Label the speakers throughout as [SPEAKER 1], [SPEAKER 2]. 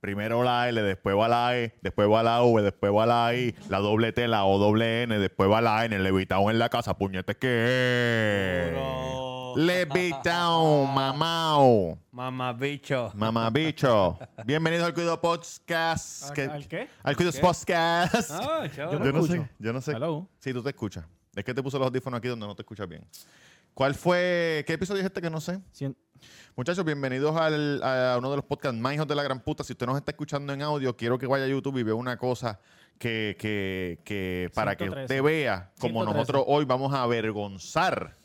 [SPEAKER 1] Primero la L, después va la E, después va la V, después va la I, la doble T, la O, doble N, después va la N, levitado en la casa, puñetes que...
[SPEAKER 2] Duro.
[SPEAKER 1] Levitado, mamao,
[SPEAKER 2] Mamá bicho.
[SPEAKER 1] mamabicho. Bienvenido al Cuido Podcast.
[SPEAKER 3] ¿Al-
[SPEAKER 1] que-
[SPEAKER 3] al qué?
[SPEAKER 1] Al Cuido Podcast.
[SPEAKER 2] Ah,
[SPEAKER 1] Yo
[SPEAKER 2] chévere.
[SPEAKER 3] me
[SPEAKER 1] no sé,
[SPEAKER 3] escucho.
[SPEAKER 1] yo no sé.
[SPEAKER 3] Hello.
[SPEAKER 1] Sí, tú te escuchas. Es que te puse los audífonos aquí donde no te escuchas bien. ¿Cuál fue? ¿Qué episodio es este que no sé?
[SPEAKER 3] Cien-
[SPEAKER 1] Muchachos, bienvenidos al- a uno de los podcasts más hijos de la gran puta. Si usted nos está escuchando en audio, quiero que vaya a YouTube y vea una cosa que, que, que para
[SPEAKER 3] 113.
[SPEAKER 1] que usted vea como
[SPEAKER 3] 113.
[SPEAKER 1] nosotros hoy vamos a avergonzar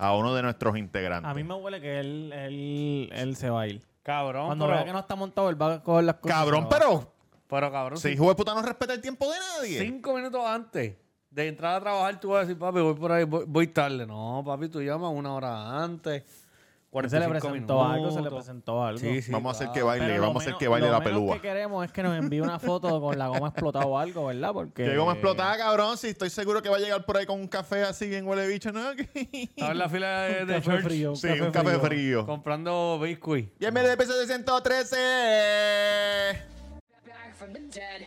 [SPEAKER 1] a uno de nuestros integrantes.
[SPEAKER 3] A mí me huele que él, él, él se va a ir.
[SPEAKER 2] Cabrón,
[SPEAKER 3] Cuando
[SPEAKER 2] pero,
[SPEAKER 3] vea que no está montado, él va a coger las cosas.
[SPEAKER 1] Cabrón,
[SPEAKER 3] y se va.
[SPEAKER 1] pero
[SPEAKER 2] pero cabrón,
[SPEAKER 1] si
[SPEAKER 2] cin-
[SPEAKER 1] hijo de puta no respeta el tiempo de nadie.
[SPEAKER 2] cinco minutos antes de entrar a trabajar, tú vas a decir, papi, voy por ahí, voy, voy tarde. No, papi, tú llamas una hora antes.
[SPEAKER 3] Se
[SPEAKER 2] 45
[SPEAKER 3] le presentó
[SPEAKER 2] minutos.
[SPEAKER 3] algo, se le presentó algo.
[SPEAKER 2] Sí, sí,
[SPEAKER 1] vamos a hacer
[SPEAKER 2] claro.
[SPEAKER 1] que baile,
[SPEAKER 3] Pero lo
[SPEAKER 1] vamos a hacer
[SPEAKER 3] menos-
[SPEAKER 1] que baile
[SPEAKER 3] lo
[SPEAKER 1] la
[SPEAKER 3] menos
[SPEAKER 1] pelúa.
[SPEAKER 3] que queremos es que nos envíe una foto con la goma explotada o algo, ¿verdad? Porque...
[SPEAKER 1] Llegó más explotada, cabrón. Si estoy seguro que va a llegar por ahí con un café así bien huele bicho, ¿no? sí,
[SPEAKER 2] Estaba en la fila de, de
[SPEAKER 3] café
[SPEAKER 2] church
[SPEAKER 3] frío. Un
[SPEAKER 1] un
[SPEAKER 3] café
[SPEAKER 1] café
[SPEAKER 3] frío.
[SPEAKER 1] frío.
[SPEAKER 2] comprando biscuit.
[SPEAKER 1] Bienvenido al episodio 113.
[SPEAKER 4] back from the dead.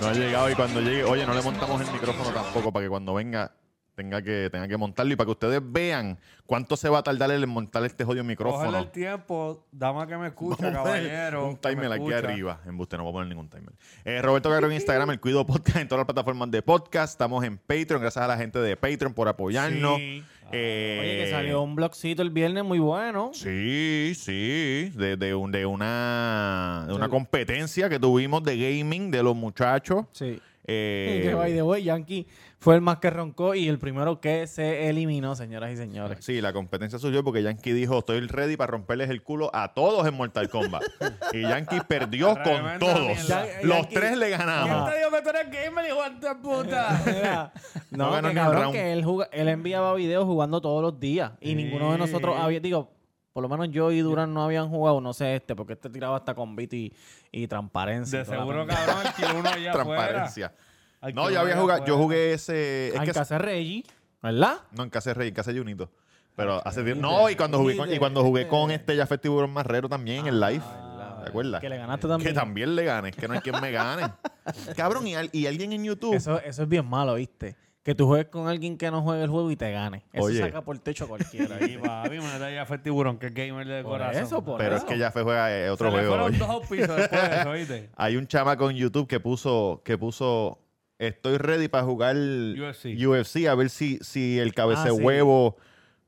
[SPEAKER 1] No ha llegado y cuando llegue, oye, no le montamos el micrófono tampoco para que cuando venga tenga que, tenga que montarlo y para que ustedes vean cuánto se va a tardar en montar este jodido
[SPEAKER 2] Cogerle
[SPEAKER 1] micrófono.
[SPEAKER 2] el tiempo, dama que me escucha,
[SPEAKER 1] Vamos a poner
[SPEAKER 2] caballero.
[SPEAKER 1] Un
[SPEAKER 2] que me
[SPEAKER 1] timer aquí
[SPEAKER 2] escucha.
[SPEAKER 1] arriba. En buste, no voy a poner ningún timer. Eh, Roberto Caro en Instagram, el Cuido Podcast, en todas las plataformas de podcast. Estamos en Patreon. Gracias a la gente de Patreon por apoyarnos.
[SPEAKER 3] Sí. Ah,
[SPEAKER 1] Eh,
[SPEAKER 3] Oye, que salió un blogcito el viernes muy bueno.
[SPEAKER 1] Sí, sí, de, de un- de una, de una competencia que tuvimos de gaming de los muchachos.
[SPEAKER 3] Sí.
[SPEAKER 1] Eh,
[SPEAKER 3] Y que, by the way, Yankee fue el más que roncó y el primero que se eliminó, señoras y señores.
[SPEAKER 1] sí, la competencia surgió porque Yankee dijo, estoy ready para romperles el culo a todos en Mortal Kombat. y Yankee perdió con
[SPEAKER 2] Tremenda
[SPEAKER 1] todos.
[SPEAKER 2] mierda.
[SPEAKER 3] Ya-
[SPEAKER 1] los
[SPEAKER 3] Yankee-
[SPEAKER 1] tres le
[SPEAKER 2] ¿Quién
[SPEAKER 1] ganamos.
[SPEAKER 2] te dijo que tú eres gamer, hijo de tu puta?
[SPEAKER 3] Mira,
[SPEAKER 1] No
[SPEAKER 3] no,
[SPEAKER 1] ganó
[SPEAKER 3] que
[SPEAKER 1] ni un
[SPEAKER 3] cabrón,
[SPEAKER 1] round.
[SPEAKER 3] que él, juga- él enviaba videos jugando todos los días y ninguno de nosotros
[SPEAKER 2] Sí.
[SPEAKER 3] había, digo, por lo menos yo y Durán no habían jugado, no sé este, porque este tiraba hasta con beat y, y transparencia. y
[SPEAKER 2] De
[SPEAKER 3] toda la
[SPEAKER 2] seguro,
[SPEAKER 3] pendeja.
[SPEAKER 2] cabrón, alquiló uno allá afuera.
[SPEAKER 1] Transparencia.
[SPEAKER 2] Alquiló
[SPEAKER 1] No,
[SPEAKER 2] uno
[SPEAKER 1] yo había
[SPEAKER 2] allá
[SPEAKER 1] jugado, yo
[SPEAKER 2] afuera.
[SPEAKER 1] jugué ese... es
[SPEAKER 3] Ah,
[SPEAKER 1] que-
[SPEAKER 3] en casa de Reggie, ¿verdad?
[SPEAKER 1] no, en casa de Rey, en casa de Junito. Pero hace tiempo... No, y cuando jugué con, y cuando jugué con este Jafet Tiburón Marrero también en live.
[SPEAKER 2] Ah,
[SPEAKER 1] ¿Te acuerdas?
[SPEAKER 3] Ah, Que le ganaste también.
[SPEAKER 1] Que también le ganes, que no hay quien me gane. Cabrón, y, al- y alguien en YouTube.
[SPEAKER 3] Eso, eso es bien malo, ¿viste? Que tú juegues con alguien que no juegue el juego y te gane. Eso
[SPEAKER 1] Oye.
[SPEAKER 3] saca por techo a cualquiera.
[SPEAKER 2] Y papi, me da ya fue el tiburón, que es gamer de
[SPEAKER 3] Por
[SPEAKER 2] corazón.
[SPEAKER 3] eso, por
[SPEAKER 1] pero
[SPEAKER 3] eso.
[SPEAKER 1] es que ya fue juega eh,
[SPEAKER 2] Se
[SPEAKER 1] otro
[SPEAKER 2] le
[SPEAKER 1] juego.
[SPEAKER 2] fueron
[SPEAKER 1] oye.
[SPEAKER 2] dos pisos después de eso, ¿oíste?
[SPEAKER 1] Hay un chama con YouTube que puso, que puso estoy ready para jugar UFC,
[SPEAKER 2] UFC.
[SPEAKER 1] a ver si, si el cabeza
[SPEAKER 3] Ah, sí.
[SPEAKER 1] huevo.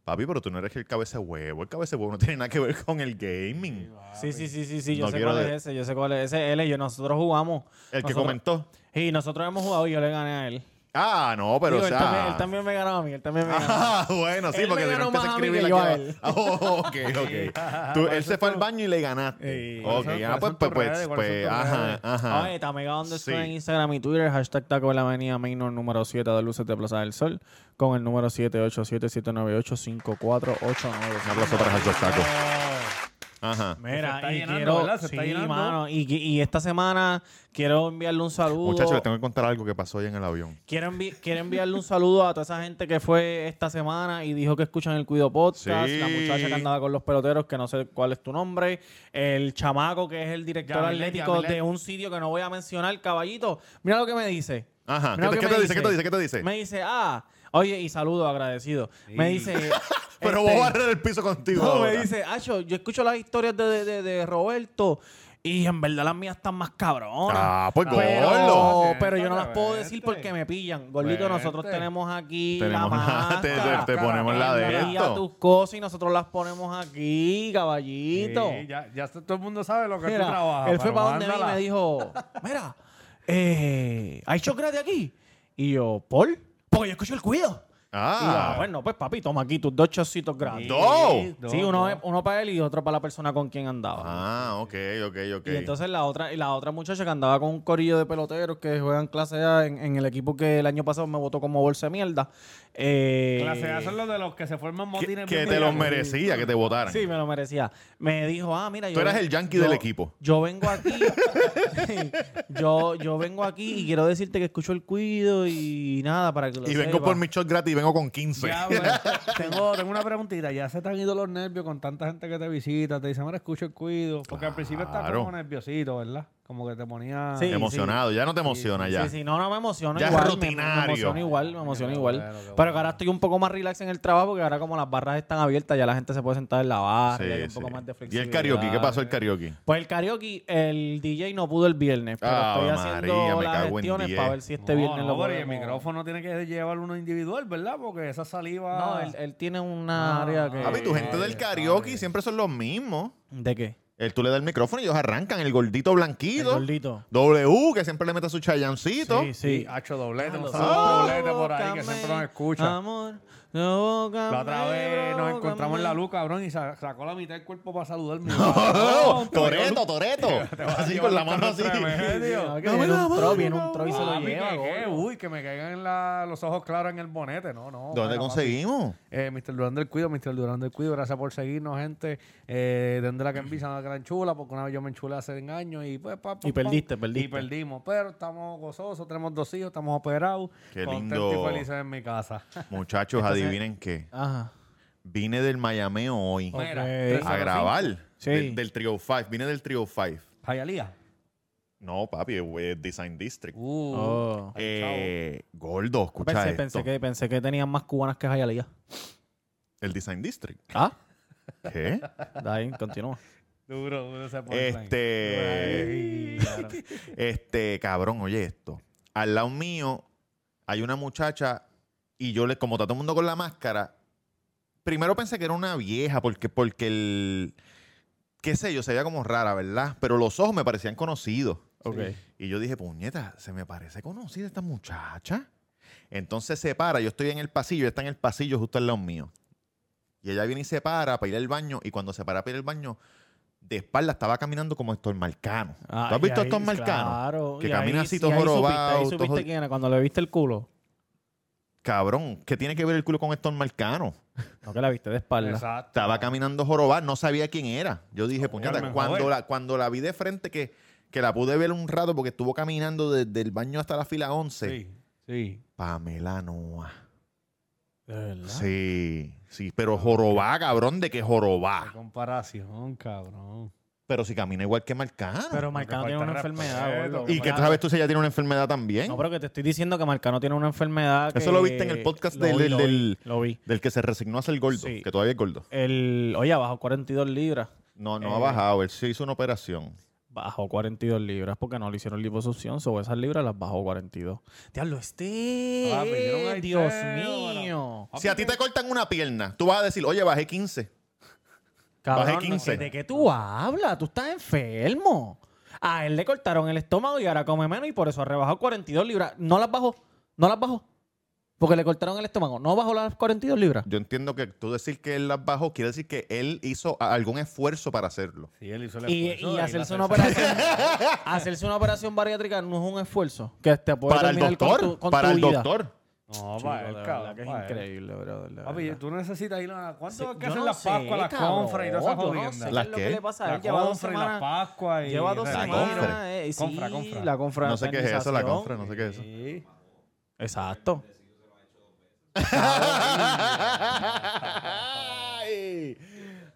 [SPEAKER 1] Papi, pero tú no eres el cabeza huevo. El cabeza huevo no tiene nada que ver con el gaming.
[SPEAKER 3] Sí, sí, sí, sí, sí. Yo
[SPEAKER 1] No
[SPEAKER 3] sé
[SPEAKER 1] quiero
[SPEAKER 3] cuál
[SPEAKER 1] de-
[SPEAKER 3] es ese, yo sé cuál es ese. Él y yo, nosotros jugamos.
[SPEAKER 1] El que
[SPEAKER 3] Nosotros-
[SPEAKER 1] comentó.
[SPEAKER 3] Y nosotros hemos jugado y yo le gané a él.
[SPEAKER 1] Ah, no, pero
[SPEAKER 3] Digo,
[SPEAKER 1] o
[SPEAKER 3] él,
[SPEAKER 1] sea.
[SPEAKER 3] también, él también me ganó a mí, él también me ganó.
[SPEAKER 1] Ah, bueno, sí,
[SPEAKER 3] Él
[SPEAKER 1] porque
[SPEAKER 3] me
[SPEAKER 1] si no
[SPEAKER 3] ganó
[SPEAKER 1] empieza a
[SPEAKER 3] más a mí
[SPEAKER 1] escribir
[SPEAKER 3] que
[SPEAKER 1] aquí
[SPEAKER 3] yo a
[SPEAKER 1] abajo.
[SPEAKER 3] él.
[SPEAKER 1] Ah, oh, ok, ok. Tú- él se fue al baño y le ganaste.
[SPEAKER 3] Sí.
[SPEAKER 1] ok,
[SPEAKER 2] ¿Cuáles son-
[SPEAKER 1] ah, pues, pues,
[SPEAKER 2] cuáles son tus
[SPEAKER 1] pues,
[SPEAKER 2] redes? ¿Cuáles
[SPEAKER 1] pues,
[SPEAKER 2] son tus
[SPEAKER 1] ajá,
[SPEAKER 2] redes?
[SPEAKER 1] ajá.
[SPEAKER 3] Oye, Tamega underscore
[SPEAKER 1] Sí.
[SPEAKER 3] en Instagram y Twitter, hashtag Taco de la Avenida Mainor número 7 de Luces de Plaza del Sol, con el número 787-798-5489.
[SPEAKER 1] Un aplauso para Jesús Taco. Ajá.
[SPEAKER 2] Se
[SPEAKER 3] Mira,
[SPEAKER 2] está
[SPEAKER 3] y
[SPEAKER 2] llenando,
[SPEAKER 3] quiero,
[SPEAKER 2] ¿verdad? Se
[SPEAKER 3] sí,
[SPEAKER 2] está llenando.
[SPEAKER 3] mano, y, y esta semana quiero enviarle un saludo.
[SPEAKER 1] Muchachos, les tengo que contar algo que pasó hoy en el avión.
[SPEAKER 3] Quiero, envi- quiero enviarle un saludo a toda esa gente que fue esta semana y dijo que escuchan el Cuido Podcast,
[SPEAKER 1] Sí.
[SPEAKER 3] la muchacha que andaba con los peloteros, que no sé cuál es tu nombre, el chamaco que es el director
[SPEAKER 2] Yamilet,
[SPEAKER 3] atlético
[SPEAKER 2] Yamilet.
[SPEAKER 3] de un sitio que no voy a mencionar, caballito. Mira lo que me dice.
[SPEAKER 1] Ajá.
[SPEAKER 3] Mira
[SPEAKER 1] ¿Qué te-
[SPEAKER 3] lo que
[SPEAKER 1] qué te
[SPEAKER 3] me
[SPEAKER 1] dice? ¿Qué te dice? ¿Qué te dice?
[SPEAKER 3] Me dice, ah, oye, y saludo agradecido. Me
[SPEAKER 2] Sí.
[SPEAKER 3] dice...
[SPEAKER 1] Pero
[SPEAKER 3] este,
[SPEAKER 1] voy a barrer el piso contigo.
[SPEAKER 3] no,
[SPEAKER 1] ahora.
[SPEAKER 3] me dice, Acho, yo escucho las historias de, de- de- de Roberto y en verdad las mías están más cabronas.
[SPEAKER 1] Ah, pues gordo.
[SPEAKER 3] pero,
[SPEAKER 2] Vete,
[SPEAKER 3] pero yo no las puedo
[SPEAKER 2] vete.
[SPEAKER 3] decir porque me pillan. Gordito,
[SPEAKER 2] Pues,
[SPEAKER 3] nosotros
[SPEAKER 2] Vete.
[SPEAKER 3] tenemos aquí
[SPEAKER 1] Tenemos
[SPEAKER 3] la
[SPEAKER 1] la- te,
[SPEAKER 3] máscara.
[SPEAKER 1] te- te ponemos la de
[SPEAKER 3] Envía tus
[SPEAKER 1] esto.
[SPEAKER 3] cosas y nosotros las ponemos aquí, caballito.
[SPEAKER 2] Sí, ya, ya todo el mundo sabe lo que
[SPEAKER 3] Mira,
[SPEAKER 2] tú trabajas.
[SPEAKER 3] él fue
[SPEAKER 2] pero
[SPEAKER 3] para donde mí y
[SPEAKER 2] mándala.
[SPEAKER 3] me dijo, mira, eh, ¿hay chocrate aquí? Y yo, ¿por? Porque yo escucho el cuido. Ah,
[SPEAKER 1] Ah,
[SPEAKER 3] bueno, pues papi, toma aquí tus dos chocitos grandes.
[SPEAKER 1] ¡No!
[SPEAKER 2] Dos,
[SPEAKER 3] Sí, uno,
[SPEAKER 2] dos.
[SPEAKER 3] uno para él y otro para la persona con quien andaba.
[SPEAKER 1] Ah, ok, ok, ok.
[SPEAKER 3] Y entonces la otra, y la otra muchacha que andaba con un corillo de peloteros que juegan clase A en, en el equipo que el año pasado me votó como bolsa de mierda. Eh,
[SPEAKER 2] Clase A son los de los que se forman
[SPEAKER 1] que,
[SPEAKER 2] motines.
[SPEAKER 1] que
[SPEAKER 2] bien
[SPEAKER 1] te los
[SPEAKER 2] bellacos.
[SPEAKER 1] merecía que te votaran.
[SPEAKER 3] Sí, me lo merecía. Me dijo, ah, mira,
[SPEAKER 1] Tú
[SPEAKER 3] yo.
[SPEAKER 1] eras
[SPEAKER 3] ven-
[SPEAKER 1] el yankee
[SPEAKER 3] yo-
[SPEAKER 1] del equipo.
[SPEAKER 3] Yo vengo aquí. yo, yo vengo aquí y quiero decirte que escucho el cuido y nada para que lo
[SPEAKER 1] Y vengo
[SPEAKER 3] sepa".
[SPEAKER 1] por mi shot gratis y vengo con 15.
[SPEAKER 2] Ya, bueno, tengo, tengo una preguntita. ¿Ya se te han ido los nervios con tanta gente que te visita? Te dicen, mira, escucho el cuido. Porque al principio estás
[SPEAKER 1] Claro.
[SPEAKER 2] como nerviosito, ¿verdad? Como que te ponía...
[SPEAKER 3] Sí.
[SPEAKER 1] Emocionado, ya no te emociona ya.
[SPEAKER 3] Sí, sí, no, no me emociono
[SPEAKER 1] Ya es
[SPEAKER 3] igual. me- Me,
[SPEAKER 1] rutinario.
[SPEAKER 3] emociono igual, me emociono
[SPEAKER 2] Qué
[SPEAKER 3] igual.
[SPEAKER 2] bueno, qué
[SPEAKER 3] Pero
[SPEAKER 2] bueno.
[SPEAKER 3] que ahora estoy un poco más relax en el trabajo porque ahora como las barras están abiertas, ya la gente se puede sentar en la barra, y hay un
[SPEAKER 1] Sí,
[SPEAKER 3] poco
[SPEAKER 1] sí.
[SPEAKER 3] más de
[SPEAKER 1] ¿Y
[SPEAKER 3] flexibilidad.
[SPEAKER 1] el karaoke? ¿Qué pasó el karaoke?
[SPEAKER 3] Pues el karaoke, el DJ no pudo el viernes, pero
[SPEAKER 1] Ah,
[SPEAKER 3] estoy
[SPEAKER 1] María,
[SPEAKER 3] haciendo
[SPEAKER 1] me
[SPEAKER 3] las
[SPEAKER 1] cago en
[SPEAKER 3] gestiones
[SPEAKER 1] diez.
[SPEAKER 3] para ver si este
[SPEAKER 2] No,
[SPEAKER 3] viernes
[SPEAKER 2] no,
[SPEAKER 3] lo
[SPEAKER 2] pero y el
[SPEAKER 3] podemos-
[SPEAKER 2] micrófono tiene que llevar uno individual, ¿verdad? Porque esa saliva...
[SPEAKER 3] No, él, él tiene una
[SPEAKER 2] Ah,
[SPEAKER 3] área que...
[SPEAKER 1] Papi, tu gente del
[SPEAKER 2] ay,
[SPEAKER 1] karaoke
[SPEAKER 2] ay.
[SPEAKER 1] siempre son los mismos.
[SPEAKER 3] ¿De qué?
[SPEAKER 1] El, tú le das el micrófono y ellos arrancan. El gordito
[SPEAKER 3] El
[SPEAKER 1] blanquito.
[SPEAKER 3] gordito.
[SPEAKER 1] W, que siempre le mete su chayancito.
[SPEAKER 3] Sí,
[SPEAKER 2] Sí,
[SPEAKER 3] sí.
[SPEAKER 2] hacho doblete, un
[SPEAKER 3] Los
[SPEAKER 2] saludo
[SPEAKER 1] ojos,
[SPEAKER 2] doblete por ahí que siempre nos
[SPEAKER 3] bócame,
[SPEAKER 2] escucha.
[SPEAKER 3] Amor, no
[SPEAKER 2] La otra vez nos encontramos en la
[SPEAKER 3] luz
[SPEAKER 2] luz, cabrón, y sa- sacó la mitad del cuerpo para saludarme.
[SPEAKER 1] ¡Oh!
[SPEAKER 3] pues,
[SPEAKER 2] Cabrón,
[SPEAKER 1] Toreto, Toreto. Así con la mano así.
[SPEAKER 2] Entre medio.
[SPEAKER 3] No, que
[SPEAKER 1] Dame
[SPEAKER 3] viene
[SPEAKER 1] la
[SPEAKER 3] un
[SPEAKER 1] mano,
[SPEAKER 3] tro, viene
[SPEAKER 1] dame
[SPEAKER 3] un tro y se lo
[SPEAKER 2] Papi,
[SPEAKER 3] lleva.
[SPEAKER 2] que- que-
[SPEAKER 3] gordo.
[SPEAKER 2] uy, que me caigan la- los ojos claros en el bonete. No, no.
[SPEAKER 1] ¿Dónde
[SPEAKER 2] mira,
[SPEAKER 1] conseguimos?
[SPEAKER 2] papi. Eh, Mr. Durán del Cuido, Mr. Durán del Cuido, gracias por seguirnos, gente. Eh, tendré la que empieza una gran chula, porque una vez yo me enchulé hace años y pues, papá.
[SPEAKER 3] Y perdiste, perdiste.
[SPEAKER 2] Y perdimos, pero estamos gozosos, tenemos dos hijos, estamos operados.
[SPEAKER 1] Qué
[SPEAKER 2] contentos
[SPEAKER 1] lindo.
[SPEAKER 2] y felices en mi casa.
[SPEAKER 1] Muchachos, adivinen qué.
[SPEAKER 3] Ajá.
[SPEAKER 1] Vine del Miameo hoy
[SPEAKER 2] Mira,
[SPEAKER 3] Ok.
[SPEAKER 2] tres
[SPEAKER 1] a
[SPEAKER 2] cero
[SPEAKER 1] grabar.
[SPEAKER 3] Sí.
[SPEAKER 1] Del, del Trio 5. Vine del Trio 5.
[SPEAKER 2] cinco. Jayalía.
[SPEAKER 1] No, papi, es Design District.
[SPEAKER 2] Uh.
[SPEAKER 3] Oh.
[SPEAKER 1] Eh, gordo, escucha
[SPEAKER 3] Pensé,
[SPEAKER 1] esto.
[SPEAKER 3] pensé que, pensé que tenían más cubanas que Jayalía.
[SPEAKER 1] El Design District.
[SPEAKER 3] Ah,
[SPEAKER 1] ¿Qué?
[SPEAKER 3] de ahí, continúa.
[SPEAKER 2] Duro, duro ese punchline.
[SPEAKER 1] Este-
[SPEAKER 2] Ay, cabrón.
[SPEAKER 1] Este, cabrón, oye esto. Al lado mío hay una muchacha y yo le, como está todo el mundo con la máscara, primero pensé que era una vieja porque, porque el, qué sé yo, se veía como rara, ¿verdad? Pero los ojos me parecían conocidos.
[SPEAKER 3] Ok.
[SPEAKER 1] Y yo dije, puñeta, se me parece conocida esta muchacha. Entonces se para, yo estoy en el pasillo, ella está en el pasillo justo al lado mío. Y ella viene y se para para ir al baño. Y cuando se para para ir al baño, de espalda estaba caminando como Héctor Marcano. ¿Tú
[SPEAKER 3] Ah,
[SPEAKER 1] has visto a
[SPEAKER 3] y
[SPEAKER 1] Héctor
[SPEAKER 3] ahí,
[SPEAKER 1] Marcano?
[SPEAKER 3] Claro.
[SPEAKER 1] Que
[SPEAKER 3] y
[SPEAKER 1] camina
[SPEAKER 3] ahí-
[SPEAKER 1] así
[SPEAKER 3] y
[SPEAKER 1] todo
[SPEAKER 3] ahí supiste-
[SPEAKER 1] jorobado,
[SPEAKER 3] Ahí
[SPEAKER 1] todo
[SPEAKER 3] supiste
[SPEAKER 1] jod-
[SPEAKER 3] quién era cuando le viste el culo.
[SPEAKER 1] Cabrón, ¿qué tiene que ver el culo con Héctor Marcano?
[SPEAKER 3] No, que la viste de espalda.
[SPEAKER 2] Exacto.
[SPEAKER 1] Estaba caminando jorobado, no sabía quién era. Yo dije, puñeta,
[SPEAKER 2] Carmen,
[SPEAKER 1] cuando
[SPEAKER 2] joder.
[SPEAKER 1] la, cuando la vi de frente, que, que la pude ver un rato porque estuvo caminando desde el baño hasta la fila 11.
[SPEAKER 2] Sí, sí.
[SPEAKER 1] Pamela Noa.
[SPEAKER 3] De verdad.
[SPEAKER 1] Sí, sí, pero jorobá, cabrón, de que
[SPEAKER 2] Qué
[SPEAKER 1] jorobá.
[SPEAKER 2] comparación, cabrón.
[SPEAKER 1] Pero si camina igual que Marcano.
[SPEAKER 3] Pero Marcano tiene una
[SPEAKER 2] falta de
[SPEAKER 3] enfermedad.
[SPEAKER 2] respeto,
[SPEAKER 3] gordo.
[SPEAKER 1] y que tú sabes tú si ella tiene una enfermedad también.
[SPEAKER 3] No, pero que te estoy diciendo que Marcano tiene una enfermedad.
[SPEAKER 1] Eso
[SPEAKER 3] que-
[SPEAKER 1] lo viste en el podcast
[SPEAKER 3] Lo
[SPEAKER 1] del-
[SPEAKER 3] vi,
[SPEAKER 1] del-
[SPEAKER 3] lo vi,
[SPEAKER 1] del-
[SPEAKER 3] Lo vi.
[SPEAKER 1] Del que se resignó a ser gordo,
[SPEAKER 3] Sí.
[SPEAKER 1] que todavía es gordo.
[SPEAKER 3] El, oye, bajó 42 libras.
[SPEAKER 1] No, no
[SPEAKER 3] Eh.
[SPEAKER 1] ha bajado, él se hizo una operación.
[SPEAKER 3] Bajó 42 libras porque no le hicieron liposucción. Sobre esas libras las bajó 42. Diablo, este.
[SPEAKER 2] Ah, me dieron ahí
[SPEAKER 3] Dios
[SPEAKER 2] teo,
[SPEAKER 3] mío.
[SPEAKER 1] Si a ti te cortan una pierna, tú vas a decir, oye, bajé 15. Bajé
[SPEAKER 3] Cabrón,
[SPEAKER 1] 15.
[SPEAKER 3] ¿de qué tú hablas? Tú estás enfermo. A él le cortaron el estómago y ahora come menos y por eso ha rebajado 42 libras. No las bajó. No las bajó. Porque le cortaron el estómago. No bajó las 42 libras.
[SPEAKER 1] Yo entiendo que tú decir que él las bajó quiere decir que él hizo a- algún esfuerzo para hacerlo.
[SPEAKER 2] Sí, él hizo el
[SPEAKER 3] Y,
[SPEAKER 2] esfuerzo
[SPEAKER 3] y
[SPEAKER 2] de ir a
[SPEAKER 3] hacerse
[SPEAKER 2] hacer
[SPEAKER 3] una
[SPEAKER 2] esa-
[SPEAKER 3] operación hacerse una operación bariátrica no es un esfuerzo que te puede
[SPEAKER 1] Para el
[SPEAKER 3] terminar con
[SPEAKER 1] doctor,
[SPEAKER 3] tu- con
[SPEAKER 1] para
[SPEAKER 3] tu
[SPEAKER 1] el
[SPEAKER 3] vida.
[SPEAKER 1] doctor.
[SPEAKER 2] No,
[SPEAKER 3] Chico,
[SPEAKER 2] para
[SPEAKER 3] de
[SPEAKER 2] él,
[SPEAKER 3] verdad
[SPEAKER 2] cabrón.
[SPEAKER 3] que es
[SPEAKER 2] pa' él.
[SPEAKER 3] increíble, bro. de la
[SPEAKER 2] Papi,
[SPEAKER 3] verdad.
[SPEAKER 2] tú necesitas ir a... ¿Cuánto
[SPEAKER 3] Sí,
[SPEAKER 2] es que
[SPEAKER 3] yo
[SPEAKER 2] hacen
[SPEAKER 3] no
[SPEAKER 2] las
[SPEAKER 3] sé,
[SPEAKER 2] Pascuas, las confras y todas esas
[SPEAKER 3] cabrón, Oh, yo no sé
[SPEAKER 2] jodiendas?
[SPEAKER 3] qué
[SPEAKER 1] ¿Las
[SPEAKER 3] es lo
[SPEAKER 1] qué?
[SPEAKER 3] que le pasa a él.
[SPEAKER 2] La
[SPEAKER 3] Lleva dos
[SPEAKER 2] confra y la
[SPEAKER 3] semanas-
[SPEAKER 2] pascua y-
[SPEAKER 3] Lleva dos
[SPEAKER 2] La
[SPEAKER 3] semanas.
[SPEAKER 1] confra.
[SPEAKER 3] eh, sí,
[SPEAKER 2] Confra, confra.
[SPEAKER 3] La confra.
[SPEAKER 1] No sé qué es eso, la
[SPEAKER 3] fraternización.
[SPEAKER 1] confra, no sé qué es eso.
[SPEAKER 2] Sí.
[SPEAKER 3] Exacto.
[SPEAKER 1] Ay,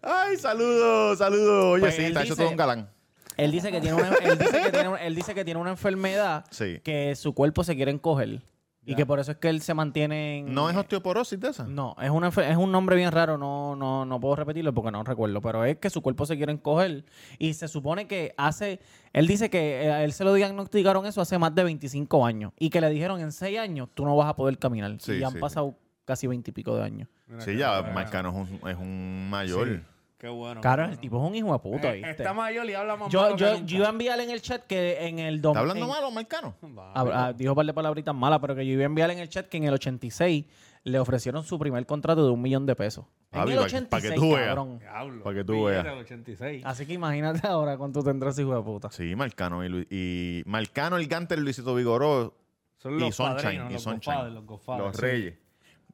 [SPEAKER 1] ay, saludos, saludos. Oye,
[SPEAKER 3] Pues
[SPEAKER 1] sí,
[SPEAKER 3] él
[SPEAKER 1] está hecho
[SPEAKER 3] dice-
[SPEAKER 1] todo un galán.
[SPEAKER 3] Él dice que tiene una, él dice que tiene, un- él dice que tiene una enfermedad
[SPEAKER 1] Sí.
[SPEAKER 3] que su cuerpo se quiere encoger. Y que por eso es que él se mantiene en...
[SPEAKER 1] ¿No es osteoporosis de esa?
[SPEAKER 3] Mm. No, es, una, enfer- es un nombre bien raro, no, no, no puedo repetirlo porque no recuerdo, pero es que su cuerpo se quiere encoger y se supone que hace, él dice que eh, a él se lo diagnosticaron eso hace más de 25 años y que le dijeron en 6 años tú no vas a poder caminar
[SPEAKER 1] Sí,
[SPEAKER 3] y han
[SPEAKER 1] sí,
[SPEAKER 3] pasado casi 20 y pico de años.
[SPEAKER 2] Mira
[SPEAKER 1] Sí,
[SPEAKER 2] qué
[SPEAKER 1] ya
[SPEAKER 2] cabrón.
[SPEAKER 1] Marcano es un, es un mayor.
[SPEAKER 5] Qué bueno.
[SPEAKER 3] Claro, el tipo es un hijo de puta, ¿viste?
[SPEAKER 2] Eh, Está mayor y habla más
[SPEAKER 3] yo,
[SPEAKER 2] malo que
[SPEAKER 3] yo,
[SPEAKER 2] nunca.
[SPEAKER 3] yo iba a enviar en el chat que en el... dom-
[SPEAKER 1] ¿Está hablando
[SPEAKER 3] en-
[SPEAKER 1] malo, Marcano?
[SPEAKER 3] Ah, ah, dijo un par de palabritas malas, pero que yo iba a enviar en el chat que en el 86 le ofrecieron su primer contrato de un millón de pesos.
[SPEAKER 1] Papi, pa' Ah,
[SPEAKER 3] en el
[SPEAKER 1] que-
[SPEAKER 3] 86,
[SPEAKER 1] pa' que tú veas.
[SPEAKER 3] cabrón.
[SPEAKER 2] Diablo,
[SPEAKER 1] Para que tú
[SPEAKER 2] billete
[SPEAKER 1] veas.
[SPEAKER 2] de 86.
[SPEAKER 3] Así que imagínate ahora cuánto tendrá ese hijo de puta.
[SPEAKER 1] Sí, Marcano y, Lu- y Marcano, el Ganter, Luisito Vigoró,
[SPEAKER 2] Son
[SPEAKER 1] y Sunshine, y
[SPEAKER 2] los
[SPEAKER 1] Sunshine.
[SPEAKER 2] Godfathers, los Godfathers,
[SPEAKER 1] los
[SPEAKER 2] sí.
[SPEAKER 1] Reyes.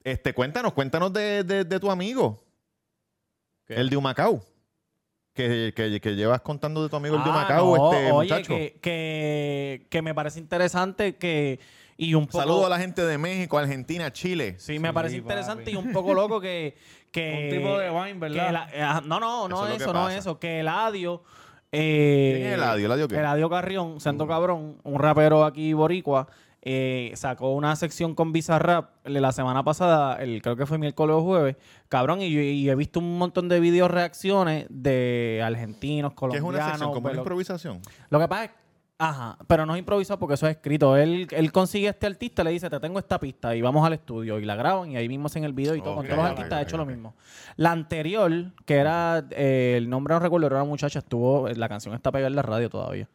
[SPEAKER 1] Este, cuéntanos, cuéntanos de, de- de tu amigo,
[SPEAKER 2] ¿Qué?
[SPEAKER 1] el de Humacao. Que, que- que llevas contando de tu amigo el de
[SPEAKER 3] Ah,
[SPEAKER 1] Humacao,
[SPEAKER 3] no,
[SPEAKER 1] este
[SPEAKER 3] oye,
[SPEAKER 1] muchacho.
[SPEAKER 3] Que, que, que me parece interesante que... Y un poco...
[SPEAKER 1] Saludo a la gente de México, Argentina, Chile.
[SPEAKER 3] Sí, me
[SPEAKER 2] Sí,
[SPEAKER 3] parece
[SPEAKER 2] papi.
[SPEAKER 3] interesante y un poco loco que... que
[SPEAKER 2] Un tipo de wine, ¿verdad?
[SPEAKER 3] que la- eh, ajá, no, no, no
[SPEAKER 1] Eso es
[SPEAKER 3] eso,
[SPEAKER 1] lo que
[SPEAKER 3] no
[SPEAKER 1] pasa.
[SPEAKER 3] eso. Que el adio... Eh,
[SPEAKER 1] ¿Quién es Eladio? ¿Eladio qué?
[SPEAKER 3] Eladio Carrión, Santo Cabrón, un rapero aquí boricua, eh, sacó una sección con Bizarrap le- la semana pasada, el, creo que fue miércoles o jueves, cabrón, y, yo- y he visto un montón de videos reacciones de argentinos,
[SPEAKER 1] Que es
[SPEAKER 3] colombianos.
[SPEAKER 1] una sección, como una
[SPEAKER 3] velo-
[SPEAKER 1] improvisación.
[SPEAKER 3] lo que pasa es, ajá, pero no es improvisado porque eso es escrito. Él, él consigue a este artista, le dice, te tengo esta pista y vamos al estudio y la graban y ahí mismo hacen el video y todo. Con
[SPEAKER 1] Ok,
[SPEAKER 3] todos los
[SPEAKER 1] ok,
[SPEAKER 3] artistas ha
[SPEAKER 1] ok,
[SPEAKER 3] hecho
[SPEAKER 1] ok.
[SPEAKER 3] lo mismo. La anterior, que era, eh, el nombre no recuerdo, era una muchacha, estuvo, la canción está pegada en la radio todavía.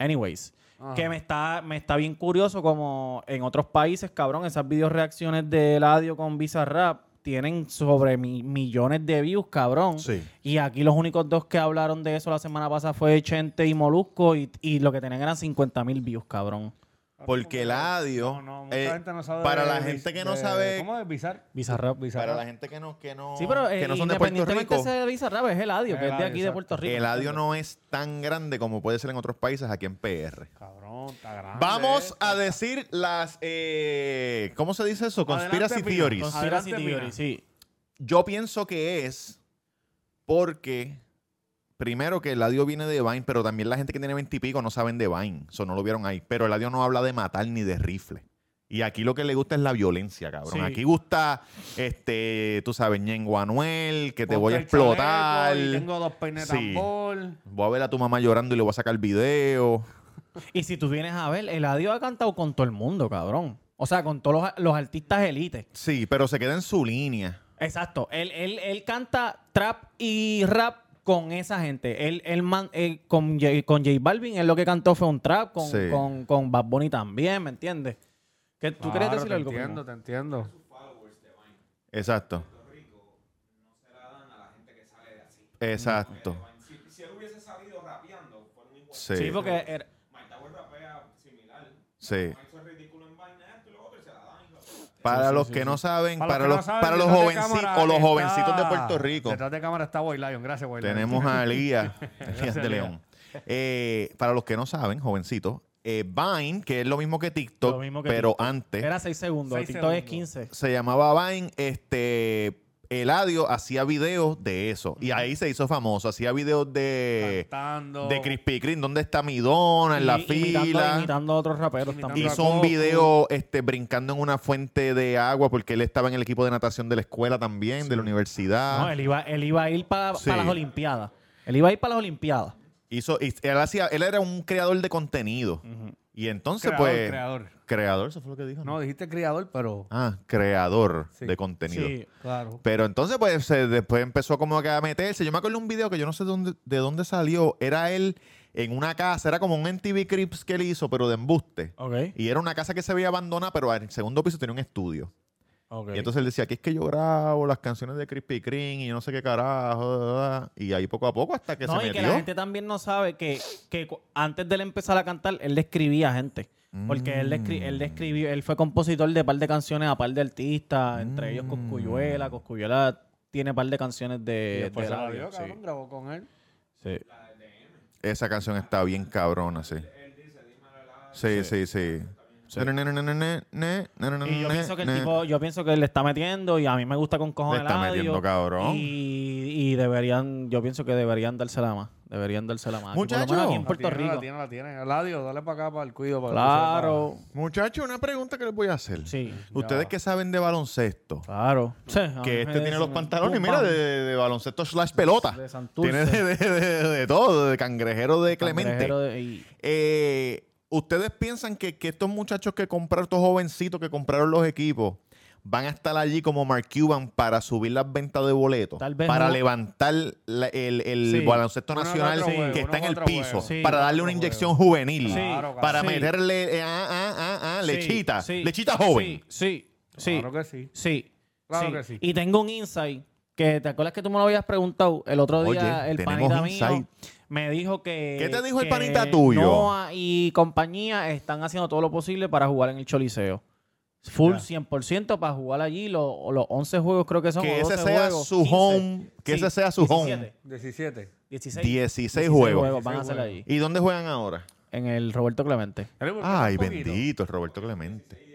[SPEAKER 3] Anyways.
[SPEAKER 2] Ajá.
[SPEAKER 3] Que me está, me está bien curioso como en otros países, cabrón, esas videos reacciones de Eladio con Bizarrap tienen sobre mi- millones de views, cabrón.
[SPEAKER 1] Sí.
[SPEAKER 3] Y aquí los únicos dos que hablaron de eso la semana pasada fue Chente y Molusco y, y lo que tenían eran 50 mil views, cabrón.
[SPEAKER 1] Porque Eladio,
[SPEAKER 2] No, no, mucha
[SPEAKER 1] eh,
[SPEAKER 2] gente no sabe
[SPEAKER 1] para
[SPEAKER 2] de-
[SPEAKER 1] la
[SPEAKER 2] de-
[SPEAKER 1] gente que no
[SPEAKER 2] de-
[SPEAKER 1] sabe-
[SPEAKER 2] ¿Cómo es Bizar?
[SPEAKER 3] Bizarrap.
[SPEAKER 1] para la gente que no, que no,
[SPEAKER 3] Sí, pero eh,
[SPEAKER 1] que no son de Puerto
[SPEAKER 3] independientemente
[SPEAKER 1] Rico,
[SPEAKER 3] de ese Bizarrap es Eladio, que es de
[SPEAKER 2] Eladio,
[SPEAKER 3] aquí de
[SPEAKER 2] exacto.
[SPEAKER 3] Puerto Rico.
[SPEAKER 1] Eladio no es tan grande como puede ser en otros países aquí en PR.
[SPEAKER 2] Cabrón, está
[SPEAKER 3] Ah,
[SPEAKER 2] grande.
[SPEAKER 1] Vamos a decir las. eh, ¿Cómo se dice eso? Conspiracy
[SPEAKER 2] Adelante, Pino.
[SPEAKER 1] theories.
[SPEAKER 2] Cons-
[SPEAKER 3] Conspiracy
[SPEAKER 2] Adelante,
[SPEAKER 3] theory,
[SPEAKER 2] mira.
[SPEAKER 3] sí.
[SPEAKER 1] Yo pienso que es porque. Primero que Eladio viene de Vine, pero también la gente que tiene 20 y pico no saben de Vine. Eso no lo vieron ahí. Pero Eladio no habla de matar ni de rifle. Y aquí lo que le gusta es la violencia, cabrón.
[SPEAKER 3] Sí.
[SPEAKER 1] Aquí gusta, este, tú sabes, Ñengo Anuel, que te
[SPEAKER 2] Ponte
[SPEAKER 1] voy a
[SPEAKER 2] el chaleco
[SPEAKER 1] explotar.
[SPEAKER 2] y Tengo dos peines de
[SPEAKER 1] Sí.
[SPEAKER 2] tambor.
[SPEAKER 1] Voy a ver a tu mamá llorando y le voy a sacar video.
[SPEAKER 3] Y si tú vienes a ver, Eladio ha cantado con todo el mundo, cabrón. O sea, con todos los, los artistas elites.
[SPEAKER 1] Sí, pero se queda en su línea.
[SPEAKER 3] Exacto. Él, él, él canta trap y rap con esa gente. Él, él man- él- con, J, con J Balvin, él lo que cantó fue un trap, con,
[SPEAKER 1] Sí.
[SPEAKER 3] con, con Bad Bunny también, ¿me entiendes? ¿Qué- ¿Tú quieres
[SPEAKER 2] Claro,
[SPEAKER 3] decir
[SPEAKER 2] te
[SPEAKER 3] algo? primo?
[SPEAKER 2] entiendo, te entiendo.
[SPEAKER 1] Exacto. Exacto. Si,
[SPEAKER 3] Sí,
[SPEAKER 1] él hubiese sabido rapeando,
[SPEAKER 3] porque... era-
[SPEAKER 1] Sí. Para los que no saben, para,
[SPEAKER 2] que
[SPEAKER 1] los,
[SPEAKER 2] no saben,
[SPEAKER 1] para los
[SPEAKER 2] detrás de
[SPEAKER 1] jovencitos
[SPEAKER 2] cámara
[SPEAKER 1] o los
[SPEAKER 2] está-
[SPEAKER 1] jovencitos de Puerto Rico,
[SPEAKER 2] Detrás de cámara está Boy Lion. Gracias, Boy Lion.
[SPEAKER 1] tenemos a Elías, Elías de León. Eh, para los que no saben, jovencitos, eh, Vine, que es lo mismo que TikTok,
[SPEAKER 3] Lo mismo que
[SPEAKER 1] pero
[SPEAKER 3] TikTok.
[SPEAKER 1] antes
[SPEAKER 3] Era 6 segundos.
[SPEAKER 2] Seis
[SPEAKER 3] TikTok es
[SPEAKER 2] segundos.
[SPEAKER 3] 15.
[SPEAKER 1] se llamaba Vine, este Eladio hacía videos de eso y ahí se hizo famoso, hacía videos de
[SPEAKER 2] Cantando.
[SPEAKER 1] de Crispy Kreme, ¿dónde está mi dona en la
[SPEAKER 3] Y-
[SPEAKER 1] fila?
[SPEAKER 3] imitando- Imitando a otros raperos
[SPEAKER 2] Imitando
[SPEAKER 3] también.
[SPEAKER 2] a-
[SPEAKER 1] Hizo un
[SPEAKER 2] Goku.
[SPEAKER 1] video este, brincando en una fuente de agua porque él estaba en el equipo de natación de la escuela también, de la universidad.
[SPEAKER 3] No, él iba, él iba a ir para
[SPEAKER 1] Sí.
[SPEAKER 3] las Olimpiadas. Él iba a ir para las Olimpiadas.
[SPEAKER 1] Hizo, y- él, hacía, él era un creador de contenido. Y entonces,
[SPEAKER 2] Creador,
[SPEAKER 1] pues.
[SPEAKER 2] creador.
[SPEAKER 1] Creador, eso fue lo que dijo. ¿no?
[SPEAKER 2] No, dijiste criador, pero.
[SPEAKER 1] Ah, creador
[SPEAKER 2] Sí.
[SPEAKER 1] de contenido.
[SPEAKER 3] Sí.
[SPEAKER 2] Claro.
[SPEAKER 1] Pero entonces, pues, se- después empezó como que a meterse. Yo me acuerdo de un video que yo no sé dónde, de dónde salió. Era él en una casa, era como un NTV Crips que él hizo, pero de embuste.
[SPEAKER 3] Ok.
[SPEAKER 1] Y era una casa que se veía abandonada, pero en el segundo piso tenía un estudio.
[SPEAKER 3] ok.
[SPEAKER 1] Y entonces él decía, aquí es que yo grabo las canciones de Crispy Kreme y yo no sé qué carajo. da, da, da". Y ahí poco a poco hasta que
[SPEAKER 3] no,
[SPEAKER 1] se
[SPEAKER 3] y
[SPEAKER 1] metió.
[SPEAKER 3] que la gente también no sabe que, que cu- antes de él empezar a cantar, él le escribía a gente. Porque él, le escri- él le escribió, él fue compositor de par de canciones a par de artistas, entre ellos Coscuyuela.
[SPEAKER 1] Mm.
[SPEAKER 3] Coscuyuela tiene par de canciones
[SPEAKER 2] Y
[SPEAKER 3] de,
[SPEAKER 2] después
[SPEAKER 3] de
[SPEAKER 2] se la
[SPEAKER 3] radio,
[SPEAKER 2] dio,
[SPEAKER 3] sí.
[SPEAKER 2] cabrón, grabó con él.
[SPEAKER 3] Sí.
[SPEAKER 1] Esa canción está bien cabrona, sí. Sí, sí, sí. Ne, ne, ne, ne, ne, ne, ne, ne,
[SPEAKER 3] Y yo
[SPEAKER 1] ne,
[SPEAKER 3] pienso que el
[SPEAKER 1] ne.
[SPEAKER 3] tipo, yo pienso que le está metiendo y a mí me gusta con cojones
[SPEAKER 1] Le está
[SPEAKER 3] el audio.
[SPEAKER 1] metiendo, cabrón.
[SPEAKER 3] Y, y deberían, yo pienso que deberían dársela más. Deberían dársela más. Aquí, por lo menos
[SPEAKER 1] Muchacho.
[SPEAKER 3] aquí en
[SPEAKER 1] La
[SPEAKER 3] Puerto
[SPEAKER 2] la tiene, La
[SPEAKER 3] Rico.
[SPEAKER 2] tiene, la tiene. Eladio, dale para acá, para el cuido. Para que
[SPEAKER 3] Claro.
[SPEAKER 1] Muchachos, una pregunta que les voy a hacer.
[SPEAKER 3] Sí.
[SPEAKER 1] Ustedes que saben de baloncesto,
[SPEAKER 3] Claro. Sí, a mí
[SPEAKER 1] que este
[SPEAKER 3] me
[SPEAKER 1] tiene
[SPEAKER 3] dicen,
[SPEAKER 1] los pantalones,
[SPEAKER 3] Ah, pum,
[SPEAKER 1] mira,
[SPEAKER 3] pam.
[SPEAKER 1] de, de baloncesto slash pelota.
[SPEAKER 3] De Santurce.
[SPEAKER 1] Tiene de, de- de- de todo, de cangrejero de Clemente.
[SPEAKER 3] Cangrejero de- y-
[SPEAKER 1] Eh, ¿Ustedes piensan que, que estos muchachos que compraron, estos jovencitos que compraron los equipos, van a estar allí como Mark Cuban para subir las ventas de boletos,
[SPEAKER 3] Tal vez
[SPEAKER 1] para
[SPEAKER 3] no.
[SPEAKER 1] levantar la- el, el
[SPEAKER 3] Sí.
[SPEAKER 1] baloncesto
[SPEAKER 2] Uno que
[SPEAKER 1] nacional
[SPEAKER 2] otro juego,
[SPEAKER 1] que
[SPEAKER 2] uno
[SPEAKER 1] está en
[SPEAKER 2] que
[SPEAKER 1] el
[SPEAKER 2] otro
[SPEAKER 1] piso,
[SPEAKER 2] juego. Sí,
[SPEAKER 1] para
[SPEAKER 2] uno
[SPEAKER 1] darle
[SPEAKER 2] que otro
[SPEAKER 1] una
[SPEAKER 2] juego.
[SPEAKER 1] inyección juvenil,
[SPEAKER 2] Claro, claro.
[SPEAKER 1] para
[SPEAKER 3] Sí.
[SPEAKER 1] meterle eh, ah, ah, ah, ah, lechita,
[SPEAKER 3] Sí, sí.
[SPEAKER 1] lechita joven.
[SPEAKER 3] Sí, sí,
[SPEAKER 2] Claro que sí.
[SPEAKER 3] sí.
[SPEAKER 2] Claro que sí.
[SPEAKER 3] Y tengo un insight que te acuerdas que tú me lo habías preguntado el otro día.
[SPEAKER 1] Oye,
[SPEAKER 3] el
[SPEAKER 1] tenemos
[SPEAKER 3] panita mío
[SPEAKER 1] insight.
[SPEAKER 3] me dijo que.
[SPEAKER 1] ¿Qué te dijo el
[SPEAKER 3] que
[SPEAKER 1] panita tuyo?
[SPEAKER 3] Noah y compañía están haciendo todo lo posible para jugar en el Choliseo. Full
[SPEAKER 2] Ya.
[SPEAKER 3] 100% para jugar allí los, los 11 juegos, creo que son. o
[SPEAKER 1] Que
[SPEAKER 3] 12
[SPEAKER 1] ese sea
[SPEAKER 3] juegos,
[SPEAKER 1] su
[SPEAKER 3] 15.
[SPEAKER 1] home, que ese
[SPEAKER 3] Sí,
[SPEAKER 1] sea su
[SPEAKER 3] 17,
[SPEAKER 1] home.
[SPEAKER 2] 17.
[SPEAKER 1] 16,
[SPEAKER 3] 16, 16
[SPEAKER 1] juegos.
[SPEAKER 3] van a
[SPEAKER 2] 16
[SPEAKER 3] hacer
[SPEAKER 2] juegos.
[SPEAKER 3] allí.
[SPEAKER 1] ¿Y dónde juegan ahora?
[SPEAKER 3] En el Roberto Clemente.
[SPEAKER 1] Ay, bendito, el Roberto Clemente.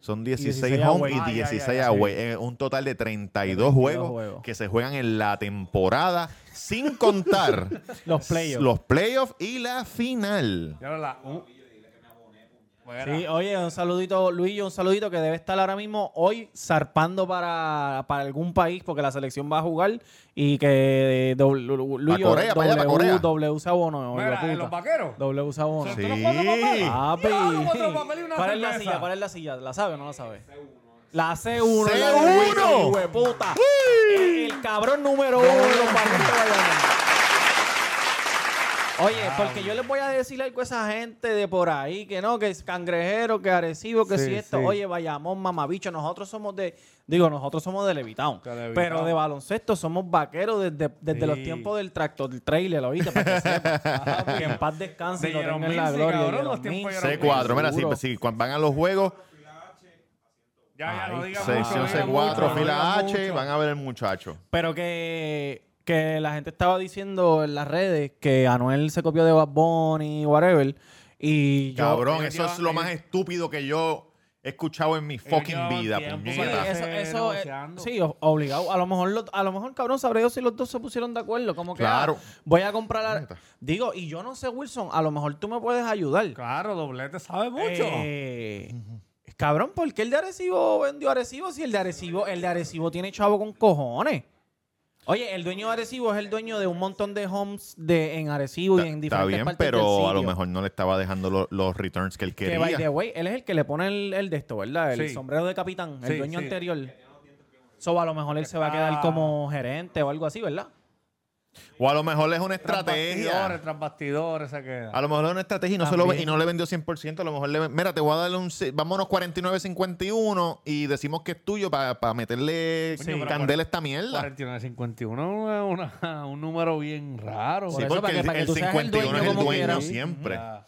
[SPEAKER 1] Son 16,
[SPEAKER 3] 16
[SPEAKER 1] home
[SPEAKER 3] away.
[SPEAKER 1] y
[SPEAKER 3] Ah, ya,
[SPEAKER 1] 16
[SPEAKER 2] ya, ya,
[SPEAKER 1] away. Eh, Un total de 32,
[SPEAKER 3] 32
[SPEAKER 1] juegos,
[SPEAKER 3] juegos.
[SPEAKER 1] que se juegan en la temporada, sin contar
[SPEAKER 3] Los playoffs.
[SPEAKER 1] los playoffs y la final.
[SPEAKER 2] Ya la, un- Fuera.
[SPEAKER 3] Sí, oye, un saludito, Luis, un saludito que debe estar ahora mismo hoy zarpando para, para algún país porque la selección va a jugar y que eh, Luis
[SPEAKER 1] Pa' Corea, pa' allá, pa' Corea.
[SPEAKER 3] W Sabono.
[SPEAKER 2] Mira, en los vaqueros.
[SPEAKER 3] W Sabono.
[SPEAKER 1] Sí.
[SPEAKER 2] ¿Tú no puedes más papel?
[SPEAKER 3] Papi.
[SPEAKER 2] Diablo, otro papel y una
[SPEAKER 3] ¿Cuál es la
[SPEAKER 2] cerveza.
[SPEAKER 3] silla? ¿Cuál es la silla? ¿La sabe o no la sabe? La C1.
[SPEAKER 1] C1.
[SPEAKER 3] la de Wilson, hijueputa. El, el cabrón número uno. de los partidos de Bayamón. Oye,
[SPEAKER 2] Ah,
[SPEAKER 3] porque yo les voy a decir algo a esa gente de por ahí, que no, que es cangrejero, que agresivo, que
[SPEAKER 2] Sí,
[SPEAKER 3] si esto,
[SPEAKER 2] sí.
[SPEAKER 3] oye, vayamos, mamabicho, nosotros somos de, digo, nosotros somos de Levitown,
[SPEAKER 2] De Levitown.
[SPEAKER 3] pero de baloncesto somos vaqueros desde, desde
[SPEAKER 2] Sí.
[SPEAKER 3] los tiempos del tractor, del trailer, ahorita, para que sepas, que en paz descanse y
[SPEAKER 2] De
[SPEAKER 3] lo
[SPEAKER 2] Jerome
[SPEAKER 3] tenga en la
[SPEAKER 2] Mincy,
[SPEAKER 3] gloria.
[SPEAKER 2] cabrón,
[SPEAKER 3] Jerome
[SPEAKER 2] los tiempos de
[SPEAKER 3] Mincy,
[SPEAKER 2] Jerome
[SPEAKER 1] C4, mira, pues si,
[SPEAKER 3] Ah, seguro.
[SPEAKER 1] si cuando van a los juegos,
[SPEAKER 2] Ya, ya, no
[SPEAKER 3] Ay,
[SPEAKER 2] digas mucho,
[SPEAKER 1] sección
[SPEAKER 2] no digas mucho,
[SPEAKER 1] C4,
[SPEAKER 2] no
[SPEAKER 1] fila
[SPEAKER 2] digas
[SPEAKER 1] H,
[SPEAKER 2] mucho.
[SPEAKER 1] van a ver el muchacho.
[SPEAKER 3] Pero que, que la gente estaba diciendo en las redes que Anuel se copió de Bad Bunny, whatever, y yo...
[SPEAKER 1] Cabrón,
[SPEAKER 2] ellos
[SPEAKER 1] eso es
[SPEAKER 2] llevan-
[SPEAKER 1] lo más
[SPEAKER 2] ellos-
[SPEAKER 1] estúpido que yo he escuchado en mi fucking
[SPEAKER 2] llevan
[SPEAKER 1] vida,
[SPEAKER 2] tiempo
[SPEAKER 3] Sí,
[SPEAKER 1] puñeta.
[SPEAKER 2] para
[SPEAKER 3] eso,
[SPEAKER 2] hacer
[SPEAKER 3] eso, eh,
[SPEAKER 2] negociando.
[SPEAKER 3] sí, o- obligado. A lo mejor, lo- a lo mejor cabrón, sabré yo si los dos se pusieron de acuerdo. Como que
[SPEAKER 1] Claro.
[SPEAKER 3] ah, voy a comprar. la-
[SPEAKER 1] Neta.
[SPEAKER 3] Digo, y yo no sé, Wilson, a lo mejor tú me puedes ayudar.
[SPEAKER 2] Claro, doblete sabe mucho.
[SPEAKER 3] Eh, cabrón, ¿por qué el de Arecibo vendió Arecibo si el de Arecibo, el de Arecibo tiene chavo con cojones? Oye, el dueño de Arecibo es el dueño de un montón de homes de, en Arecibo y en
[SPEAKER 1] Está- Está
[SPEAKER 3] diferentes
[SPEAKER 1] bien,
[SPEAKER 3] partes del
[SPEAKER 1] pero a lo
[SPEAKER 3] sitio.
[SPEAKER 1] mejor no le estaba dejando lo- los returns que él
[SPEAKER 3] Que by the
[SPEAKER 1] quería.
[SPEAKER 3] way, él es el que le pone el, el de esto, ¿verdad? El
[SPEAKER 2] Sí.
[SPEAKER 3] sombrero de capitán, el
[SPEAKER 2] Sí,
[SPEAKER 3] dueño
[SPEAKER 2] sí.
[SPEAKER 3] anterior. So, a lo mejor él se va a quedar como gerente o algo así, ¿verdad?
[SPEAKER 1] O a lo mejor es una
[SPEAKER 2] Tras
[SPEAKER 1] estrategia.
[SPEAKER 2] bastidores, tras bastidores se queda.
[SPEAKER 1] A lo mejor es una estrategia y no, se lo ve-
[SPEAKER 3] También.
[SPEAKER 1] y no le vendió 100%. A lo mejor le ven- mira, te voy a darle un. se- Vámonos 49.51 y decimos que es tuyo para meterle
[SPEAKER 2] Sí, pero
[SPEAKER 1] candela a esta mierda.
[SPEAKER 2] 4951 es una- un número bien raro.
[SPEAKER 1] Sí,
[SPEAKER 3] por eso,
[SPEAKER 1] porque
[SPEAKER 3] para que-
[SPEAKER 1] el,
[SPEAKER 3] para que
[SPEAKER 1] el
[SPEAKER 3] tú seas el
[SPEAKER 1] 51 es
[SPEAKER 3] dueño
[SPEAKER 1] el
[SPEAKER 3] como
[SPEAKER 1] dueño
[SPEAKER 3] quieras.
[SPEAKER 1] siempre.
[SPEAKER 2] Ah,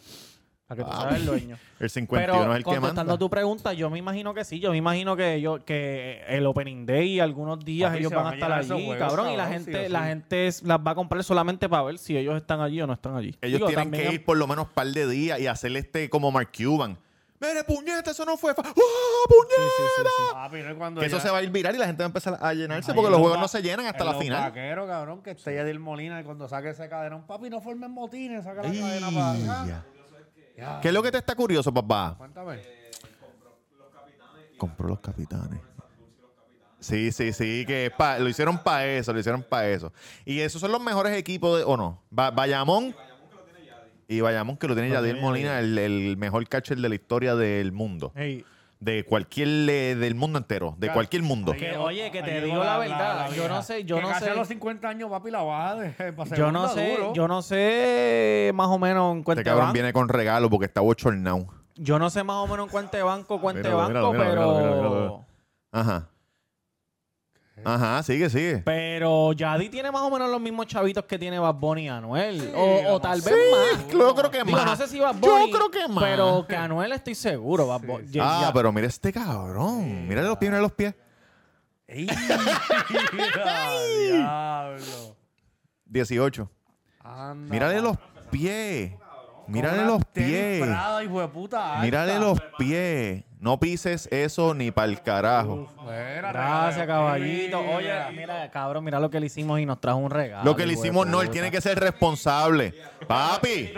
[SPEAKER 3] Para que tú
[SPEAKER 1] Ah.
[SPEAKER 3] seas el dueño.
[SPEAKER 1] El 51
[SPEAKER 3] Pero
[SPEAKER 1] es el que
[SPEAKER 3] contestando
[SPEAKER 1] manda.
[SPEAKER 3] tu pregunta, yo me imagino que sí. Yo me imagino que yo que el Opening Day algunos días
[SPEAKER 2] Papi,
[SPEAKER 3] ellos
[SPEAKER 2] se
[SPEAKER 3] van
[SPEAKER 2] van a
[SPEAKER 3] a estar
[SPEAKER 2] llenar
[SPEAKER 3] allí,
[SPEAKER 2] esos juegos,
[SPEAKER 3] cabrón, y la
[SPEAKER 2] cabrón, sí
[SPEAKER 3] gente
[SPEAKER 2] o
[SPEAKER 3] la
[SPEAKER 2] sí.
[SPEAKER 3] gente es- las va a comprar solamente para ver si ellos están allí o no están allí.
[SPEAKER 1] Ellos
[SPEAKER 3] Digo,
[SPEAKER 1] tienen
[SPEAKER 3] también
[SPEAKER 1] que
[SPEAKER 3] es-
[SPEAKER 1] ir por lo menos un par de días y hacerle este como Mark Cuban. Mire, puñeta, eso no fue. fa- ¡Oh, puñeta!
[SPEAKER 2] papi, no es cuando
[SPEAKER 1] Que eso
[SPEAKER 2] ya-
[SPEAKER 1] se va a ir viral y la gente va a empezar a llenarse
[SPEAKER 2] Ahí
[SPEAKER 1] porque
[SPEAKER 2] en
[SPEAKER 1] los juegos
[SPEAKER 2] va-
[SPEAKER 1] no se llenan hasta
[SPEAKER 2] en
[SPEAKER 1] la
[SPEAKER 2] los
[SPEAKER 1] final.
[SPEAKER 2] vaqueros, cabrón, que esté Yadir Molina y cuando saque ese cadenón, papi, no formen motines, saca la
[SPEAKER 1] Ey,
[SPEAKER 2] cadena para acá.
[SPEAKER 1] ya.
[SPEAKER 2] Ya,
[SPEAKER 1] ¿Qué es lo que te está curioso, papá?
[SPEAKER 2] Cuéntame.
[SPEAKER 1] Compró los capitanes. Sí, sí, sí, que es pa- lo hicieron para eso, lo hicieron para eso. Y esos son los mejores equipos, de- ¿o no? Ba- Bayamón. Y Bayamón que lo tiene Yadier Molina, el, el mejor catcher de la historia del mundo.
[SPEAKER 3] Ey,
[SPEAKER 1] De cualquier, eh, del mundo entero, de cualquier mundo.
[SPEAKER 3] Pues Que, oye, que te digo la verdad, yo
[SPEAKER 2] vieja.
[SPEAKER 3] no sé, yo
[SPEAKER 2] Que
[SPEAKER 3] no
[SPEAKER 2] casi a
[SPEAKER 3] sé.
[SPEAKER 2] los 50 años, papi, la baja de, pa'
[SPEAKER 3] yo
[SPEAKER 2] segunda,
[SPEAKER 3] no sé,
[SPEAKER 2] duro.
[SPEAKER 3] yo no sé más o menos en cuenta
[SPEAKER 1] Este cabrón viene con regalo porque está bochornado.
[SPEAKER 3] Yo no sé más o menos en cuánto de banco, cuánto de
[SPEAKER 1] Míralo, míralo,
[SPEAKER 3] banco,
[SPEAKER 1] míralo,
[SPEAKER 3] pero.
[SPEAKER 1] míralo, míralo, míralo. Ajá. Ajá, sigue, sigue.
[SPEAKER 3] Pero Yadi tiene más o menos los mismos chavitos que tiene Bad Bunny y Anuel.
[SPEAKER 2] Sí,
[SPEAKER 3] o, o
[SPEAKER 2] vamos.
[SPEAKER 3] tal vez
[SPEAKER 1] Sí,
[SPEAKER 3] más.
[SPEAKER 1] yo creo que
[SPEAKER 3] Digo,
[SPEAKER 1] más.
[SPEAKER 3] no sé si Bad Bunny.
[SPEAKER 1] Yo creo que más.
[SPEAKER 3] Pero que Anuel estoy seguro. Bad Bunny. Ya-
[SPEAKER 1] ah,
[SPEAKER 3] ya-
[SPEAKER 1] pero mira este cabrón. Mira los pies, mira los pies.
[SPEAKER 2] ¡Ey! ¡Diablo!
[SPEAKER 1] 18.
[SPEAKER 2] Anda,
[SPEAKER 1] Mírale
[SPEAKER 2] papi.
[SPEAKER 1] los pies. Mírale
[SPEAKER 2] Con
[SPEAKER 1] los
[SPEAKER 2] unas tenis
[SPEAKER 1] pies.
[SPEAKER 2] Prada, hijo de puta,
[SPEAKER 1] Mírale
[SPEAKER 2] alta.
[SPEAKER 1] los pies. No pises eso ni para el carajo.
[SPEAKER 2] Espérate,
[SPEAKER 3] Gracias,
[SPEAKER 2] espérate.
[SPEAKER 3] caballito. Oye, mira, cabrón, mira lo que le hicimos y nos trajo un regalo.
[SPEAKER 1] Lo que le
[SPEAKER 3] hijo de
[SPEAKER 1] hicimos no, él
[SPEAKER 3] puta.
[SPEAKER 1] tiene que ser responsable. Papi,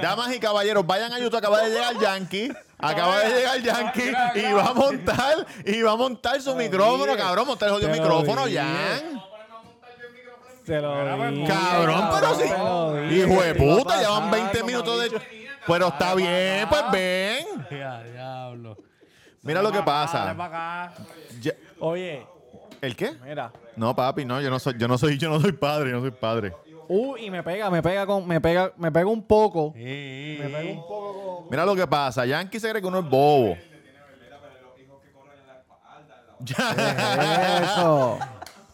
[SPEAKER 1] damas y caballeros, vayan a YouTube. Acaba de llegar Yankee. Acaba de llegar Yankee y va a montar y va a montar su micrófono, cabrón. Montar el jodido
[SPEAKER 3] Te lo
[SPEAKER 1] micrófono,
[SPEAKER 3] dije.
[SPEAKER 1] Yan.
[SPEAKER 3] Te lo dije,
[SPEAKER 1] Cabrón, pero sí.
[SPEAKER 3] te lo dije,
[SPEAKER 1] Hijo de
[SPEAKER 3] te iba a
[SPEAKER 1] puta, ya van
[SPEAKER 3] pasar,
[SPEAKER 1] 20
[SPEAKER 3] como
[SPEAKER 1] minutos
[SPEAKER 3] bicho.
[SPEAKER 1] de. Pero está bien, pues ven.
[SPEAKER 2] Ya, diablo.
[SPEAKER 1] Mira lo que pasa. Ya-
[SPEAKER 3] Oye,
[SPEAKER 1] ¿El qué?
[SPEAKER 3] mira.
[SPEAKER 1] No, papi, no, yo no soy, yo no soy, yo no soy padre, yo no soy padre.
[SPEAKER 3] Uh, y me pega, me pega con, me pega, me pega un poco.
[SPEAKER 2] Me pego un poco.
[SPEAKER 1] Mira lo que pasa. Yankee se cree que uno es bobo. Ya.
[SPEAKER 3] Eso.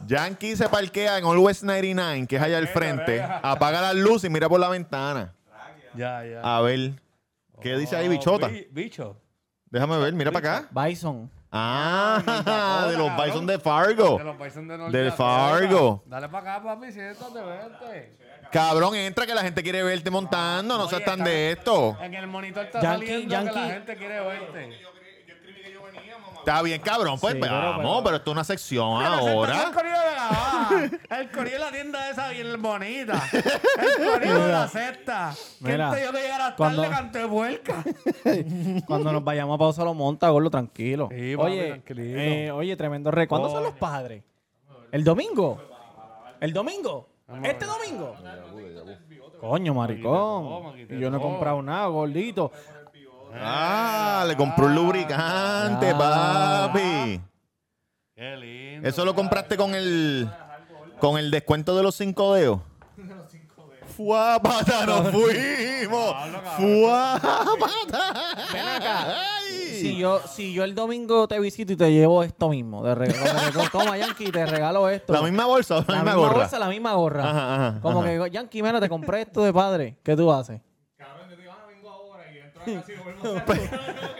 [SPEAKER 1] Yankee se parquea en All West 99, que es allá al frente. Apaga las luces y mira por la ventana.
[SPEAKER 2] Ya, ya.
[SPEAKER 1] A ver. ¿Qué Ah, dice ahí, bichota?
[SPEAKER 2] Bi- bicho.
[SPEAKER 1] Déjame ver, mira para acá.
[SPEAKER 3] Bison.
[SPEAKER 1] Ah, de los
[SPEAKER 2] cabrón.
[SPEAKER 1] Bison de Fargo.
[SPEAKER 2] De los países de Norte.
[SPEAKER 1] Oh. Del
[SPEAKER 2] de Dakota.
[SPEAKER 1] Fargo.
[SPEAKER 2] Dale para acá, papi, siéntate, vente.
[SPEAKER 1] Cabrón, entra que la gente quiere verte montando, no
[SPEAKER 2] Oye,
[SPEAKER 1] seas tan
[SPEAKER 2] está-
[SPEAKER 1] de esto.
[SPEAKER 2] En el monitor está
[SPEAKER 3] Yankee,
[SPEAKER 2] saliendo que la
[SPEAKER 3] Yankee.
[SPEAKER 2] gente quiere verte.
[SPEAKER 1] Está bien, cabrón, pues
[SPEAKER 3] Sí, pero-
[SPEAKER 1] vamos, pero,
[SPEAKER 3] pero-
[SPEAKER 1] esto es una sección
[SPEAKER 2] El
[SPEAKER 1] ahora.
[SPEAKER 2] corillo de la baja. El corillo de la tienda esa bien bonita. El corillo de la cesta. ¿Quién
[SPEAKER 3] Mira,
[SPEAKER 2] te dio que llegar
[SPEAKER 3] cuando-
[SPEAKER 2] tarde, canto de vuelca?
[SPEAKER 3] Cuando nos vayamos a pausa lo monta, gordo, tranquilo.
[SPEAKER 2] Sí, papi,
[SPEAKER 3] oye,
[SPEAKER 2] tranquilo.
[SPEAKER 3] eh, oye, tremendo re. ¿Cuándo son los padres? ¿El domingo? ¿El domingo? ¿Este domingo? Coño, maricón.
[SPEAKER 2] maquita,
[SPEAKER 3] Y yo no he
[SPEAKER 2] toma.
[SPEAKER 3] comprado nada, gordito.
[SPEAKER 1] Ah, le compró un lubricante,
[SPEAKER 3] Ah.
[SPEAKER 1] papi.
[SPEAKER 2] Qué lindo.
[SPEAKER 1] Eso lo compraste con el con el descuento de los cinco dedos. Fua, pata, nos fuimos. Fua, pata. Ay.
[SPEAKER 3] Si yo, si yo el domingo te visito y te llevo esto mismo, de regalo, como que, toma Yankee, te regalo esto.
[SPEAKER 1] La misma bolsa, la,
[SPEAKER 3] La
[SPEAKER 1] misma gorra.
[SPEAKER 3] bolsa, la misma gorra.
[SPEAKER 1] Ajá, ajá,
[SPEAKER 3] como
[SPEAKER 1] ajá.
[SPEAKER 3] que Yankee, mira, te compré esto de padre. ¿Qué tú haces?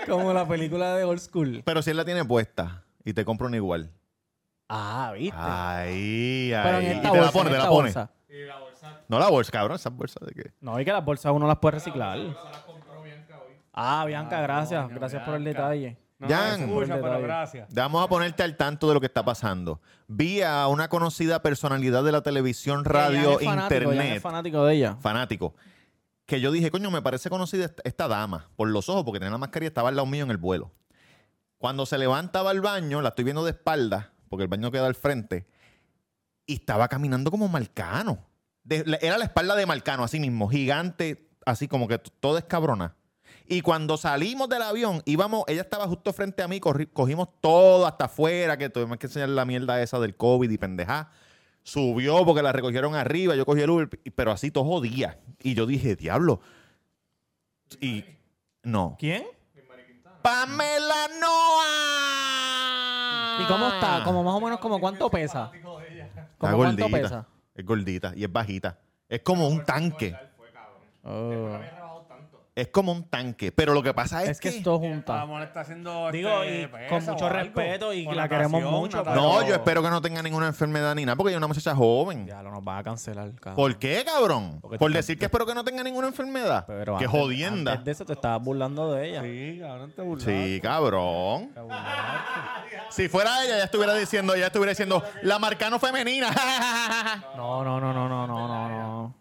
[SPEAKER 3] Como la película de Old School.
[SPEAKER 1] Pero si él la tiene puesta y te compra una igual.
[SPEAKER 3] Ah, ¿viste?
[SPEAKER 1] Ay,
[SPEAKER 3] Pero
[SPEAKER 1] ay.
[SPEAKER 3] en
[SPEAKER 1] Y
[SPEAKER 3] esta
[SPEAKER 1] te la
[SPEAKER 3] bolsa,
[SPEAKER 1] pone,
[SPEAKER 3] en
[SPEAKER 1] te la
[SPEAKER 3] esta
[SPEAKER 1] pone.
[SPEAKER 3] bolsa.
[SPEAKER 1] No la bolsa, cabrón, esa bolsa de qué.
[SPEAKER 3] No, y que las bolsas uno las puede reciclar. Ah, Bianca, gracias.
[SPEAKER 2] coño,
[SPEAKER 3] gracias por el
[SPEAKER 2] Bianca.
[SPEAKER 3] detalle.
[SPEAKER 2] No,
[SPEAKER 1] Yan.
[SPEAKER 2] no escucha, pero
[SPEAKER 3] Detalle.
[SPEAKER 2] gracias.
[SPEAKER 1] Vamos a ponerte al tanto de lo que está pasando. Vi a una conocida personalidad de la televisión,
[SPEAKER 3] Jan
[SPEAKER 1] radio,
[SPEAKER 3] es fanático, Jan
[SPEAKER 1] internet,
[SPEAKER 3] es fanático de ella.
[SPEAKER 1] fanático, que yo dije, coño, me parece conocida esta, esta dama por los ojos, porque tenía la mascarilla, estaba al lado mío en el vuelo. Cuando se levantaba al baño, la estoy viendo de espalda, porque el baño queda al frente, y estaba caminando como Marcano. De- la- era la espalda de Marcano, así mismo, gigante, así como que t- toda escabrona. Y cuando salimos del avión, íbamos, ella estaba justo frente a mí, corri- cogimos todo hasta afuera, que tuvimos que enseñar la mierda esa del COVID y pendejá. Subió porque la recogieron arriba, yo cogí el Uber, p- pero así todo jodía. Y yo dije, diablo. Y no.
[SPEAKER 3] ¿Quién?
[SPEAKER 1] ¡Pamela Noa!
[SPEAKER 3] ¿Y cómo está? Como más o menos, como cuánto pesa.
[SPEAKER 1] Está
[SPEAKER 3] ¿Cómo
[SPEAKER 1] gordita.
[SPEAKER 3] cuánto pesa?
[SPEAKER 1] Es gordita y es bajita. Es como un tanque.
[SPEAKER 3] Oh.
[SPEAKER 1] Es como un tanque. Pero lo que pasa es,
[SPEAKER 3] Es que
[SPEAKER 1] que
[SPEAKER 3] esto
[SPEAKER 2] La
[SPEAKER 3] junta.
[SPEAKER 2] amor está haciendo.
[SPEAKER 3] Digo,
[SPEAKER 2] este,
[SPEAKER 3] y
[SPEAKER 2] peso
[SPEAKER 3] con mucho
[SPEAKER 2] o algo.
[SPEAKER 3] respeto y
[SPEAKER 2] Con
[SPEAKER 3] la queremos
[SPEAKER 2] natación,
[SPEAKER 3] mucho,
[SPEAKER 2] natación.
[SPEAKER 1] No,
[SPEAKER 3] Pero-
[SPEAKER 1] yo espero que no tenga ninguna enfermedad ni nada, porque ella es una muchacha joven.
[SPEAKER 3] Ya lo nos va a cancelar, cabrón.
[SPEAKER 1] ¿Por qué, cabrón?
[SPEAKER 3] Porque
[SPEAKER 1] Por
[SPEAKER 3] te-
[SPEAKER 1] decir que espero que no tenga ninguna enfermedad.
[SPEAKER 3] Pero
[SPEAKER 1] Qué
[SPEAKER 3] antes-
[SPEAKER 1] jodienda.
[SPEAKER 3] antes de eso te estabas burlando de ella.
[SPEAKER 2] Sí, cabrón, te burlaste.
[SPEAKER 1] Sí, cabrón.
[SPEAKER 2] Te burlaste.
[SPEAKER 1] Si fuera ella, ya estuviera diciendo, ya estuviera diciendo, la marcano femenina.
[SPEAKER 3] No, no, no, no, no, no, no, no.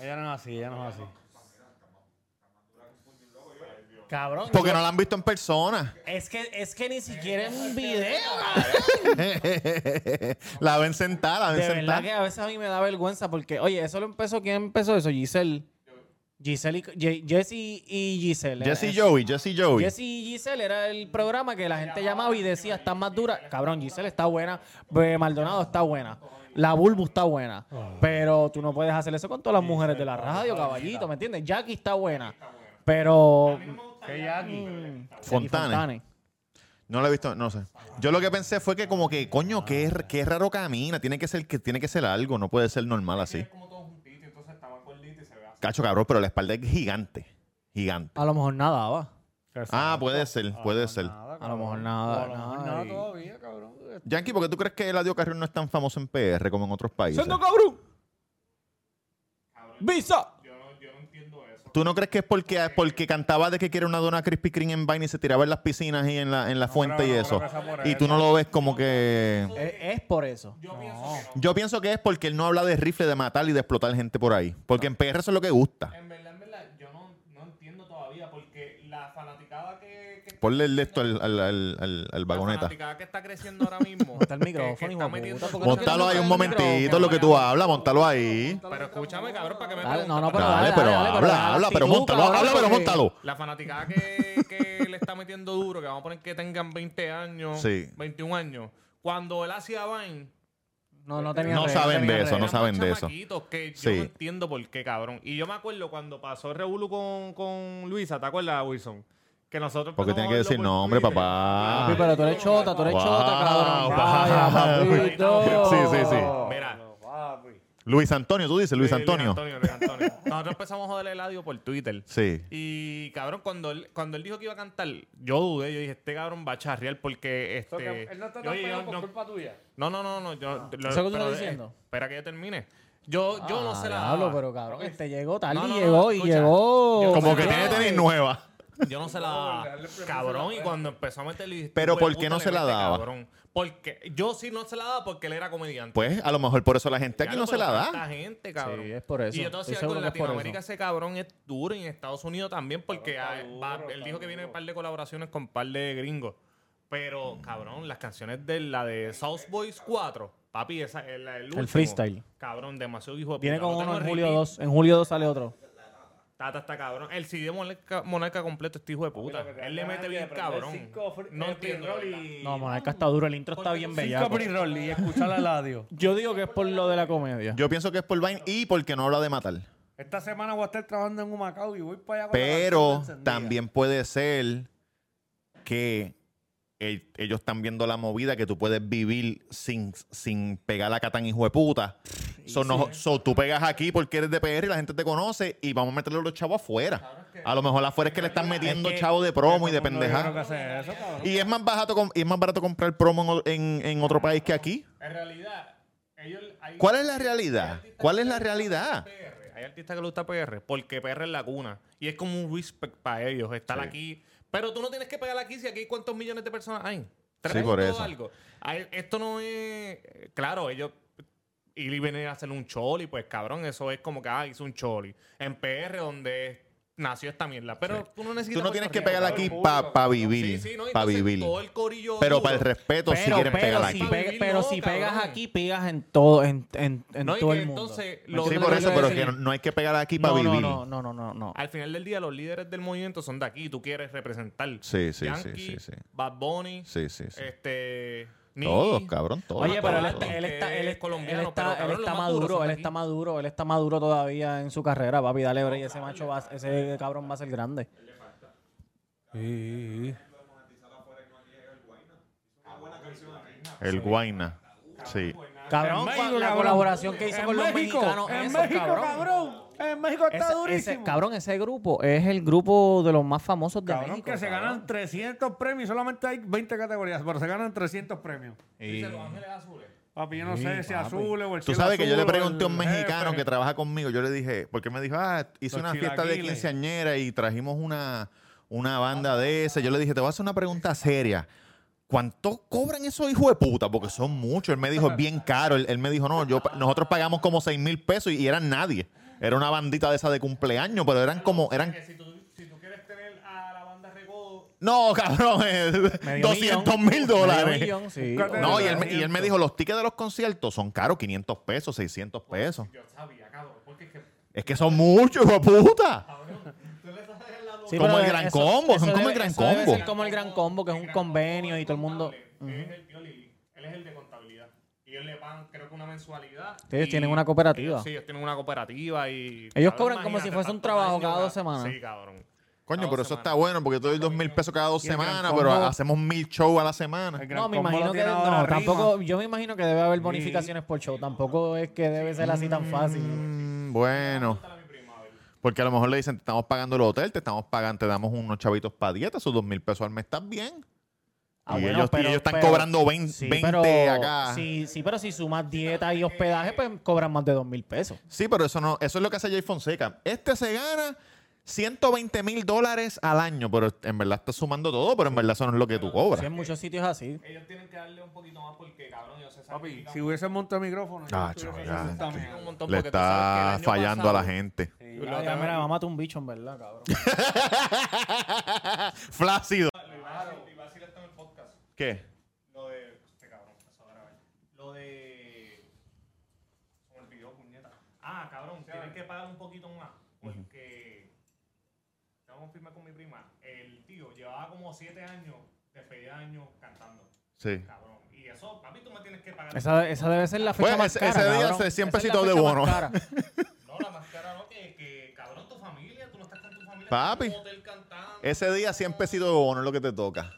[SPEAKER 2] Ella no es así, ella no es así.
[SPEAKER 3] Cabrón.
[SPEAKER 1] Porque no la han visto en persona.
[SPEAKER 3] Es que, es que ni siquiera en un video,
[SPEAKER 1] la ven sentada, la ven
[SPEAKER 3] De verdad que
[SPEAKER 1] sentada.
[SPEAKER 3] a veces a mí me da vergüenza porque, oye, eso lo empezó, ¿quién empezó eso? Giselle. Giselle y, Ye- Jesse y Giselle.
[SPEAKER 1] Jesse
[SPEAKER 3] Era-
[SPEAKER 1] Joey, Jesse Joey.
[SPEAKER 3] Jesse y Giselle era el programa que la gente llamaba y decía, está más dura. Cabrón, Giselle está buena. Be- Maldonado está buena. La Bulbu está buena. Pero tú no puedes hacer eso con todas las mujeres de la radio, caballito, ¿me entiendes? Jackie está buena. Pero... mm,
[SPEAKER 2] Que Jackie.
[SPEAKER 3] Jackie
[SPEAKER 1] Fontane. No la he visto, no sé. Yo lo que pensé fue que como que, coño, qué, r- qué raro camina. Tiene que ser que tiene que ser algo, no puede ser normal así. Cacho cabrón, pero la espalda es gigante. Gigante.
[SPEAKER 3] A lo mejor nadaba.
[SPEAKER 1] Ah, puede ser, puede ser.
[SPEAKER 3] A lo mejor nada,
[SPEAKER 2] A lo mejor
[SPEAKER 3] nada,
[SPEAKER 2] nada
[SPEAKER 3] y-
[SPEAKER 2] todavía, cabrón.
[SPEAKER 1] Yankee, ¿por qué tú crees que Eladio Carrión no es tan famoso en PR como en otros países?
[SPEAKER 3] ¡Sendo cabrón! ¡Visa!
[SPEAKER 1] ¿Tú no crees que es porque, porque cantaba de que quiere una dona Krispy Kreme en vaina y se tiraba en las piscinas y en la, en la fuente y
[SPEAKER 2] creo, no
[SPEAKER 1] eso?
[SPEAKER 2] creo que sea por
[SPEAKER 1] Y tú no lo ves como que...
[SPEAKER 3] Es, es por eso.
[SPEAKER 1] Yo pienso que es porque él no habla de rifle, de matar y de explotar gente por ahí. Porque en PR eso es lo que gusta.
[SPEAKER 5] En verdad, en verdad, yo no, no entiendo todavía porque la fanaticada que, que está
[SPEAKER 1] ponle el de esto al, al, al, al- al vagoneta.
[SPEAKER 5] fanaticada que está creciendo ahora mismo.
[SPEAKER 3] Está el micrófono, hijo de puta, porque no
[SPEAKER 1] Montalo ahí un momentito,
[SPEAKER 5] momentito
[SPEAKER 1] lo que tú hablas, montalo ahí.
[SPEAKER 5] Pero escúchame, cabrón, para que me
[SPEAKER 3] Dale, no,
[SPEAKER 5] preguntas?
[SPEAKER 3] no, pero
[SPEAKER 1] Dale, pero
[SPEAKER 3] dale, dale,
[SPEAKER 1] habla, habla, pero
[SPEAKER 3] actitud,
[SPEAKER 1] montalo,
[SPEAKER 3] cabrón,
[SPEAKER 1] habla, pero
[SPEAKER 3] porque-
[SPEAKER 1] montalo.
[SPEAKER 5] La fanaticada que, que le está metiendo duro, que vamos a poner que tengan 20 años,
[SPEAKER 1] Sí.
[SPEAKER 5] 21 años. Cuando él hacía Vine,
[SPEAKER 3] No, no tenía
[SPEAKER 1] No
[SPEAKER 3] redes,
[SPEAKER 1] saben
[SPEAKER 3] tenía
[SPEAKER 1] de eso,
[SPEAKER 3] redes.
[SPEAKER 1] no
[SPEAKER 5] eran
[SPEAKER 1] saben de eso.
[SPEAKER 5] chamaquitos que yo
[SPEAKER 1] Sí.
[SPEAKER 5] no entiendo por qué, cabrón. Y yo me acuerdo cuando pasó el Revolu con, con Luisa, ¿te acuerdas, Wilson? Que nosotros
[SPEAKER 1] Porque
[SPEAKER 5] empezamos
[SPEAKER 1] tiene que
[SPEAKER 5] a verlo
[SPEAKER 1] decir
[SPEAKER 5] por
[SPEAKER 1] nombre,
[SPEAKER 5] Twitter.
[SPEAKER 1] papá.
[SPEAKER 3] Papi, pero tú eres chota, tú eres
[SPEAKER 1] Wow,
[SPEAKER 3] chota, cabrón. Vaya,
[SPEAKER 1] papi.
[SPEAKER 3] papito.
[SPEAKER 1] Sí, sí, sí.
[SPEAKER 5] Mira,
[SPEAKER 1] Luis Antonio, tú dices, Luis
[SPEAKER 5] Sí,
[SPEAKER 1] Antonio.
[SPEAKER 5] Antonio, Luis Antonio. Nosotros empezamos a joder el audio por Twitter.
[SPEAKER 1] Sí.
[SPEAKER 5] Y cabrón, cuando él, cuando él dijo que iba a cantar, yo dudé, yo dije, este cabrón va a charrear porque este.
[SPEAKER 2] So que él no está tan
[SPEAKER 5] Oye, yo
[SPEAKER 2] pegado por
[SPEAKER 5] no-
[SPEAKER 2] culpa tuya.
[SPEAKER 5] no, no, no, no, yo- lo-
[SPEAKER 3] Ah. ¿Eso que tú
[SPEAKER 5] pero,
[SPEAKER 3] estás
[SPEAKER 5] eh,
[SPEAKER 3] diciendo?
[SPEAKER 5] espera que yo termine. Yo, yo no sé la
[SPEAKER 3] Ah, diablo,
[SPEAKER 5] daba.
[SPEAKER 3] pero cabrón, este llegó tarde
[SPEAKER 5] No, no,
[SPEAKER 3] y
[SPEAKER 5] no,
[SPEAKER 3] llegó y
[SPEAKER 5] escucha.
[SPEAKER 3] llegó.
[SPEAKER 5] Yo-
[SPEAKER 1] Como que
[SPEAKER 5] Ay.
[SPEAKER 1] tiene tenis nueva.
[SPEAKER 5] Yo no se la daba. Cabrón, y cuando empezó a meterle. dije,
[SPEAKER 1] Pero,
[SPEAKER 5] "Tú,
[SPEAKER 1] ¿por
[SPEAKER 5] puta,
[SPEAKER 1] qué no
[SPEAKER 5] le
[SPEAKER 1] se la
[SPEAKER 5] mete,
[SPEAKER 1] daba?
[SPEAKER 5] Cabrón. Porque yo sí no se la daba porque él era comediante.
[SPEAKER 1] Pues a lo mejor por eso la gente aquí
[SPEAKER 5] Ya
[SPEAKER 1] no se
[SPEAKER 5] pero
[SPEAKER 1] la
[SPEAKER 5] tanta
[SPEAKER 1] da.
[SPEAKER 5] gente, cabrón.
[SPEAKER 3] Sí, es por eso.
[SPEAKER 5] Y yo te voy a decir
[SPEAKER 3] Estoy
[SPEAKER 5] algo,
[SPEAKER 3] seguro
[SPEAKER 5] en
[SPEAKER 3] que es por
[SPEAKER 5] Latinoamérica
[SPEAKER 3] eso.
[SPEAKER 5] ese cabrón es duro y en Estados Unidos también porque ah, va- él dijo que viene un par de colaboraciones con un par de gringos. Pero, cabrón, las canciones de la de South Boys 4, papi, esa es la del último.
[SPEAKER 3] freestyle.
[SPEAKER 5] Cabrón, demasiado hijo de
[SPEAKER 3] Viene
[SPEAKER 5] puta,
[SPEAKER 3] con
[SPEAKER 5] lo tengo
[SPEAKER 3] uno en
[SPEAKER 5] repeat.
[SPEAKER 3] julio 2. En julio 2 sale otro.
[SPEAKER 5] Tata está cabrón. El CD de Monarca, Monarca completo, este hijo de puta. Él le mete bien cabrón. No entiendo. eh, la verdad.
[SPEAKER 3] No, Monarca está duro, el intro está bien pues.
[SPEAKER 2] Cinco
[SPEAKER 3] bellaco.
[SPEAKER 2] pre-roll y escuchar al radio.
[SPEAKER 3] Yo digo que es por lo de la comedia.
[SPEAKER 1] Yo pienso que es por Vine y porque no habla de matar.
[SPEAKER 2] Esta semana voy a estar trabajando en un Macao y voy para allá con la
[SPEAKER 1] Pero
[SPEAKER 2] canción encendida.
[SPEAKER 1] también puede ser que el- ellos están viendo la movida que tú puedes vivir sin, sin pegar la catan hijo de puta. So, no- so, tú pegas aquí porque eres de PR y la gente te conoce y vamos a meterle los chavos afuera. A lo mejor afuera es que le están metiendo chavos de promo y de
[SPEAKER 2] No, yo creo que
[SPEAKER 1] pendeja.
[SPEAKER 2] hace eso, cabrón.
[SPEAKER 1] Y es más barato, com- y es más barato comprar promo en, en- en otro país que aquí.
[SPEAKER 5] En realidad, ellos. hay-
[SPEAKER 1] ¿Cuál es la realidad? Ah. ¿Cuál es la realidad?
[SPEAKER 5] PR. Hay artistas que le gusta PR porque PR es la cuna. Y es como un respect para ellos estar aquí. Pero tú no tienes que pegar aquí si aquí hay cuántos millones de personas hay. Trae
[SPEAKER 1] por
[SPEAKER 5] todo
[SPEAKER 1] eso.
[SPEAKER 5] algo. Ay, Esto no es... Claro, ellos... Ir y venir a hacer un choli, pues cabrón, eso es como que, ah, hizo un choli. En PR donde nació esta mierda. Pero tú no necesitas...
[SPEAKER 1] Tú no tienes
[SPEAKER 5] Puerto
[SPEAKER 1] que
[SPEAKER 5] Rico,
[SPEAKER 1] pegar aquí
[SPEAKER 5] cabrón.
[SPEAKER 1] para
[SPEAKER 5] Sí,
[SPEAKER 1] vivir.
[SPEAKER 5] sí, ¿no?
[SPEAKER 1] para
[SPEAKER 5] Entonces,
[SPEAKER 1] vivir.
[SPEAKER 5] todo el corillo
[SPEAKER 1] Pero
[SPEAKER 5] duro.
[SPEAKER 1] para el respeto, si quieren pegar
[SPEAKER 3] pero,
[SPEAKER 1] aquí.
[SPEAKER 3] si, pe-
[SPEAKER 5] Vivir
[SPEAKER 3] pero
[SPEAKER 5] no,
[SPEAKER 3] si pegas
[SPEAKER 5] cabrón.
[SPEAKER 3] aquí, pegas en todo, en, en, en
[SPEAKER 5] No, y
[SPEAKER 3] todo
[SPEAKER 5] que
[SPEAKER 3] el mundo.
[SPEAKER 5] entonces
[SPEAKER 3] ¿Me
[SPEAKER 5] los-
[SPEAKER 1] Sí,
[SPEAKER 3] entiendes
[SPEAKER 1] por
[SPEAKER 3] lo
[SPEAKER 1] eso,
[SPEAKER 3] que
[SPEAKER 1] pero
[SPEAKER 3] quiero
[SPEAKER 1] que no,
[SPEAKER 3] decir?
[SPEAKER 1] no hay que pegar aquí para
[SPEAKER 3] no,
[SPEAKER 1] vivir.
[SPEAKER 3] No, no, no, no, no.
[SPEAKER 5] Al final del día, los líderes del movimiento son de aquí. Tú quieres representar.
[SPEAKER 1] Sí, sí, sí,
[SPEAKER 5] Yankee,
[SPEAKER 1] sí, sí.
[SPEAKER 5] Bad Bunny.
[SPEAKER 1] Sí, sí, sí.
[SPEAKER 5] Este. Nicki.
[SPEAKER 1] Todos, cabrón, todos.
[SPEAKER 3] Oye, pero él
[SPEAKER 1] todos,
[SPEAKER 3] está,
[SPEAKER 1] todos.
[SPEAKER 3] él está, él,
[SPEAKER 5] Que
[SPEAKER 3] es-
[SPEAKER 5] es colombiano,
[SPEAKER 3] él
[SPEAKER 5] pero,
[SPEAKER 3] está,
[SPEAKER 5] cabrón,
[SPEAKER 3] él está
[SPEAKER 5] los más duros
[SPEAKER 3] maduro,
[SPEAKER 5] son
[SPEAKER 3] él
[SPEAKER 5] de
[SPEAKER 3] está
[SPEAKER 5] aquí.
[SPEAKER 3] maduro, él está maduro todavía en su carrera, papi, dale, break, ese macho va, a- ese cabrón va a ser grande.
[SPEAKER 2] Sí, sí,
[SPEAKER 1] El Guaina. Sí.
[SPEAKER 3] Cabrón,
[SPEAKER 2] México,
[SPEAKER 3] con la
[SPEAKER 2] cabrón.
[SPEAKER 3] colaboración que hizo
[SPEAKER 2] En
[SPEAKER 3] con los
[SPEAKER 2] México,
[SPEAKER 3] mexicanos,
[SPEAKER 2] En
[SPEAKER 3] esos,
[SPEAKER 2] México, cabrón. En México está
[SPEAKER 3] Ese- ese-
[SPEAKER 2] durísimo.
[SPEAKER 3] cabrón, ese grupo es el grupo de los más famosos de
[SPEAKER 2] Cabrón,
[SPEAKER 3] México.
[SPEAKER 2] que se
[SPEAKER 3] cabrón.
[SPEAKER 2] ganan 300 premios. Solamente hay 20 categorías, pero se ganan 300 premios.
[SPEAKER 5] Dice Los Ángeles Azules.
[SPEAKER 2] Papi, yo no sé si azules o el
[SPEAKER 1] Tú
[SPEAKER 2] cielo
[SPEAKER 1] sabes que yo le
[SPEAKER 2] azul o
[SPEAKER 1] pregunté a un
[SPEAKER 2] el
[SPEAKER 1] mexicano
[SPEAKER 2] jefe.
[SPEAKER 1] que trabaja conmigo, yo le dije, porque me dijo, ah, hice
[SPEAKER 2] Los
[SPEAKER 1] una fiesta de
[SPEAKER 2] chilaquiles.
[SPEAKER 1] quinceañera y trajimos una, una banda de ese. Yo le dije, te voy a hacer una pregunta seria. ¿Cuánto cobran esos hijos de puta? Porque son muchos. Él me dijo, es bien caro. Él, él me dijo, no, yo, pa- nosotros pagamos como seis mil pesos y, y eran nadie. Era una bandita de esa de cumpleaños, pero eran como, eran,
[SPEAKER 5] Que si tú, si tú quieres tener a la banda Recodo.
[SPEAKER 1] no, cabrón,
[SPEAKER 3] Medio
[SPEAKER 1] 200
[SPEAKER 3] millón.
[SPEAKER 1] mil
[SPEAKER 3] Medio
[SPEAKER 1] dólares.
[SPEAKER 3] millón, sí.
[SPEAKER 2] Búscate
[SPEAKER 1] No, y
[SPEAKER 2] el
[SPEAKER 1] él, me- y él me
[SPEAKER 2] 300.
[SPEAKER 1] dijo, los tickets de los conciertos son caros, 500 pesos, 600 pesos.
[SPEAKER 5] Yo sabía, cabrón. Porque es que.
[SPEAKER 1] Es que son muchos, hijo de puta.
[SPEAKER 5] Tú le estás en la boca.
[SPEAKER 3] Sí,
[SPEAKER 1] como
[SPEAKER 3] pero
[SPEAKER 1] el Gran
[SPEAKER 3] eso-
[SPEAKER 1] Combo,
[SPEAKER 3] eso
[SPEAKER 1] son como el
[SPEAKER 3] debe-
[SPEAKER 1] Gran
[SPEAKER 3] eso debe
[SPEAKER 1] Combo.
[SPEAKER 3] ser como el Gran Combo, que es un convenio y todo el mundo...
[SPEAKER 5] Él es el tío Lili. Él es el de contabilidad. Y ellos le pagan, creo que una mensualidad.
[SPEAKER 3] Sí, ellos
[SPEAKER 5] Y
[SPEAKER 3] tienen una cooperativa.
[SPEAKER 5] ellos- sí, ellos tienen una cooperativa y.
[SPEAKER 3] Ellos cobran como
[SPEAKER 5] imagínate,
[SPEAKER 3] si fuese un
[SPEAKER 5] tantos
[SPEAKER 3] trabajo
[SPEAKER 5] años,
[SPEAKER 3] cada dos
[SPEAKER 5] cabrón.
[SPEAKER 3] semanas.
[SPEAKER 5] Sí, cabrón.
[SPEAKER 1] Coño, pero
[SPEAKER 5] Cada dos
[SPEAKER 1] eso
[SPEAKER 5] semanas.
[SPEAKER 1] está bueno porque te doy dos mil pesos cada dos
[SPEAKER 2] Y el Gran
[SPEAKER 1] semanas,
[SPEAKER 2] Combo-
[SPEAKER 1] pero hacemos mil shows a la semana.
[SPEAKER 2] El Gran
[SPEAKER 3] No, me
[SPEAKER 2] Combo lo
[SPEAKER 3] imagino que
[SPEAKER 2] tiene ahora
[SPEAKER 3] no,
[SPEAKER 2] arriba.
[SPEAKER 3] tampoco, yo me imagino que debe haber bonificaciones por show, tampoco es que debe ser así tan fácil.
[SPEAKER 1] Mm, bueno. Porque a lo mejor le dicen, te estamos pagando el hotel, te estamos pagando, te damos unos chavitos para dieta, esos dos mil pesos al mes están bien.
[SPEAKER 3] Ah,
[SPEAKER 1] y,
[SPEAKER 3] bueno,
[SPEAKER 1] ellos, y
[SPEAKER 3] pero-
[SPEAKER 1] ellos están
[SPEAKER 3] pero-
[SPEAKER 1] cobrando 20,
[SPEAKER 3] Sí,
[SPEAKER 1] 20
[SPEAKER 3] pero-
[SPEAKER 1] acá. Sí.
[SPEAKER 3] Sí, sí, pero si sumas dieta y hospedaje, pues cobran más de dos mil pesos.
[SPEAKER 1] pero eso no, eso es lo que hace Jay Fonseca. Este se gana 120 mil dólares al año, pero en verdad estás sumando todo, pero en verdad eso no es lo que tú cobras.
[SPEAKER 3] Sí, en muchos sitios así.
[SPEAKER 5] Ellos tienen que darle un poquito más porque, cabrón, ellos se
[SPEAKER 2] Papi,
[SPEAKER 5] sacrifican
[SPEAKER 2] si hubiese montado micrófono. yo
[SPEAKER 1] Ah,
[SPEAKER 2] estuviese
[SPEAKER 1] chaval,
[SPEAKER 2] haciendo esta
[SPEAKER 1] ya.
[SPEAKER 2] mierda.
[SPEAKER 5] un montón
[SPEAKER 1] Le
[SPEAKER 5] porque tú sabes que el
[SPEAKER 1] está
[SPEAKER 5] año
[SPEAKER 1] fallando a la
[SPEAKER 5] pasado-
[SPEAKER 1] gente.
[SPEAKER 2] Sí.
[SPEAKER 5] Lo
[SPEAKER 3] Ah, ya,
[SPEAKER 5] tengo-
[SPEAKER 3] mira, mamá, tú un bicho, en verdad, cabrón.
[SPEAKER 1] Flácido.
[SPEAKER 5] Lo iba Y va a decir esto en el podcast.
[SPEAKER 1] ¿Qué?
[SPEAKER 5] Lo de. Este cabrón, eso ahora vaya. Lo de. Se me olvidó, puñeta. Ah, cabrón, tienen que pagar un poquito más. Porque. Estamos firmes con mi prima. El tío llevaba como 7 años, despedida de año, cantando.
[SPEAKER 1] Sí.
[SPEAKER 5] Cabrón. Y eso, papi, tú me tienes que pagar.
[SPEAKER 3] Esa, esa debe ser la fecha
[SPEAKER 1] Pues,
[SPEAKER 3] más
[SPEAKER 1] ese-
[SPEAKER 3] cara.
[SPEAKER 1] ese día
[SPEAKER 3] cabrón.
[SPEAKER 1] hace 100
[SPEAKER 3] Esa es la
[SPEAKER 1] pesitos de
[SPEAKER 3] fecha más
[SPEAKER 1] bono.
[SPEAKER 3] cara.
[SPEAKER 5] No, la más cara no, que, que cabrón, tu familia, tú no estás con tu familia.
[SPEAKER 1] Papi.
[SPEAKER 5] estás en un hotel cantando.
[SPEAKER 1] Ese día 100 pesitos de bono es lo que te toca.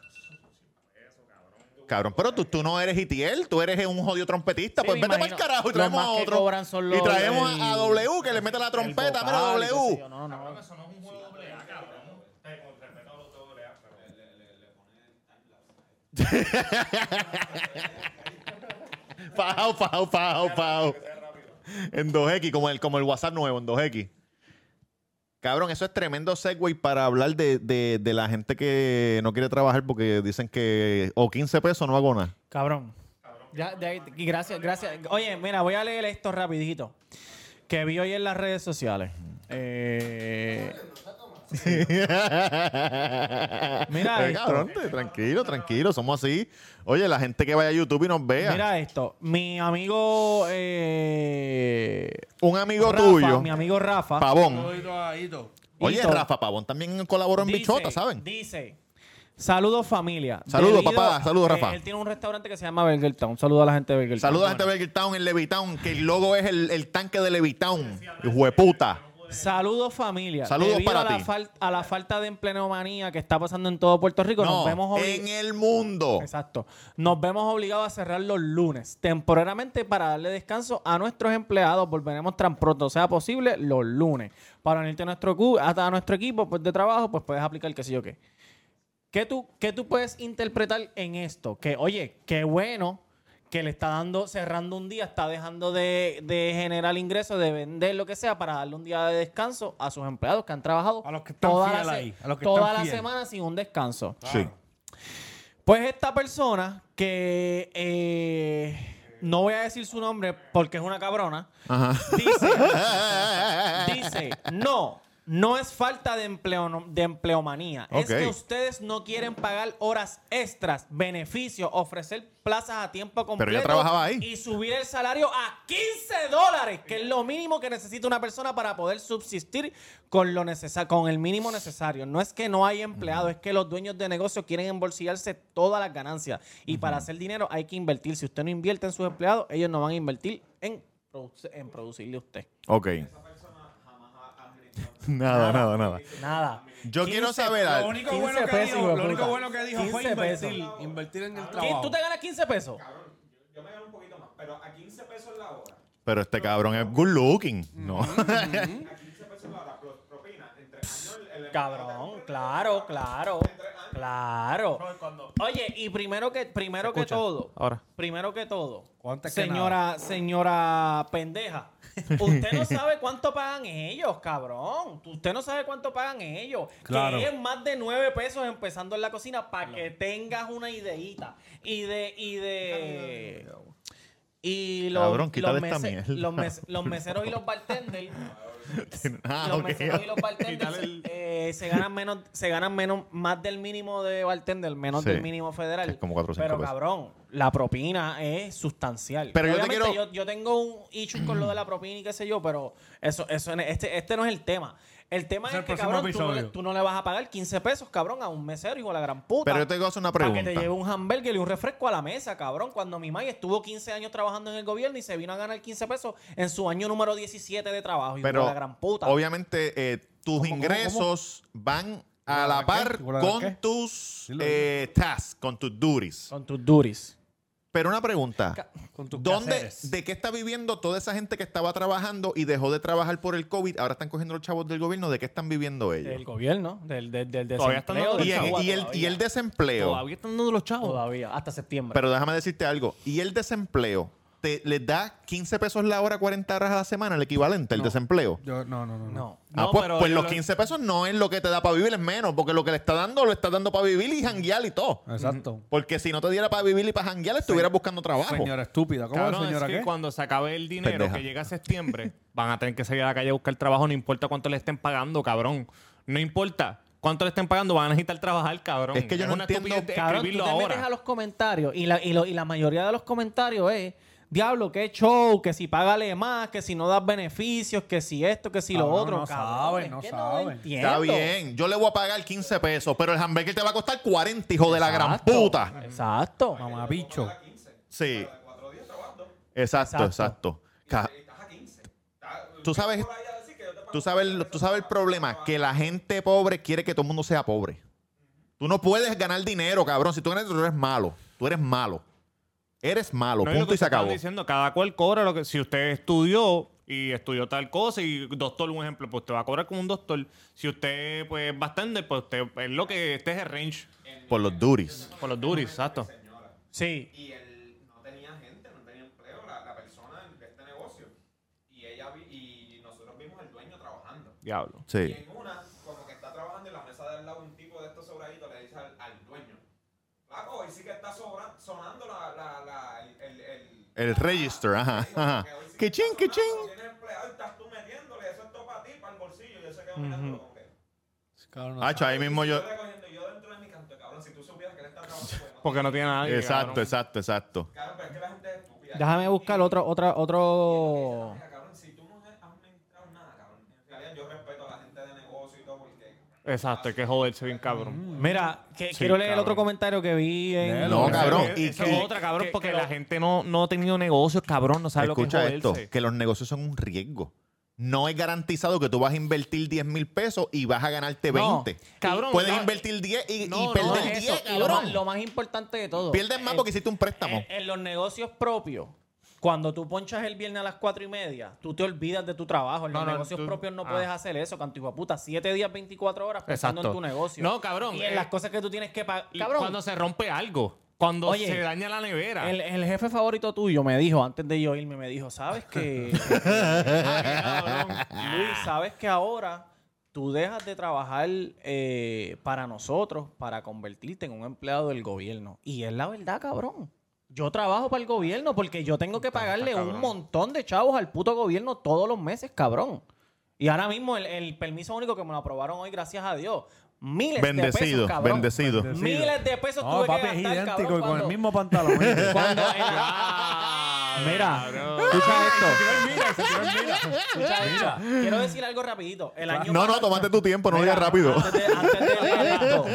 [SPEAKER 1] Cabrón, pero tú, tú no eres ITL, tú eres un jodido trompetista.
[SPEAKER 3] Sí,
[SPEAKER 1] pues vete
[SPEAKER 3] me
[SPEAKER 1] para el
[SPEAKER 3] imagino.
[SPEAKER 1] carajo y
[SPEAKER 3] Los
[SPEAKER 1] traemos
[SPEAKER 3] más
[SPEAKER 1] a
[SPEAKER 3] que
[SPEAKER 1] otro.
[SPEAKER 3] cobran son
[SPEAKER 1] Y
[SPEAKER 3] los
[SPEAKER 1] traemos
[SPEAKER 3] del-
[SPEAKER 1] a, a W que le mete la trompeta. Mira,
[SPEAKER 3] Vocal,
[SPEAKER 1] W.
[SPEAKER 3] qué sé yo. No, no,
[SPEAKER 5] Cabrón,
[SPEAKER 3] no.
[SPEAKER 5] eso no es un juego doble A, cabrón. Te- Con respeto a los doble A, pero.
[SPEAKER 1] Pau, pau, pau, pau. En 2X, como el, como el WhatsApp nuevo, en 2X. Cabrón, eso es tremendo segue para hablar de, de- de la gente que no quiere trabajar porque dicen que o 15 pesos no hago nada.
[SPEAKER 3] Cabrón. Ya, de ahí- y gracias, gracias. Oye, mira, voy a leer esto rapidito. Que vi hoy en las redes sociales. Eh, Mira
[SPEAKER 1] Eh,
[SPEAKER 3] esto.
[SPEAKER 1] cabrón, te- tranquilo, tranquilo, somos así. Oye, la gente que vaya a YouTube y nos vea.
[SPEAKER 3] mira esto. Mi amigo. Eh,
[SPEAKER 1] un amigo
[SPEAKER 3] Rafa,
[SPEAKER 1] tuyo,
[SPEAKER 3] Mi amigo Rafa.
[SPEAKER 1] Pavón. Oye,
[SPEAKER 3] Hito.
[SPEAKER 1] Rafa Pavón también colaboró en Bichota, ¿saben?
[SPEAKER 3] Dice. Saludos familia.
[SPEAKER 1] Saludos,
[SPEAKER 3] Debido-
[SPEAKER 1] papá. Saludos,
[SPEAKER 3] eh,
[SPEAKER 1] Rafa.
[SPEAKER 3] él tiene un restaurante que se llama Burger Town. Saludos a la gente de Burger Town.
[SPEAKER 1] Saludos a la gente de
[SPEAKER 3] Bueno.
[SPEAKER 1] Burger Town en Levitown, que el logo es el, el tanque de Levitown. Hueputa.
[SPEAKER 3] Saludos familia.
[SPEAKER 1] Saludos
[SPEAKER 3] Debido
[SPEAKER 1] para
[SPEAKER 3] a la,
[SPEAKER 1] ti.
[SPEAKER 3] fal- a la falta de empleomanía que está pasando en todo Puerto Rico, nos vemos
[SPEAKER 1] No,
[SPEAKER 3] obli-
[SPEAKER 1] en el mundo.
[SPEAKER 3] Exacto. Nos vemos obligados a cerrar los lunes temporalmente para darle descanso a nuestros empleados. Volveremos tan pronto sea posible los lunes. Para unirte a nuestro, cu- a nuestro equipo pues, de trabajo, pues puedes aplicar qué sé yo qué. ¿Qué tú, ¿Qué tú puedes interpretar en esto? Que, oye, qué bueno que le está dando, cerrando un día, está dejando de, de generar ingresos, de vender lo que sea, para darle un día de descanso a sus empleados que han trabajado
[SPEAKER 2] A los que están
[SPEAKER 3] toda, la,
[SPEAKER 2] fiel
[SPEAKER 3] se-
[SPEAKER 2] ahí, a los que
[SPEAKER 3] toda
[SPEAKER 2] están
[SPEAKER 3] la
[SPEAKER 2] fiel.
[SPEAKER 3] semana sin un descanso.
[SPEAKER 1] Sí.
[SPEAKER 3] Pues esta persona que eh, no voy a decir su nombre porque es una cabrona, dice, dice, no, no es falta de, empleo, de empleomanía.
[SPEAKER 1] Ok.
[SPEAKER 3] Es que ustedes no quieren pagar horas extras, beneficios, ofrecer plazas a tiempo completo.
[SPEAKER 1] ella trabajaba ahí.
[SPEAKER 3] Y subir el salario a 15 dólares, que es lo mínimo que necesita una persona para poder subsistir con, lo necesa- con el mínimo necesario. No es que no hay empleados, es que los dueños de negocios quieren embolsillarse todas las ganancias. Y para hacer dinero hay que invertir. Si usted no invierte en sus empleados, ellos no van a invertir en, produce- en producirle a usted.
[SPEAKER 1] Ok. Nada, nada, nada.
[SPEAKER 3] Nada.
[SPEAKER 1] Yo quiero
[SPEAKER 3] 15
[SPEAKER 1] saber
[SPEAKER 2] Lo
[SPEAKER 1] algo.
[SPEAKER 2] único
[SPEAKER 3] 15
[SPEAKER 2] bueno que
[SPEAKER 3] pesos,
[SPEAKER 2] dijo,
[SPEAKER 3] hijo
[SPEAKER 2] lo
[SPEAKER 3] de
[SPEAKER 2] único
[SPEAKER 3] puta.
[SPEAKER 2] bueno que dijo fue
[SPEAKER 3] 15 pesos.
[SPEAKER 2] invertir, invertir en el
[SPEAKER 3] ¿Qué?
[SPEAKER 2] trabajo.
[SPEAKER 3] ¿Tú te ganas 15 pesos?
[SPEAKER 6] Yo me gano un poquito más, pero a 15 pesos la hora.
[SPEAKER 1] Pero este cabrón es good looking. No.
[SPEAKER 3] Mm.
[SPEAKER 6] A 15 pesos la hora, pro- propina. Entre años, el- el-
[SPEAKER 3] Cabrón, claro, claro, claro. Oye, y primero que primero que todo,
[SPEAKER 2] Ahora.
[SPEAKER 3] primero que todo,
[SPEAKER 2] ¿Cuánto es que
[SPEAKER 3] señora señora pendeja, usted no sabe cuánto pagan ellos, cabrón. Usted no sabe cuánto pagan ellos.
[SPEAKER 2] Claro.
[SPEAKER 3] Que es más de nueve pesos empezando en la cocina para que tengas una ideita y de y de y los,
[SPEAKER 1] Cabrón, quítale
[SPEAKER 3] los,
[SPEAKER 1] esta
[SPEAKER 3] mese-
[SPEAKER 1] mierda,
[SPEAKER 3] los mes- los meseros y los bartenders
[SPEAKER 1] Ah,
[SPEAKER 3] los
[SPEAKER 1] ok.
[SPEAKER 3] meseros y los bartenders eh, se ganan menos, se ganan menos, más del mínimo de bartender, menos
[SPEAKER 1] Sí.
[SPEAKER 3] del mínimo federal.
[SPEAKER 1] Que es como cuatro o cinco
[SPEAKER 3] Pero
[SPEAKER 1] pesos.
[SPEAKER 3] cabrón, la propina es sustancial.
[SPEAKER 1] Pero yo te
[SPEAKER 3] Obviamente,
[SPEAKER 1] quiero-
[SPEAKER 3] yo, yo tengo un issue con lo de la propina y qué sé yo, pero eso, eso en- este, este no es el tema. El tema
[SPEAKER 2] Es
[SPEAKER 3] es,
[SPEAKER 2] el
[SPEAKER 3] que,
[SPEAKER 2] próximo
[SPEAKER 3] cabrón, tú no, le,
[SPEAKER 2] episodio.
[SPEAKER 3] tú no le vas a pagar 15 pesos, cabrón, a un mesero, hijo de la gran puta.
[SPEAKER 1] Pero yo te hago hacer una
[SPEAKER 3] Para que te
[SPEAKER 1] pregunta.
[SPEAKER 3] lleve un hamburger y un refresco a la mesa, cabrón. Cuando mi may estuvo 15 años trabajando en el gobierno y se vino a ganar 15 pesos en su año número 17 de trabajo, hijo de
[SPEAKER 1] Pero
[SPEAKER 3] la gran puta.
[SPEAKER 1] obviamente eh, tus
[SPEAKER 2] cómo,
[SPEAKER 1] ingresos van a
[SPEAKER 2] ¿Igual a
[SPEAKER 1] la
[SPEAKER 2] qué?
[SPEAKER 1] par
[SPEAKER 2] ¿Igual a la qué?
[SPEAKER 1] con tus
[SPEAKER 2] Dilo,
[SPEAKER 1] eh, tasks, con tus duties.
[SPEAKER 3] Son tus duris.
[SPEAKER 1] Pero una pregunta.
[SPEAKER 2] Con tus
[SPEAKER 1] ¿Dónde,
[SPEAKER 2] quehaceres.
[SPEAKER 1] ¿De qué está viviendo toda esa gente que estaba trabajando y dejó de trabajar por el COVID? Ahora están cogiendo los chavos del gobierno. ¿De qué están viviendo
[SPEAKER 3] Del
[SPEAKER 1] ellos?
[SPEAKER 3] gobierno, del, del, del
[SPEAKER 5] Todavía están
[SPEAKER 3] desempleo.
[SPEAKER 5] dando
[SPEAKER 3] del
[SPEAKER 1] Y,
[SPEAKER 3] chavo
[SPEAKER 1] el, y el- y
[SPEAKER 3] todavía.
[SPEAKER 1] el desempleo.
[SPEAKER 5] Todavía están dando los chavos.
[SPEAKER 3] Todavía, hasta septiembre.
[SPEAKER 1] Pero déjame decirte algo. ¿Y el desempleo? ¿Te, ¿Les da 15 pesos la hora, 40 horas a la semana, el equivalente, el desempleo?
[SPEAKER 2] Yo- no, no, no, no.
[SPEAKER 3] no.
[SPEAKER 1] Ah,
[SPEAKER 5] No,
[SPEAKER 1] pues,
[SPEAKER 5] pero
[SPEAKER 1] pues
[SPEAKER 5] yo
[SPEAKER 1] los
[SPEAKER 5] lo-
[SPEAKER 1] 15 pesos no es lo que te da para vivir, es menos, porque lo que le está dando lo está dando para vivir y janguear y todo.
[SPEAKER 5] Ah.
[SPEAKER 2] Exacto.
[SPEAKER 1] Porque si no te diera para vivir y para janguear, estuvieras buscando trabajo.
[SPEAKER 2] Señora estúpida. ¿Cómo
[SPEAKER 5] Cabrón,
[SPEAKER 2] es señora
[SPEAKER 5] es que
[SPEAKER 2] qué?
[SPEAKER 5] cuando se acabe el dinero
[SPEAKER 1] Pendeja.
[SPEAKER 5] que llega a septiembre, van a tener que salir a la calle a buscar trabajo, no importa cuánto le estén pagando, cabrón. No importa. cuánto le estén pagando, van a necesitar trabajar, cabrón.
[SPEAKER 1] Es que yo no
[SPEAKER 5] una
[SPEAKER 1] entiendo-
[SPEAKER 5] estupidez
[SPEAKER 3] Cabrón, tú te
[SPEAKER 5] escribirlo
[SPEAKER 3] metes a
[SPEAKER 5] ahora.
[SPEAKER 3] los comentarios y la, y, lo- y la mayoría de los comentarios es, diablo, qué show, que si págale más, que si no das beneficios, que si esto, que si lo
[SPEAKER 2] Cabrón,
[SPEAKER 3] otro.
[SPEAKER 2] no
[SPEAKER 3] cabrón,
[SPEAKER 2] saben,
[SPEAKER 3] es
[SPEAKER 2] no
[SPEAKER 3] que
[SPEAKER 2] saben.
[SPEAKER 3] entiendo.
[SPEAKER 1] Está bien, yo le voy a pagar 15 pesos, pero el hamburger te va a costar 40, hijo de la gran
[SPEAKER 3] Exacto,
[SPEAKER 1] puta.
[SPEAKER 3] Exacto.
[SPEAKER 2] Mamabicho.
[SPEAKER 1] Sí. Exacto, exacto. Ca- Tú sabes, tú sabes, tú sabes el problema, que la gente pobre quiere que todo el mundo sea pobre. Tú no puedes ganar dinero, cabrón. Si tú ganas, tú eres malo. Tú eres malo. Eres malo.
[SPEAKER 5] No, lo
[SPEAKER 1] punto
[SPEAKER 5] que
[SPEAKER 1] y se
[SPEAKER 5] ustedes
[SPEAKER 1] acabó.
[SPEAKER 5] estaban diciendo, cada cual cobra lo que... Si usted estudió y estudió tal cosa y doctor, un ejemplo, pues usted va a cobrar como un doctor. Si usted, pues, es bastante, pues usted es lo que... Este es el range
[SPEAKER 1] Por los duris.
[SPEAKER 5] por los duris, exacto.
[SPEAKER 3] Sí.
[SPEAKER 6] Y él no tenía gente, no tenía empleo, la, la persona de este negocio. Y ella vi- y nosotros vimos al dueño trabajando.
[SPEAKER 5] Diablo.
[SPEAKER 6] Y
[SPEAKER 1] Sí.
[SPEAKER 6] en una, como que está trabajando en la mesa del lado, un tipo de estos sobraditos le dice al, al dueño. Flaco, hoy sí que está sobra- sonando la, la, la, el, el, el,
[SPEAKER 1] El register, ajá, ajá.
[SPEAKER 6] Que
[SPEAKER 1] Quichín, quichín.
[SPEAKER 6] Tienes empleado y estás tú metiéndole, eso es todo para ti, para el bolsillo. Yo se quedo mirando como que.
[SPEAKER 2] Cabrón, no
[SPEAKER 1] Hacho, ahí mismo yo.
[SPEAKER 6] Yo recogiendo yo dentro de mi canto, cabrón, si tú supieras que él está trabajando, pues no.
[SPEAKER 5] Porque no tiene nadie.
[SPEAKER 1] Exacto,
[SPEAKER 5] cabrón.
[SPEAKER 1] exacto, exacto.
[SPEAKER 6] Cabrón, pero es que la gente es estúpida.
[SPEAKER 3] Déjame buscar otro, otra, otro.
[SPEAKER 6] Mira, cabrón, si tú no has administrado nada, cabrón. En realidad yo respeto a la gente de negocio y todo porque.
[SPEAKER 5] Exacto, hay que joderse bien, cabrón.
[SPEAKER 3] Mira, que
[SPEAKER 5] Sí,
[SPEAKER 3] quiero leer el
[SPEAKER 5] cabrón.
[SPEAKER 3] otro comentario que vi en.
[SPEAKER 1] No,
[SPEAKER 5] Esa
[SPEAKER 1] cabrón,
[SPEAKER 5] es-
[SPEAKER 1] y
[SPEAKER 5] esa
[SPEAKER 1] que-
[SPEAKER 5] es otra, cabrón,
[SPEAKER 2] que-
[SPEAKER 5] porque
[SPEAKER 2] que
[SPEAKER 5] la
[SPEAKER 2] lo-
[SPEAKER 5] gente no, no ha tenido negocios, cabrón, no sabe
[SPEAKER 1] Escucha
[SPEAKER 5] lo que es
[SPEAKER 1] esto,
[SPEAKER 5] joderse.
[SPEAKER 1] que los negocios son un riesgo. No es garantizado que tú vas a invertir 10 mil pesos y vas a ganarte 20.
[SPEAKER 3] No,
[SPEAKER 5] cabrón,
[SPEAKER 1] Puedes
[SPEAKER 5] no,
[SPEAKER 1] invertir 10 y, y
[SPEAKER 5] no, no,
[SPEAKER 1] perder
[SPEAKER 3] No,
[SPEAKER 5] del
[SPEAKER 3] eso,
[SPEAKER 1] 10,
[SPEAKER 3] y lo,
[SPEAKER 1] cabrón.
[SPEAKER 3] más, lo más importante de todo.
[SPEAKER 1] Pierdes más
[SPEAKER 3] eh,
[SPEAKER 1] porque hiciste un préstamo.
[SPEAKER 3] En, en los negocios propios, cuando tú ponchas el viernes a las cuatro y media, tú te olvidas de tu trabajo. En
[SPEAKER 5] No,
[SPEAKER 3] los
[SPEAKER 5] no,
[SPEAKER 3] negocios
[SPEAKER 5] tú-
[SPEAKER 3] propios no
[SPEAKER 5] ah.
[SPEAKER 3] puedes hacer eso, canto hijo de puta. Siete días, 24 horas pensando
[SPEAKER 5] Exacto.
[SPEAKER 3] en tu negocio.
[SPEAKER 5] No, cabrón,
[SPEAKER 3] Y en
[SPEAKER 5] eh,
[SPEAKER 3] las cosas que tú tienes que pagar.
[SPEAKER 5] Y
[SPEAKER 3] Cabrón,
[SPEAKER 5] Cuando se rompe algo, cuando
[SPEAKER 3] Oye,
[SPEAKER 5] se daña la nevera.
[SPEAKER 3] el, el jefe favorito tuyo me dijo, antes de yo irme, me dijo, ¿sabes que
[SPEAKER 5] Cabrón.
[SPEAKER 1] Ah.
[SPEAKER 3] Luis, sabes que ahora tú dejas de trabajar eh, para nosotros para convertirte en un empleado del gobierno. Y es la verdad, cabrón. Yo trabajo para el gobierno porque yo tengo que pagarle un
[SPEAKER 5] cabrón.
[SPEAKER 3] montón de chavos al puto gobierno todos los meses, cabrón. Y ahora mismo el, el permiso único que me lo aprobaron hoy, gracias a Dios. Miles de
[SPEAKER 1] bendecido,
[SPEAKER 3] pesos, cabrón.
[SPEAKER 1] bendecido.
[SPEAKER 2] Bendecido.
[SPEAKER 3] Miles de pesos
[SPEAKER 2] No,
[SPEAKER 3] tuve
[SPEAKER 2] papi,
[SPEAKER 3] que
[SPEAKER 2] es
[SPEAKER 3] gastar,
[SPEAKER 2] idéntico y
[SPEAKER 3] cabrón,
[SPEAKER 2] con el
[SPEAKER 3] cuando-
[SPEAKER 2] mismo pantalón. ¿viste?
[SPEAKER 3] cuando
[SPEAKER 5] Ah,
[SPEAKER 3] Mira,
[SPEAKER 5] cabrón.
[SPEAKER 3] escucha esto.
[SPEAKER 2] Mira, se tiró el mira.
[SPEAKER 3] Escucha esto. Quiero decir algo rapidito. El año
[SPEAKER 1] No, no,
[SPEAKER 3] pasado-
[SPEAKER 1] tomate tu tiempo, no lo
[SPEAKER 3] Mira,
[SPEAKER 1] digas rápido.
[SPEAKER 3] Antes de, antes de- esto,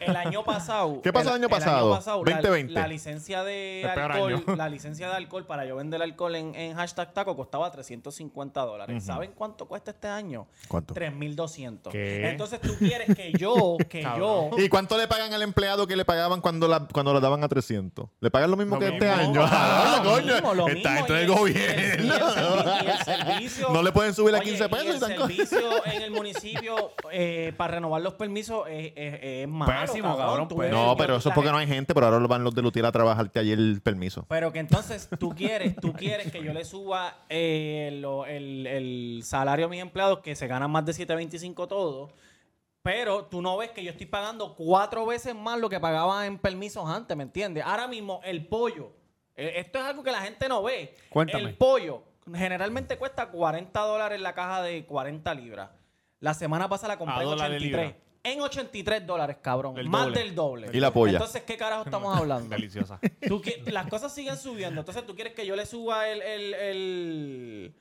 [SPEAKER 3] el año pasado.
[SPEAKER 1] ¿Qué pasó el año pasado? 2020.
[SPEAKER 3] La, la licencia de
[SPEAKER 5] El peor
[SPEAKER 3] alcohol,
[SPEAKER 5] año.
[SPEAKER 3] la licencia de alcohol para yo vender alcohol en, en hashtag taco costaba 350 dólares. ¿Saben cuánto cuesta este año?
[SPEAKER 1] ¿Cuánto?
[SPEAKER 3] 3200.
[SPEAKER 5] ¿Qué?
[SPEAKER 3] Entonces tú quieres que yo, que yo.
[SPEAKER 5] Cabrón.
[SPEAKER 1] ¿Y cuánto le pagan al empleado que le pagaban cuando la, cuando la daban a 300? ¿Le pagan lo mismo
[SPEAKER 5] Lo
[SPEAKER 1] que este
[SPEAKER 5] mismo.
[SPEAKER 1] año? Ah,
[SPEAKER 3] Lo
[SPEAKER 1] coño,
[SPEAKER 3] mismo, lo
[SPEAKER 1] está
[SPEAKER 3] mismo.
[SPEAKER 1] dentro
[SPEAKER 3] Y
[SPEAKER 1] del
[SPEAKER 3] el- y
[SPEAKER 1] gobierno.
[SPEAKER 3] el servi- y el servicio-
[SPEAKER 1] No le pueden subir a
[SPEAKER 3] Oye,
[SPEAKER 1] 15 pesos
[SPEAKER 3] Y
[SPEAKER 1] y
[SPEAKER 3] el
[SPEAKER 1] tan co-
[SPEAKER 3] servicio en el municipio eh, para renovar los permisos es, es, es malo.
[SPEAKER 2] Pésimo, cabrón,
[SPEAKER 3] Tú
[SPEAKER 2] pésimo.
[SPEAKER 3] ves
[SPEAKER 1] No,
[SPEAKER 3] que
[SPEAKER 1] pero eso es
[SPEAKER 3] la
[SPEAKER 1] porque no hay gente, pero ahora van los de Lutiel a trabajarte ayer el permiso.
[SPEAKER 3] Pero que entonces tú quieres, tú quieres que yo le suba eh, lo- el, el salario a mis empleados que se ganan más de 7.25 todos. Pero tú no ves que yo estoy pagando cuatro veces más lo que pagaba en permisos antes, ¿me entiendes? Ahora mismo, el pollo. eh, Esto es algo que la gente no ve.
[SPEAKER 2] Cuéntame.
[SPEAKER 3] El pollo generalmente cuesta 40 dólares la caja de 40 libras. La semana pasada la compré
[SPEAKER 5] A
[SPEAKER 3] en
[SPEAKER 5] dólar de
[SPEAKER 3] 83.
[SPEAKER 5] libra.
[SPEAKER 3] En 83 dólares, cabrón.
[SPEAKER 5] Del
[SPEAKER 3] más
[SPEAKER 5] doble.
[SPEAKER 3] del doble.
[SPEAKER 1] Y la polla.
[SPEAKER 3] Entonces, ¿qué carajo estamos hablando?
[SPEAKER 5] Deliciosa.
[SPEAKER 3] Tú qui- las cosas siguen subiendo. Entonces tú quieres que yo le suba el. el- el-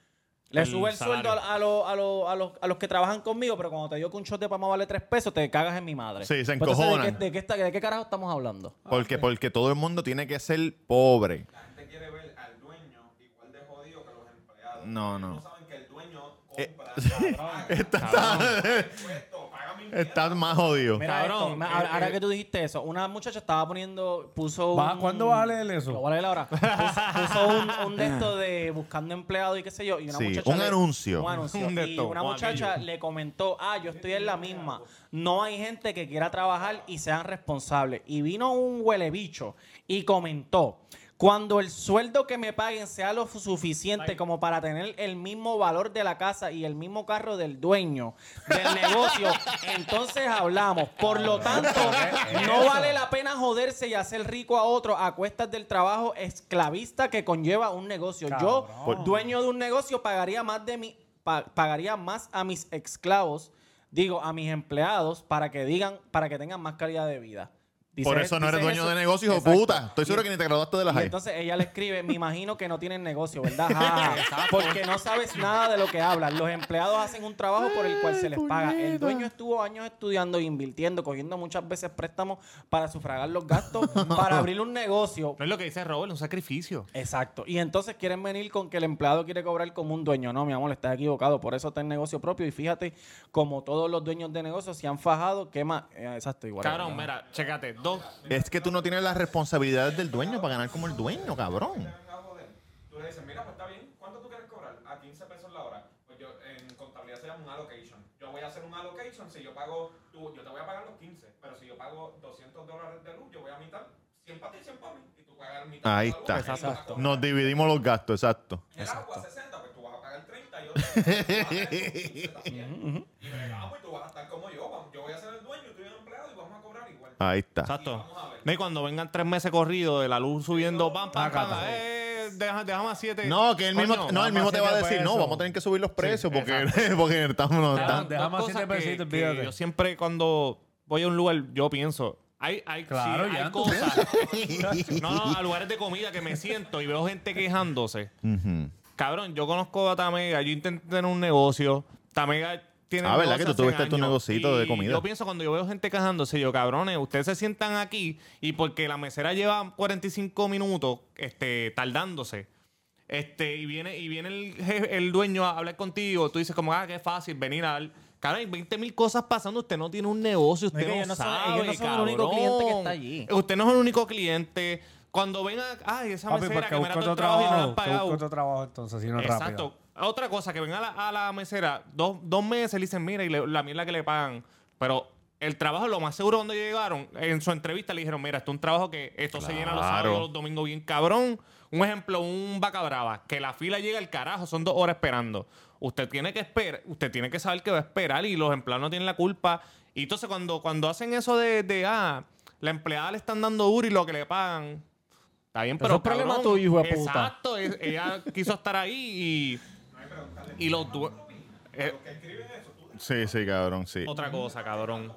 [SPEAKER 3] le
[SPEAKER 5] El
[SPEAKER 3] suba el
[SPEAKER 5] salario.
[SPEAKER 3] sueldo a, a lo- a lo- a los, a los que trabajan conmigo, pero cuando te digo que un shot de pama vale tres pesos, te cagas en mi madre.
[SPEAKER 1] Sí, se
[SPEAKER 3] Pues, entonces, ¿de qué-
[SPEAKER 1] encojonan.
[SPEAKER 3] de, qué, está- de qué carajo estamos hablando?
[SPEAKER 1] Porque, porque todo el mundo tiene que ser pobre.
[SPEAKER 6] La gente quiere ver al dueño igual de jodido que los empleados.
[SPEAKER 1] No,
[SPEAKER 6] Ellos
[SPEAKER 1] no. Eh,
[SPEAKER 6] No saben que el dueño compra. paga, paga impuestos, paga mi mierda.
[SPEAKER 1] Estás más jodido.
[SPEAKER 3] Mira,
[SPEAKER 5] Cabrón,
[SPEAKER 3] esto, me-
[SPEAKER 5] eh,
[SPEAKER 3] ahora, ahora
[SPEAKER 5] eh.
[SPEAKER 3] que tú dijiste eso, una muchacha estaba poniendo. puso
[SPEAKER 2] Va,
[SPEAKER 3] un-
[SPEAKER 2] ¿Cuándo vas a leer eso?
[SPEAKER 3] Lo voy a leer ahora. Puso, puso un, un de esto de buscando empleado y qué sé yo. Y una
[SPEAKER 1] Sí,
[SPEAKER 3] muchacha
[SPEAKER 1] un
[SPEAKER 3] le-
[SPEAKER 1] anuncio.
[SPEAKER 3] Un anuncio.
[SPEAKER 5] Un de
[SPEAKER 3] y
[SPEAKER 5] esto,
[SPEAKER 3] una
[SPEAKER 5] un
[SPEAKER 3] muchacha
[SPEAKER 5] anillo.
[SPEAKER 3] le comentó, ah, yo estoy en la misma. No hay gente que quiera trabajar y sean responsables. Y vino un huele bicho y comentó. Cuando el sueldo que me paguen sea lo suficiente como para tener el mismo valor de la casa y el mismo carro del dueño del negocio, entonces hablamos. Por lo tanto, no vale la pena joderse y hacer rico a otro a cuestas del trabajo esclavista que conlleva un negocio. Yo,
[SPEAKER 1] Oh.
[SPEAKER 2] Cabrón.
[SPEAKER 3] dueño de un negocio, pagaría más de mi pa- pagaría más a mis esclavos digo a mis empleados para que digan, para que tengan más calidad de vida. Dice-
[SPEAKER 1] Por eso no eres
[SPEAKER 3] dice
[SPEAKER 1] dueño
[SPEAKER 3] eso.
[SPEAKER 1] de negocio, hijo de
[SPEAKER 3] Exacto.
[SPEAKER 1] puta. Estoy
[SPEAKER 3] Y-
[SPEAKER 1] seguro que ni te graduaste de la E
[SPEAKER 3] y
[SPEAKER 1] high.
[SPEAKER 3] entonces ella le escribe, me imagino que no tienen negocio, ¿verdad? Ja, ja. porque no sabes nada de lo que hablas. Los empleados hacen un trabajo por el cual se les paga. El dueño estuvo años estudiando, invirtiendo, cogiendo muchas veces préstamos para sufragar los gastos, para abrir un negocio.
[SPEAKER 5] No es lo que dice Robert, un sacrificio.
[SPEAKER 3] Exacto. Y entonces quieren venir con que el empleado quiere cobrar como un dueño. No, mi amor, estás equivocado. Por eso está el negocio propio. Y fíjate, como todos los dueños de negocios se han fajado, quema. eh, exacto, igual.
[SPEAKER 5] Cabrón, mira, chécate. Dos.
[SPEAKER 1] Es que tú no tienes las responsabilidades del dueño para ganar como el dueño, cabrón.
[SPEAKER 6] venga a joder. Tú le dices, mira, pues está bien, ¿cuánto tú quieres cobrar? A 15 pesos la hora. Pues yo, en contabilidad se llama un allocation. Yo voy a hacer un allocation si yo pago, tú, yo te voy a pagar los 15, pero si yo pago 200 dólares de luz, yo voy a mitad, 100 para ti, 100 para mí, y tú pagas mitad.
[SPEAKER 1] Ahí
[SPEAKER 6] de la luz,
[SPEAKER 1] está.
[SPEAKER 6] y tú vas a
[SPEAKER 3] Exacto.
[SPEAKER 6] cobrar.
[SPEAKER 1] Nos dividimos los gastos, exacto.
[SPEAKER 6] El agua 60, pues tú vas a pagar 30, yo te voy a pagar 15 también. Y bregamos y tú vas a estar como yo, vamos, yo voy a ser el dueño, tú eres el empleado y vamos a cobrar igual.
[SPEAKER 1] Ahí está.
[SPEAKER 5] Exacto.
[SPEAKER 6] Vamos a ver.
[SPEAKER 5] No, y cuando vengan tres meses corridos de la luz subiendo, pam, pam, pam. Eh, deja- déjame a siete.
[SPEAKER 1] No, que él mismo,
[SPEAKER 5] Coño,
[SPEAKER 1] no, él mismo te va a
[SPEAKER 5] vamos
[SPEAKER 1] decir,
[SPEAKER 5] siete
[SPEAKER 1] no,
[SPEAKER 5] pesos.
[SPEAKER 1] vamos a tener que subir los precios porque,
[SPEAKER 5] exacto.
[SPEAKER 1] porque estamos... no,
[SPEAKER 5] Claro,
[SPEAKER 1] estamos-
[SPEAKER 2] Dejamos- dejamos
[SPEAKER 5] dos
[SPEAKER 2] siete
[SPEAKER 5] cosas
[SPEAKER 2] pesitos,
[SPEAKER 5] que- que
[SPEAKER 2] olvídate.
[SPEAKER 5] Yo siempre cuando voy a un lugar, yo pienso, hay, hay,
[SPEAKER 2] Claro,
[SPEAKER 5] sí,
[SPEAKER 2] ya,
[SPEAKER 5] hay
[SPEAKER 2] tú
[SPEAKER 5] cosas. no, no, a lugares de comida que me siento y veo gente quejándose.
[SPEAKER 1] Ujú.
[SPEAKER 5] Cabrón, yo conozco a Tamega, yo intenté tener un negocio. Tamega tiene
[SPEAKER 1] Ah,
[SPEAKER 5] un
[SPEAKER 1] ¿verdad?
[SPEAKER 5] negocio
[SPEAKER 1] Que tú tuviste
[SPEAKER 5] hace
[SPEAKER 1] tu
[SPEAKER 5] años.
[SPEAKER 1] negocito de
[SPEAKER 5] Y
[SPEAKER 1] comida.
[SPEAKER 5] Yo pienso cuando yo veo gente quejándose, yo, cabrones, ustedes se sientan aquí y porque la mesera lleva 45 minutos este, tardándose. Este, y viene, y viene el, je- el dueño a hablar contigo. Tú dices como, ah, qué fácil venir a dar. Cabrón, hay 20 mil cosas pasando. Usted no tiene un negocio.
[SPEAKER 3] No, es
[SPEAKER 5] Usted
[SPEAKER 3] que
[SPEAKER 5] no,
[SPEAKER 3] ellos no son-
[SPEAKER 5] sabe,
[SPEAKER 3] ellos no son el único
[SPEAKER 5] cabrón.
[SPEAKER 3] cliente que está allí.
[SPEAKER 5] Usted no es el único cliente. Cuando ven a, ay, esa
[SPEAKER 2] Papi,
[SPEAKER 5] mesera
[SPEAKER 2] porque
[SPEAKER 5] que me da
[SPEAKER 2] busco
[SPEAKER 5] todo
[SPEAKER 2] otro
[SPEAKER 5] el trabajo, y no la
[SPEAKER 2] trabajo.
[SPEAKER 5] han
[SPEAKER 2] Que busco
[SPEAKER 5] pagado.
[SPEAKER 2] otro trabajo entonces, si no es
[SPEAKER 5] Exacto.
[SPEAKER 2] rápido.
[SPEAKER 5] Otra cosa, que venga a la, a la mesera dos, dos meses le dicen, mira, y le- la mierda que le pagan. Pero el trabajo, lo más seguro cuando llegaron, en su entrevista le dijeron, mira, esto es un trabajo que esto se llena los
[SPEAKER 1] Claro.
[SPEAKER 5] sábados y los domingos bien cabrón. Un ejemplo, un vaca brava, que la fila llega al carajo, son dos horas esperando. Usted tiene que esperar, usted tiene que saber que va a esperar y los empleados no tienen la culpa. Y entonces cuando, cuando hacen eso de, de, ah, la empleada le están dando duro y lo que le pagan, Está bien,
[SPEAKER 3] Eso
[SPEAKER 5] pero.
[SPEAKER 3] es problema
[SPEAKER 5] cabrón,
[SPEAKER 3] tuyo, hijo de puta.
[SPEAKER 5] Exacto, es- ella quiso estar ahí y. Y los due- eh,
[SPEAKER 1] Sí, sí, cabrón, sí.
[SPEAKER 5] Otra cosa, cabrón.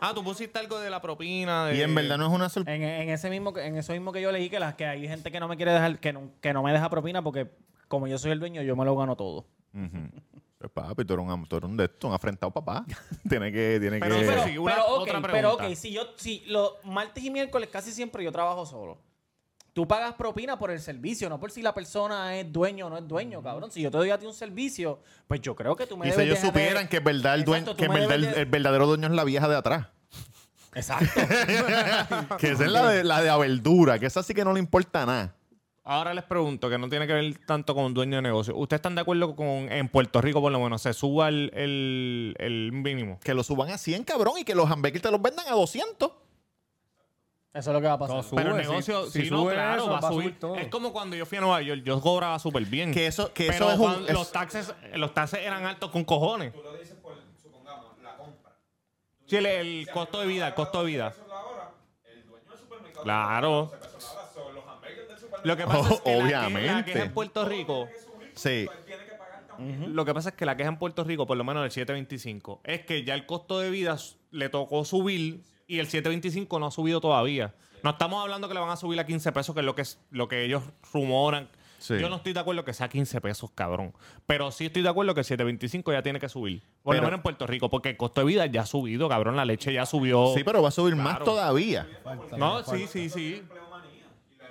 [SPEAKER 5] Ah, tú pusiste algo de la propina. De...
[SPEAKER 1] Y en verdad no es una sorpresa.
[SPEAKER 3] En, en ese mismo, que- en eso mismo que yo leí que las que hay gente que no me quiere dejar, que no, que no me deja propina porque como yo soy el dueño, yo me lo gano todo.
[SPEAKER 1] Pues, Papi, tú eres un, am- tú eres un de estos, un afrentado papá. tiene que... Tiene
[SPEAKER 5] Pero-
[SPEAKER 1] que...
[SPEAKER 5] pero-
[SPEAKER 3] Pero,
[SPEAKER 5] una-
[SPEAKER 3] pero, ok,
[SPEAKER 5] otra pregunta.
[SPEAKER 3] pero ok, si yo, si los martes y miércoles casi siempre yo trabajo solo. Tú pagas propina por el servicio, no por si la persona es dueño o no es dueño, cabrón. Si yo te doy a ti un servicio, pues yo creo que tú me
[SPEAKER 1] y si
[SPEAKER 3] debes
[SPEAKER 1] ellos
[SPEAKER 3] dejar de-
[SPEAKER 1] supieran que es verdad el dueño,
[SPEAKER 3] Exacto, tú
[SPEAKER 1] que en
[SPEAKER 3] me
[SPEAKER 1] verdad el,
[SPEAKER 3] debes de-
[SPEAKER 1] el verdadero dueño es la vieja de atrás.
[SPEAKER 3] Exacto.
[SPEAKER 1] Que esa es la de la de la verdura, que esa sí que no le importa nada.
[SPEAKER 5] Ahora les pregunto, que no tiene que ver tanto con un dueño de negocio. ¿Ustedes están de acuerdo con en Puerto Rico, por lo menos, se suba el, el- el mínimo?
[SPEAKER 1] Que lo suban a 100, cabrón, y que los hamburgues te los vendan a 200.
[SPEAKER 3] Eso es lo que va a pasar.
[SPEAKER 2] Sube,
[SPEAKER 5] pero el
[SPEAKER 2] si-
[SPEAKER 5] negocio, si,
[SPEAKER 2] si
[SPEAKER 5] no,
[SPEAKER 2] sube
[SPEAKER 5] claro,
[SPEAKER 2] eso,
[SPEAKER 5] va a subir.
[SPEAKER 2] todo.
[SPEAKER 5] Es como cuando yo fui a Nueva York, yo cobraba súper bien.
[SPEAKER 1] Que eso, que eso
[SPEAKER 5] pero
[SPEAKER 1] es un.
[SPEAKER 5] cuando-
[SPEAKER 1] es-
[SPEAKER 5] los, taxes, los taxes eran altos con cojones.
[SPEAKER 6] Tú lo dices por, supongamos, la compra.
[SPEAKER 5] Sí, el, el costo de vida, el costo de vida.
[SPEAKER 6] pesos la hora, el dueño del supermercado
[SPEAKER 5] Claro.
[SPEAKER 6] te paga 12 pesos la hora, son los hamburgues del
[SPEAKER 5] Lo que
[SPEAKER 6] supermercado.
[SPEAKER 5] pasa es que
[SPEAKER 1] Obviamente.
[SPEAKER 5] La, queja, la queja en Puerto Rico,
[SPEAKER 1] sí.
[SPEAKER 6] Él tiene que pagar también.
[SPEAKER 5] lo que pasa es que la queja en Puerto Rico, por lo menos el 725, es que ya el costo de vida s- le tocó subir y el 725 no ha subido todavía. No estamos hablando que le van a subir a 15 pesos, que es lo que, es- lo que ellos rumoran.
[SPEAKER 1] Sí.
[SPEAKER 5] Yo no estoy de acuerdo que sea 15 pesos, cabrón. Pero sí estoy de acuerdo que el 725 ya tiene que subir. Por lo
[SPEAKER 1] Pero-
[SPEAKER 5] menos en Puerto Rico, porque el costo de vida ya ha subido, cabrón. La leche ya subió.
[SPEAKER 1] Sí, pero va a subir más
[SPEAKER 5] Claro.
[SPEAKER 1] todavía.
[SPEAKER 2] Falta,
[SPEAKER 5] No,
[SPEAKER 2] falta.
[SPEAKER 5] sí, sí, sí.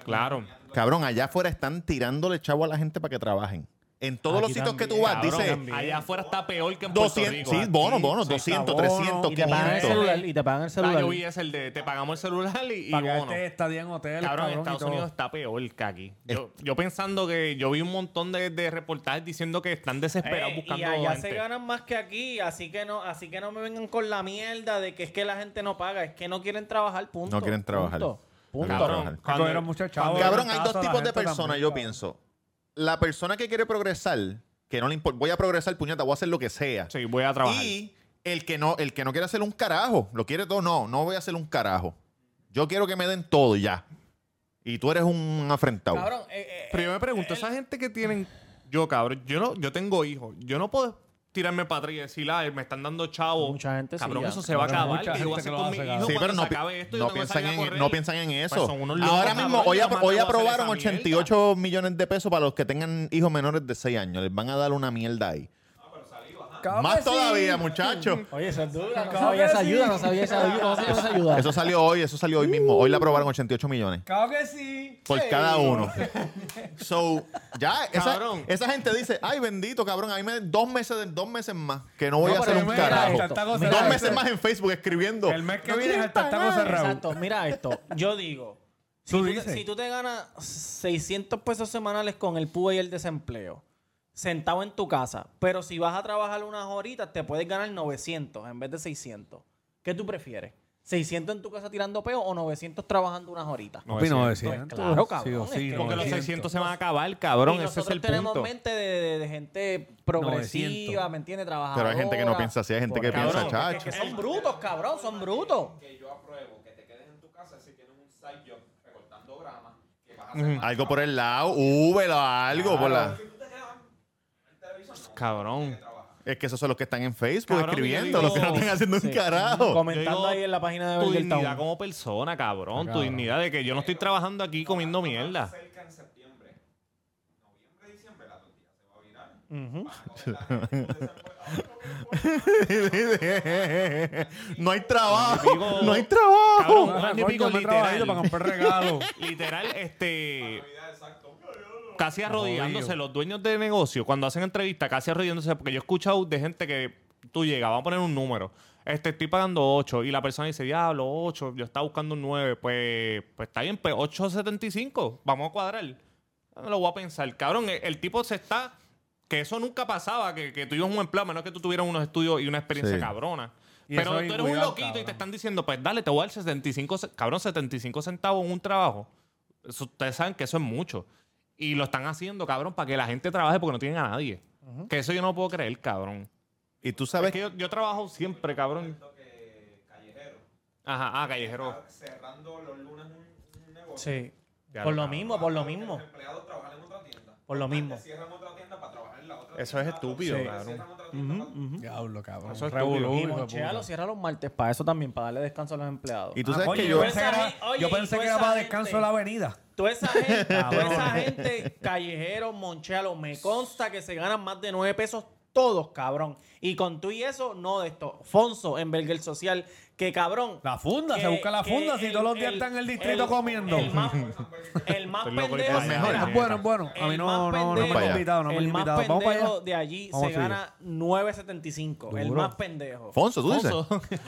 [SPEAKER 5] Claro.
[SPEAKER 1] Cabrón, allá afuera están tirándole chavo a la gente para que trabajen. En todos los
[SPEAKER 2] Aquí
[SPEAKER 1] sitios que tú vas,
[SPEAKER 2] también,
[SPEAKER 1] dice
[SPEAKER 5] Cabrón, allá afuera está peor que en Puerto
[SPEAKER 1] 200,
[SPEAKER 5] Rico.
[SPEAKER 1] sí, bonos, bonos,
[SPEAKER 2] sí,
[SPEAKER 1] 200,
[SPEAKER 2] cabrón.
[SPEAKER 1] 300,
[SPEAKER 3] Y te pagan el
[SPEAKER 1] 500.
[SPEAKER 3] celular. Y te pagan el
[SPEAKER 5] Ah,
[SPEAKER 3] celular.
[SPEAKER 5] yo vi es el de te pagamos el celular y, y
[SPEAKER 2] Para que
[SPEAKER 5] bono.
[SPEAKER 2] este estadía en hotel,
[SPEAKER 5] Cabrón,
[SPEAKER 2] cabrón,
[SPEAKER 5] en
[SPEAKER 2] y
[SPEAKER 5] Estados
[SPEAKER 2] todo.
[SPEAKER 5] Unidos está peor que aquí. Yo, yo pensando que yo vi un montón de, de reportajes diciendo que están desesperados
[SPEAKER 3] Eh,
[SPEAKER 5] buscando
[SPEAKER 3] y allá
[SPEAKER 5] gente.
[SPEAKER 3] se ganan más que aquí, así que no, así que no me vengan con la mierda de que es que la gente no paga, es que no quieren trabajar, punto.
[SPEAKER 1] No quieren trabajar.
[SPEAKER 3] Punto.
[SPEAKER 1] No quieren
[SPEAKER 3] Punto.
[SPEAKER 1] trabajar.
[SPEAKER 2] Que cogieron muchos chavos.
[SPEAKER 1] Cabrón, hay
[SPEAKER 2] Tazo
[SPEAKER 1] dos
[SPEAKER 2] a la
[SPEAKER 1] tipos de
[SPEAKER 2] gente
[SPEAKER 1] personas,
[SPEAKER 2] también,
[SPEAKER 1] yo
[SPEAKER 2] cabrón.
[SPEAKER 1] pienso. La persona que quiere progresar, que no le importa, voy a progresar, puñeta, voy a hacer lo que sea.
[SPEAKER 5] Sí, voy a trabajar.
[SPEAKER 1] Y el que no, el que no quiere hacer un carajo, lo quiere todo, no, no voy a hacer un carajo. Yo quiero que me den todo y ya. Y tú eres un afrentado.
[SPEAKER 3] Cabrón, eh, eh,
[SPEAKER 5] Pero yo me pregunto, esa gente que tienen... Yo, cabrón, yo no, yo tengo hijos. Yo no puedo tirarme para atrás y decir, "Ay, me están dando chavo.
[SPEAKER 3] Mucha gente sí,
[SPEAKER 5] Cabrón,
[SPEAKER 3] ya.
[SPEAKER 5] eso se va a
[SPEAKER 2] Cabrón,
[SPEAKER 5] acabar.
[SPEAKER 2] mucha
[SPEAKER 5] ¿Qué yo voy a
[SPEAKER 2] gente que
[SPEAKER 5] hacer
[SPEAKER 2] lo
[SPEAKER 5] con mi
[SPEAKER 2] hace,
[SPEAKER 5] hijo
[SPEAKER 2] cabrón.
[SPEAKER 1] Sí, pero
[SPEAKER 5] cuando
[SPEAKER 1] no,
[SPEAKER 5] se
[SPEAKER 1] pi-
[SPEAKER 5] acabe esto y
[SPEAKER 1] no
[SPEAKER 5] cuando me
[SPEAKER 1] piensan
[SPEAKER 5] salga a
[SPEAKER 1] en,
[SPEAKER 5] correr?"
[SPEAKER 1] no piensan en eso.
[SPEAKER 5] Pues son unos
[SPEAKER 1] Ahora
[SPEAKER 5] locos,
[SPEAKER 1] mismo,
[SPEAKER 5] cabrón,
[SPEAKER 1] hoy,
[SPEAKER 5] yo
[SPEAKER 1] apro-
[SPEAKER 5] jamás
[SPEAKER 1] hoy
[SPEAKER 5] voy a hacer esa
[SPEAKER 1] aprobaron
[SPEAKER 5] mierda.
[SPEAKER 1] 88 millones de pesos para los que tengan hijos menores de 6 años. Les van a dar una mierda ahí. Más todavía, muchachos.
[SPEAKER 3] Oye, eso es dura. No sabía esa ayuda, no sabía esa ayuda. No sabía esa ayuda.
[SPEAKER 1] Eso salió hoy, eso salió hoy mismo. Hoy le aprobaron 88 millones.
[SPEAKER 7] Claro que sí.
[SPEAKER 1] Por cada uno. So, ya, esa,
[SPEAKER 5] Cabrón.
[SPEAKER 1] esa gente dice, ay bendito cabrón, a mí me den dos meses, de- dos meses más, que no voy
[SPEAKER 3] No,
[SPEAKER 1] a
[SPEAKER 3] pero
[SPEAKER 1] hacer un
[SPEAKER 3] mira
[SPEAKER 1] carajo.
[SPEAKER 3] esto,
[SPEAKER 7] Tanta cosa
[SPEAKER 3] mira
[SPEAKER 1] dos
[SPEAKER 7] era
[SPEAKER 3] esto.
[SPEAKER 1] meses más en Facebook escribiendo.
[SPEAKER 7] El mes que viene es el taco cerrado.
[SPEAKER 3] Exacto, mira esto. Yo digo, si
[SPEAKER 7] Tú
[SPEAKER 3] tú, te-
[SPEAKER 7] dices.
[SPEAKER 3] si tú te ganas 600 pesos semanales con el PUE y el desempleo, sentado en tu casa, pero si vas a trabajar unas horitas, te puedes ganar 900 en vez de 600. ¿Qué tú prefieres? ¿600 en tu casa tirando peo o 900 trabajando unas horitas?
[SPEAKER 2] Opino de
[SPEAKER 3] Pues
[SPEAKER 2] 100.
[SPEAKER 3] claro, cabrón, es que-
[SPEAKER 5] Porque los
[SPEAKER 3] 900.
[SPEAKER 5] 600 se van a acabar, cabrón.
[SPEAKER 3] y
[SPEAKER 5] Ese
[SPEAKER 3] nosotros
[SPEAKER 5] es el
[SPEAKER 3] tenemos
[SPEAKER 5] punto.
[SPEAKER 3] mente de, de- de gente progresiva,
[SPEAKER 2] 900.
[SPEAKER 3] ¿me entiendes? Trabajadora.
[SPEAKER 1] Pero hay gente que no piensa así, hay gente que
[SPEAKER 5] Cabrón,
[SPEAKER 1] piensa,
[SPEAKER 3] es
[SPEAKER 1] chacho.
[SPEAKER 3] que son brutos, cabrón, son brutos.
[SPEAKER 6] Que yo apruebo que te quedes en tu casa si tienes un side job recortando grama. Que vas a hacer
[SPEAKER 5] Ujú.
[SPEAKER 6] más
[SPEAKER 1] Algo por el lado, úbelo, algo por la.
[SPEAKER 6] Si tú te quedas en televisión, no.
[SPEAKER 5] Cabrón.
[SPEAKER 1] Es que esos son los que están en Facebook
[SPEAKER 5] Cabrón,
[SPEAKER 1] escribiendo,
[SPEAKER 5] yo digo-
[SPEAKER 1] los que no están haciendo
[SPEAKER 3] Sí.
[SPEAKER 1] un carajo.
[SPEAKER 3] Comentando
[SPEAKER 5] Yo digo,
[SPEAKER 3] ahí en la página de Ah,
[SPEAKER 5] Tu
[SPEAKER 3] Belder
[SPEAKER 5] dignidad
[SPEAKER 3] Town.
[SPEAKER 5] como persona, cabrón. Tu
[SPEAKER 2] Cabrón.
[SPEAKER 5] dignidad de que yo no estoy trabajando aquí comiendo mierda.
[SPEAKER 6] Cerca en septiembre. Noviembre, diciembre, la tortilla se
[SPEAKER 3] Ujú.
[SPEAKER 6] va a virar. Van a coger la gente por desempleo. Ay, no me importa.
[SPEAKER 1] no hay trabajo,
[SPEAKER 5] Digo,
[SPEAKER 1] no hay trabajo.
[SPEAKER 5] Cabrón, un año y pico,
[SPEAKER 2] Coño, me he trabajado para
[SPEAKER 5] literal.
[SPEAKER 2] comprar regalos.
[SPEAKER 5] Literal, este.
[SPEAKER 6] Navidad, exacto.
[SPEAKER 5] Casi arrodillándose,
[SPEAKER 2] Jodido.
[SPEAKER 5] los dueños de negocio, cuando hacen entrevistas, casi arrodillándose, porque yo he escuchado de gente que tú llegas, vamos a poner un número. Este, estoy pagando 8 y la persona dice, diablo, 8, yo estaba buscando un 9. Pues, pues está bien, pues 8.75, vamos a cuadrar. No lo voy a pensar. Cabrón, e, el, el tipo se está. Que eso nunca pasaba, que, que tú ibas a un empleo, a menos que tú tuvieras unos estudios y una experiencia
[SPEAKER 1] Sí.
[SPEAKER 5] cabrona.
[SPEAKER 2] Y
[SPEAKER 5] Pero
[SPEAKER 2] eso
[SPEAKER 5] tú
[SPEAKER 2] hay
[SPEAKER 5] eres un
[SPEAKER 2] cuidado,
[SPEAKER 5] loquito y te
[SPEAKER 2] cabrón.
[SPEAKER 5] están diciendo, pues dale, te voy a dar 75, ce- cabrón, 75 centavos en un trabajo. Eso- ustedes saben que eso es mucho. Y lo están haciendo, cabrón, para que la gente trabaje porque no tienen a nadie. Que eso yo no puedo creer, cabrón.
[SPEAKER 1] Y tú
[SPEAKER 5] Es
[SPEAKER 1] sabes
[SPEAKER 5] que yo, yo trabajo siempre, cabrón.
[SPEAKER 6] Siento que callejero.
[SPEAKER 5] Ajá, ah, callejero.
[SPEAKER 6] Cerrando los lunes un, un negocio.
[SPEAKER 3] Sí.
[SPEAKER 5] Ya
[SPEAKER 3] Por
[SPEAKER 5] lo
[SPEAKER 3] lo mismo, por lo mismo.
[SPEAKER 6] Los empleados trabajan en otra tienda.
[SPEAKER 3] Por lo mismo.
[SPEAKER 6] Cierran otra tienda para trabajar en la otra
[SPEAKER 5] Eso es
[SPEAKER 6] tienda.
[SPEAKER 5] estúpido,
[SPEAKER 6] Sí.
[SPEAKER 5] cabrón.
[SPEAKER 6] Cierran otra tienda para-
[SPEAKER 2] Diablo, cabrón.
[SPEAKER 5] Eso es
[SPEAKER 2] Revolú,
[SPEAKER 5] estúpido.
[SPEAKER 3] Y
[SPEAKER 2] hijo de
[SPEAKER 3] Monchea lo
[SPEAKER 2] puta.
[SPEAKER 3] cierra los martes para eso también, para darle descanso a los empleados.
[SPEAKER 1] Y tú
[SPEAKER 2] Ah,
[SPEAKER 1] sabes
[SPEAKER 2] coño,
[SPEAKER 1] que
[SPEAKER 2] yo
[SPEAKER 1] yo.
[SPEAKER 2] pensé que era,
[SPEAKER 3] Oye,
[SPEAKER 2] yo
[SPEAKER 3] y
[SPEAKER 2] pensé
[SPEAKER 3] toda
[SPEAKER 2] que era
[SPEAKER 3] esa
[SPEAKER 2] para
[SPEAKER 3] gente.
[SPEAKER 2] descanso de la avenida.
[SPEAKER 3] Toda esa gente, toda esa gente, callejeros, monchealos, me consta que se ganan más de nueve pesos todos, cabrón. Y con tú y eso, no de esto. Fonso en Belguer Social, que cabrón.
[SPEAKER 2] La funda, se
[SPEAKER 3] que-
[SPEAKER 2] busca la
[SPEAKER 3] que
[SPEAKER 2] funda si
[SPEAKER 3] el-
[SPEAKER 2] todos los días
[SPEAKER 3] el-
[SPEAKER 2] están en el distrito comiendo.
[SPEAKER 3] El más, el más
[SPEAKER 5] Estoy loco,
[SPEAKER 3] pendejo.
[SPEAKER 5] literal.
[SPEAKER 1] Es mejor.
[SPEAKER 2] Es bueno, es bueno. A mí
[SPEAKER 3] El
[SPEAKER 2] no,
[SPEAKER 3] más
[SPEAKER 2] no, no me
[SPEAKER 3] pendejo-
[SPEAKER 1] Vamos
[SPEAKER 2] han
[SPEAKER 1] para allá.
[SPEAKER 2] invitado, no me han
[SPEAKER 3] el más
[SPEAKER 2] invitado. Vamos para allá.
[SPEAKER 3] pendejo de allí
[SPEAKER 2] Vamos
[SPEAKER 3] se
[SPEAKER 2] tuyo.
[SPEAKER 3] gana 9.75. El
[SPEAKER 2] Duro.
[SPEAKER 3] más pendejo.
[SPEAKER 1] Fonso, tú dices.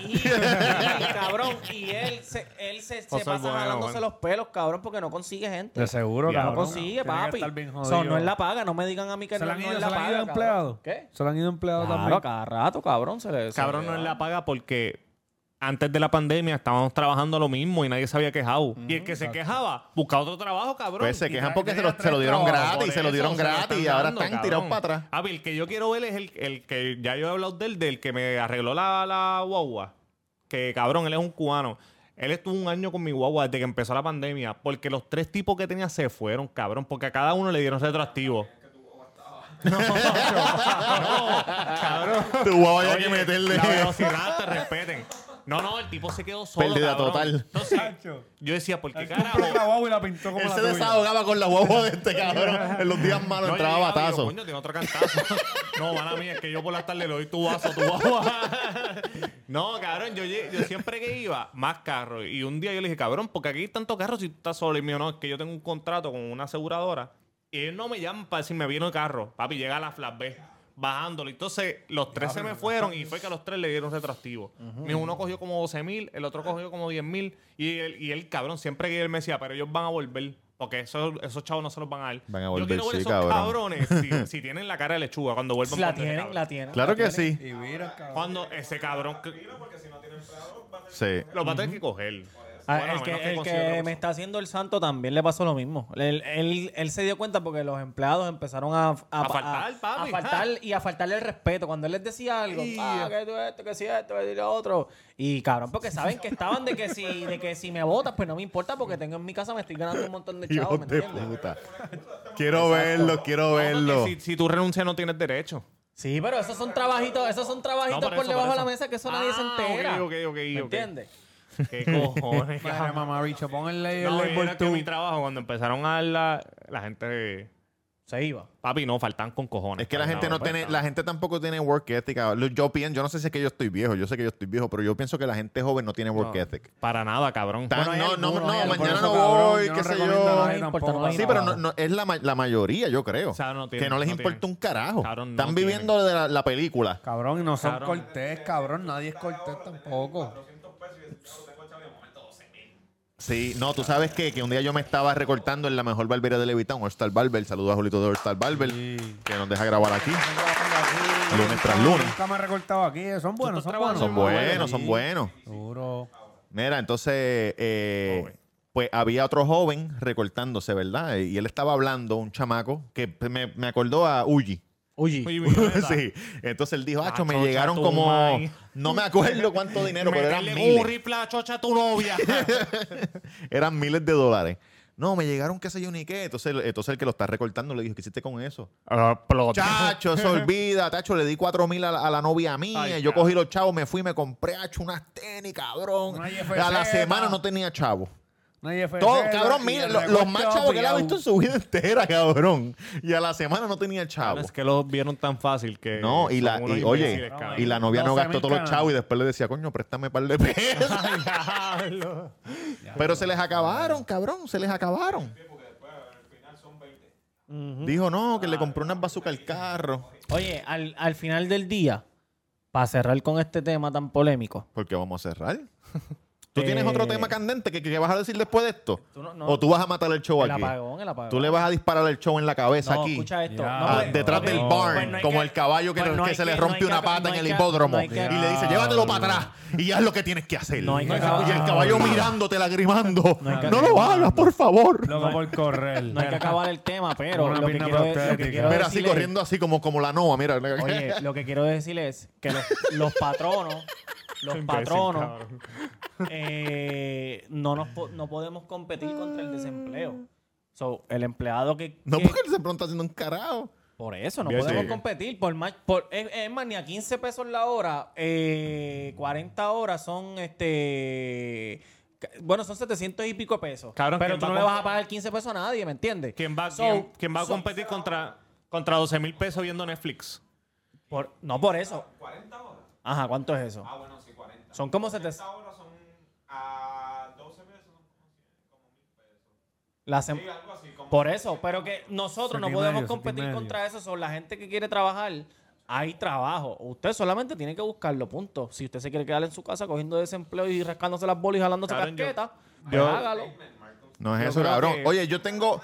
[SPEAKER 3] Y, y, cabrón, y él se, él se, se
[SPEAKER 5] José
[SPEAKER 3] pasa
[SPEAKER 5] el bueno,
[SPEAKER 3] jalándose
[SPEAKER 5] bueno.
[SPEAKER 3] los pelos, cabrón, porque no consigue gente.
[SPEAKER 2] De seguro,
[SPEAKER 5] No
[SPEAKER 2] cabrón.
[SPEAKER 3] no consigue,
[SPEAKER 2] Tiene que
[SPEAKER 3] papi.
[SPEAKER 2] estar bien
[SPEAKER 3] O sea,
[SPEAKER 2] jodido.
[SPEAKER 3] no es la paga, no me digan a mí que
[SPEAKER 2] ¿Se
[SPEAKER 3] no,
[SPEAKER 2] le han
[SPEAKER 3] no
[SPEAKER 2] ido,
[SPEAKER 3] es
[SPEAKER 2] se
[SPEAKER 3] la
[SPEAKER 2] le han ido
[SPEAKER 3] paga.
[SPEAKER 2] empleados?
[SPEAKER 3] cabrón. ¿Qué?
[SPEAKER 2] Se lo han ido empleados
[SPEAKER 3] Claro,
[SPEAKER 2] también.
[SPEAKER 3] a cada rato, cabrón, se le se
[SPEAKER 5] Cabrón,
[SPEAKER 3] le
[SPEAKER 5] no es
[SPEAKER 3] da.
[SPEAKER 5] la paga porque antes de la pandemia estábamos trabajando lo mismo y nadie se había quejado. y el que se quejaba, buscaba otro trabajo, cabrón.
[SPEAKER 1] Pues se
[SPEAKER 5] Y
[SPEAKER 1] quejan
[SPEAKER 2] tra-
[SPEAKER 1] porque
[SPEAKER 2] y
[SPEAKER 1] se lo,
[SPEAKER 2] tenía
[SPEAKER 1] se lo dieron
[SPEAKER 2] tres
[SPEAKER 5] Por
[SPEAKER 1] gratis, se lo
[SPEAKER 5] eso,
[SPEAKER 1] dieron
[SPEAKER 5] se
[SPEAKER 1] gratis
[SPEAKER 5] están
[SPEAKER 1] y ahora
[SPEAKER 5] dando,
[SPEAKER 1] están
[SPEAKER 5] cabrón.
[SPEAKER 1] tirados para atrás.
[SPEAKER 5] Ah, pero el que yo quiero ver es el, el que ya yo he hablado del, del que me arregló la, la guagua. Que cabrón, él es un cubano. Él estuvo un año con mi guagua desde que empezó la pandemia. Porque los tres tipos que tenía se fueron, cabrón. Porque a cada uno le dieron retroactivo.
[SPEAKER 1] Tu guau hay que
[SPEAKER 5] Oye,
[SPEAKER 1] meterle.
[SPEAKER 5] La velocidad, te respeten. No, no, el tipo se quedó solo.
[SPEAKER 1] Pérdida
[SPEAKER 5] cabrón.
[SPEAKER 1] total.
[SPEAKER 5] Entonces,
[SPEAKER 2] Chacho.
[SPEAKER 5] yo decía, ¿por qué
[SPEAKER 2] Él
[SPEAKER 5] carajo?
[SPEAKER 2] compró la guagua y la pintó como
[SPEAKER 1] Él
[SPEAKER 2] la
[SPEAKER 1] se
[SPEAKER 2] tuya.
[SPEAKER 1] desahogaba con la guagua de este cabrón. En los días malos
[SPEAKER 5] No, yo
[SPEAKER 1] entraba
[SPEAKER 5] llegaba y yo,
[SPEAKER 1] batazo.
[SPEAKER 5] Coño, tiene otro cantazo. no, mala mía, es que yo por las tardes le doy tu vaso, tu guagua. no, cabrón, yo, lle- yo siempre que iba, más carros. Y un día yo le dije, cabrón, porque aquí hay tantos carros si tú estás solo. Y mío, no, es que yo tengo un contrato con una aseguradora. Y ellos no me llaman para decirme, viene el carro. Papi, llega la flash B, bajándolo. Entonces, los tres se me fueron y fue que a los tres le dieron retroactivo. Mi Uno cogió como 12 mil, el otro cogió como 10 mil. Y el, y el cabrón, siempre que él me decía, pero ellos van a volver. Porque esos, esos chavos no se los van a dar.
[SPEAKER 1] Van a
[SPEAKER 5] Yo
[SPEAKER 1] volver,
[SPEAKER 5] quiero ver
[SPEAKER 1] sí,
[SPEAKER 5] esos
[SPEAKER 1] cabrón.
[SPEAKER 5] cabrones si, si tienen la cara de lechuga cuando vuelvan
[SPEAKER 3] La
[SPEAKER 5] con ese
[SPEAKER 3] tienen,
[SPEAKER 5] cabrón.
[SPEAKER 3] la tienen.
[SPEAKER 1] Claro
[SPEAKER 3] la
[SPEAKER 1] que
[SPEAKER 3] tienen.
[SPEAKER 1] sí.
[SPEAKER 2] Y mira, cabrón.
[SPEAKER 5] Cuando ese cabrón. que-
[SPEAKER 6] Porque si no tiene empleado, va a tener
[SPEAKER 1] Sí.
[SPEAKER 5] Lo va a tener que coger.
[SPEAKER 3] Ah,
[SPEAKER 5] Bueno, a
[SPEAKER 3] el que,
[SPEAKER 5] menos que
[SPEAKER 3] el
[SPEAKER 5] consiga otra
[SPEAKER 3] que me
[SPEAKER 5] persona.
[SPEAKER 3] está haciendo el santo también le pasó lo mismo. Él, él- él se dio cuenta porque los empleados empezaron a,
[SPEAKER 5] A faltar,
[SPEAKER 3] a
[SPEAKER 5] papi,
[SPEAKER 3] faltar y a faltarle el respeto. Cuando él les decía algo,
[SPEAKER 5] Y-
[SPEAKER 3] ah, que tú esto, que si esto, que si lo otro. Y cabrón, porque saben que estaban de que si, de que si me votas, pues no me importa porque tengo en mi casa, me estoy ganando un montón de chavos,
[SPEAKER 1] Dios
[SPEAKER 3] ¿me
[SPEAKER 1] de
[SPEAKER 3] entiendes?
[SPEAKER 1] puta. Quiero verlo, quiero
[SPEAKER 5] No, porque
[SPEAKER 1] verlo.
[SPEAKER 5] Si, si tú renuncias, no tienes derecho.
[SPEAKER 3] Sí, pero esos son trabajitos, esos son trabajitos
[SPEAKER 5] No,
[SPEAKER 3] por,
[SPEAKER 5] por eso,
[SPEAKER 3] debajo de
[SPEAKER 5] por
[SPEAKER 3] la
[SPEAKER 5] eso.
[SPEAKER 3] mesa que eso nadie se
[SPEAKER 5] Ah,
[SPEAKER 3] entera.
[SPEAKER 5] ok, ok, ok,
[SPEAKER 3] ¿Me
[SPEAKER 5] ok.
[SPEAKER 3] entiendes?
[SPEAKER 5] ¿Qué cojones?
[SPEAKER 2] Para mamá Richo, pon el label
[SPEAKER 5] No,
[SPEAKER 2] label
[SPEAKER 5] era que
[SPEAKER 2] tú.
[SPEAKER 5] mi trabajo, cuando empezaron a hablar, la gente...
[SPEAKER 3] Se iba.
[SPEAKER 5] Papi, no, faltan con cojones. pues,
[SPEAKER 1] Es que la gente no
[SPEAKER 5] Faltaban,
[SPEAKER 1] tiene, la
[SPEAKER 5] faltaban.
[SPEAKER 1] gente tampoco tiene work ethic. Ah, Lo- Yo pienso, yo no sé si es que yo estoy viejo, yo sé que yo estoy viejo, pero yo pienso que la gente joven no tiene work ethic.
[SPEAKER 5] Para nada, cabrón.
[SPEAKER 1] Tan-
[SPEAKER 3] hay
[SPEAKER 1] no, no,
[SPEAKER 3] algunos, hay
[SPEAKER 1] no,
[SPEAKER 3] algunos.
[SPEAKER 1] mañana
[SPEAKER 2] Por
[SPEAKER 1] no
[SPEAKER 2] eso, cabrón,
[SPEAKER 1] voy,
[SPEAKER 2] yo
[SPEAKER 1] qué
[SPEAKER 2] no
[SPEAKER 1] sé
[SPEAKER 2] recomiendo
[SPEAKER 1] yo.
[SPEAKER 2] a nadie
[SPEAKER 3] No importa,
[SPEAKER 2] tampoco.
[SPEAKER 3] no hay
[SPEAKER 1] Sí, pero no, no, es la, ma- la mayoría, yo creo.
[SPEAKER 5] O sea, no tienen,
[SPEAKER 1] que no les
[SPEAKER 5] no
[SPEAKER 1] importa
[SPEAKER 5] tienen.
[SPEAKER 1] un carajo.
[SPEAKER 5] Cabrón, no
[SPEAKER 1] Están viviendo de la, la película.
[SPEAKER 2] Cabrón, y no son
[SPEAKER 5] Cabrón.
[SPEAKER 2] Cortés, cabrón. Nadie es Cortés tampoco.
[SPEAKER 6] 400 pesos y decir, "Ya lo tengo echado de momento 12 mil.
[SPEAKER 1] Sí, no, tú sabes qué? que un día yo me estaba recortando en la mejor barbería de Levitown, All Star Barber. Saludos a Julito de All Star Barber, que nos deja grabar aquí.
[SPEAKER 2] Ah,
[SPEAKER 1] Lunes tras lunes.
[SPEAKER 2] Nunca me he recortado aquí. ¿eh? Son buenos, son buenos.
[SPEAKER 1] Son buenos, son buenos.
[SPEAKER 2] Seguro.
[SPEAKER 1] Mira, entonces, eh, pues había otro joven recortándose, ¿verdad? Y él estaba hablando, un chamaco, que me, me acordó a Uji.
[SPEAKER 3] Uy,
[SPEAKER 1] sí. Entonces él dijo, acho, me
[SPEAKER 5] Acho,
[SPEAKER 1] llegaron
[SPEAKER 5] chato,
[SPEAKER 1] como...
[SPEAKER 5] man".
[SPEAKER 1] No me acuerdo cuánto dinero, pero eran
[SPEAKER 5] Meterle
[SPEAKER 1] miles.
[SPEAKER 5] un rifle a la chocha a tu novia.
[SPEAKER 1] eran miles de dólares. No, me llegaron qué sé yo ni qué. Entonces, el- entonces el que lo está recortando le dijo, ¿qué hiciste con eso? Chacho, eso olvida, tacho, le di cuatro mil a, la- a la novia mía.
[SPEAKER 5] Ay,
[SPEAKER 1] yo
[SPEAKER 5] cabrón.
[SPEAKER 1] cogí los chavos, me fui, me compré, hacho, unas tenis, cabrón.
[SPEAKER 2] Una
[SPEAKER 1] a la
[SPEAKER 2] YFZ.
[SPEAKER 1] semana no tenía chavo.
[SPEAKER 2] No hay FZ,
[SPEAKER 1] Todo, cabrón,
[SPEAKER 2] y
[SPEAKER 1] mira,
[SPEAKER 2] el
[SPEAKER 1] lo- los
[SPEAKER 2] recorte
[SPEAKER 1] más
[SPEAKER 2] va
[SPEAKER 1] chavos que él ha
[SPEAKER 2] pillado.
[SPEAKER 1] visto en su vida entera, cabrón. Y a la semana no tenía chavo.
[SPEAKER 5] Ah, Es que los vieron tan fácil que.
[SPEAKER 1] No, y
[SPEAKER 5] son
[SPEAKER 1] la,
[SPEAKER 5] unos
[SPEAKER 1] y, oye,
[SPEAKER 5] imbéciles, cabrón.
[SPEAKER 1] y la novia no
[SPEAKER 2] 12.000
[SPEAKER 1] gastó todos los
[SPEAKER 2] canas.
[SPEAKER 1] chavos y después le decía, coño, préstame un par de pesos. Pero se les acabaron, cabrón, se les acabaron. Dijo, no, que le compró una bazooka al carro.
[SPEAKER 3] Oye, al, al final del día, para cerrar con este tema tan polémico.
[SPEAKER 1] Porque vamos a cerrar. ¿Tú
[SPEAKER 3] Eh,
[SPEAKER 1] tienes otro tema candente que, que vas a decir después de esto?
[SPEAKER 3] Tú no- no.
[SPEAKER 1] ¿O tú vas a matar el show
[SPEAKER 3] El
[SPEAKER 1] aquí?
[SPEAKER 3] apagón, el apagón.
[SPEAKER 1] ¿Tú le vas a disparar el show en la cabeza
[SPEAKER 3] no,
[SPEAKER 1] aquí?
[SPEAKER 3] escucha esto.
[SPEAKER 2] Ya.
[SPEAKER 3] No,
[SPEAKER 1] Ah,
[SPEAKER 3] pues-
[SPEAKER 1] detrás del
[SPEAKER 3] ok.
[SPEAKER 1] barn,
[SPEAKER 3] Pues no hay
[SPEAKER 1] como
[SPEAKER 3] que-
[SPEAKER 1] el caballo que,
[SPEAKER 3] pues no
[SPEAKER 1] que
[SPEAKER 3] hay
[SPEAKER 1] se le
[SPEAKER 3] no
[SPEAKER 1] rompe
[SPEAKER 3] hay
[SPEAKER 1] una
[SPEAKER 3] que-
[SPEAKER 1] pata
[SPEAKER 3] no
[SPEAKER 1] en
[SPEAKER 3] hay
[SPEAKER 1] el
[SPEAKER 3] que-
[SPEAKER 1] hipódromo
[SPEAKER 3] no hay que- Ah,
[SPEAKER 1] y le dice, llévatelo para atrás y haz lo que tienes que hacer.
[SPEAKER 3] No hay que- Ah,
[SPEAKER 1] y el caballo mirándote, lagrimando. No,
[SPEAKER 3] hay que-
[SPEAKER 1] lo hagas, por favor.
[SPEAKER 2] Loco por correr.
[SPEAKER 3] No hay que acabar el tema, pero
[SPEAKER 2] Una
[SPEAKER 3] lo que,
[SPEAKER 2] pierna
[SPEAKER 3] quiero, lo que
[SPEAKER 2] prostética.
[SPEAKER 3] quiero
[SPEAKER 1] Mira, así
[SPEAKER 3] decirle-
[SPEAKER 1] corriendo así como, como la nova, mira.
[SPEAKER 3] Oye, lo que quiero decir es que los, los patronos, los patronos, eh, no, nos po- no podemos competir contra el desempleo. So, el empleado que...
[SPEAKER 1] no,
[SPEAKER 3] que-
[SPEAKER 1] porque él se pronto está haciendo un carajo.
[SPEAKER 3] Por eso, no
[SPEAKER 1] Bien,
[SPEAKER 3] podemos
[SPEAKER 1] sí.
[SPEAKER 3] competir. Por más, por, es, es más, ni a 15 pesos la hora, eh, 40 horas son este. ca- Bueno, son 700 y pico pesos.
[SPEAKER 5] Cabrón,
[SPEAKER 3] pero
[SPEAKER 5] ¿quién
[SPEAKER 3] tú
[SPEAKER 5] va
[SPEAKER 3] no
[SPEAKER 5] a
[SPEAKER 3] le
[SPEAKER 5] comp-
[SPEAKER 3] vas a pagar 15 pesos a nadie, ¿me entiendes?
[SPEAKER 5] ¿Quién va,
[SPEAKER 3] So,
[SPEAKER 5] quién- quién va a
[SPEAKER 3] so-
[SPEAKER 5] competir contra, contra 12 mil pesos viendo Netflix?
[SPEAKER 3] por- no por eso.
[SPEAKER 6] 40 horas.
[SPEAKER 3] Ajá, ¿cuánto es eso?
[SPEAKER 6] Ah, bueno, sí, 40.
[SPEAKER 3] Son como 700.
[SPEAKER 6] 40 horas son a 12 pesos. son como cien, como mil pesos.
[SPEAKER 3] la sem-
[SPEAKER 6] Sí, algo así, como
[SPEAKER 3] Por eso, pero que nosotros no
[SPEAKER 2] Siete y
[SPEAKER 3] podemos
[SPEAKER 2] medio, siete y
[SPEAKER 3] competir
[SPEAKER 2] medio.
[SPEAKER 3] contra eso. Son la gente que quiere trabajar. Hay trabajo. Usted solamente tiene que buscarlo, punto. Si usted se quiere quedar en su casa cogiendo desempleo y rascándose las bolas y jalándose
[SPEAKER 5] Cabrón, yo-
[SPEAKER 3] casquetas, pues
[SPEAKER 5] yo-
[SPEAKER 3] hágalo.
[SPEAKER 1] No es
[SPEAKER 5] Yo
[SPEAKER 1] eso,
[SPEAKER 5] creo
[SPEAKER 1] cabrón.
[SPEAKER 5] que-
[SPEAKER 1] Oye, yo tengo...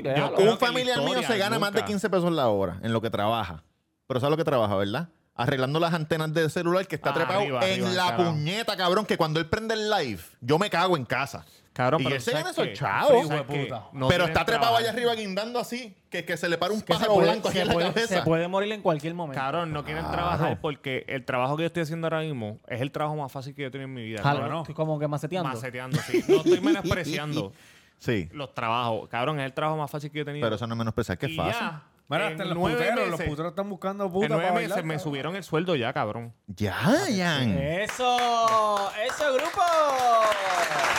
[SPEAKER 3] Claro,
[SPEAKER 5] yo
[SPEAKER 3] claro.
[SPEAKER 5] creo
[SPEAKER 1] un
[SPEAKER 5] que la
[SPEAKER 1] familiar mío
[SPEAKER 5] historia
[SPEAKER 1] se gana más de
[SPEAKER 5] nunca-
[SPEAKER 1] 15 pesos la hora en lo que trabaja. Pero ¿sabes lo que trabaja, verdad? Arreglando las antenas del celular que está
[SPEAKER 5] Arriba,
[SPEAKER 1] trepado en
[SPEAKER 5] arriba,
[SPEAKER 1] la
[SPEAKER 5] carajo.
[SPEAKER 1] puñeta, cabrón, que cuando él prende el live, yo me cago en casa.
[SPEAKER 5] Cabrón,
[SPEAKER 1] y
[SPEAKER 5] pero
[SPEAKER 1] él se
[SPEAKER 5] ¿sabes
[SPEAKER 1] gana esos
[SPEAKER 5] qué?
[SPEAKER 1] chavos.
[SPEAKER 5] ¿Sabes qué? No
[SPEAKER 1] pero
[SPEAKER 5] tienen
[SPEAKER 1] está trepado
[SPEAKER 5] trabajo.
[SPEAKER 1] allá arriba guindando así, que, que se le para un
[SPEAKER 3] que se
[SPEAKER 1] pájaro
[SPEAKER 3] puede-
[SPEAKER 1] blanco así
[SPEAKER 3] se
[SPEAKER 1] en la
[SPEAKER 3] puede-
[SPEAKER 1] cabeza.
[SPEAKER 3] se puede morir en cualquier momento.
[SPEAKER 5] Cabrón, no quieren trabajar porque el trabajo que yo estoy haciendo ahora mismo es el trabajo más fácil que yo he tenido en mi vida.
[SPEAKER 3] Jalo,
[SPEAKER 5] No,
[SPEAKER 3] que- Como que maceteando.
[SPEAKER 5] Maceteando, sí. No estoy menospreciando
[SPEAKER 1] Sí,
[SPEAKER 5] los trabajos. Cabrón, es el trabajo más fácil que yo he tenido.
[SPEAKER 1] pero eso no es menospreciar, que es
[SPEAKER 5] Y
[SPEAKER 1] fácil.
[SPEAKER 5] ya,
[SPEAKER 2] Mira,
[SPEAKER 5] en
[SPEAKER 2] hasta los
[SPEAKER 5] nueve
[SPEAKER 2] puteros, los
[SPEAKER 5] meses-
[SPEAKER 2] puteros están buscando
[SPEAKER 5] En
[SPEAKER 2] putas
[SPEAKER 5] nueve
[SPEAKER 2] para
[SPEAKER 5] meses
[SPEAKER 2] bailar.
[SPEAKER 5] me subieron el sueldo ya, cabrón.
[SPEAKER 1] Ya, Jan.
[SPEAKER 3] ¡Eso! ¡Eso, grupo!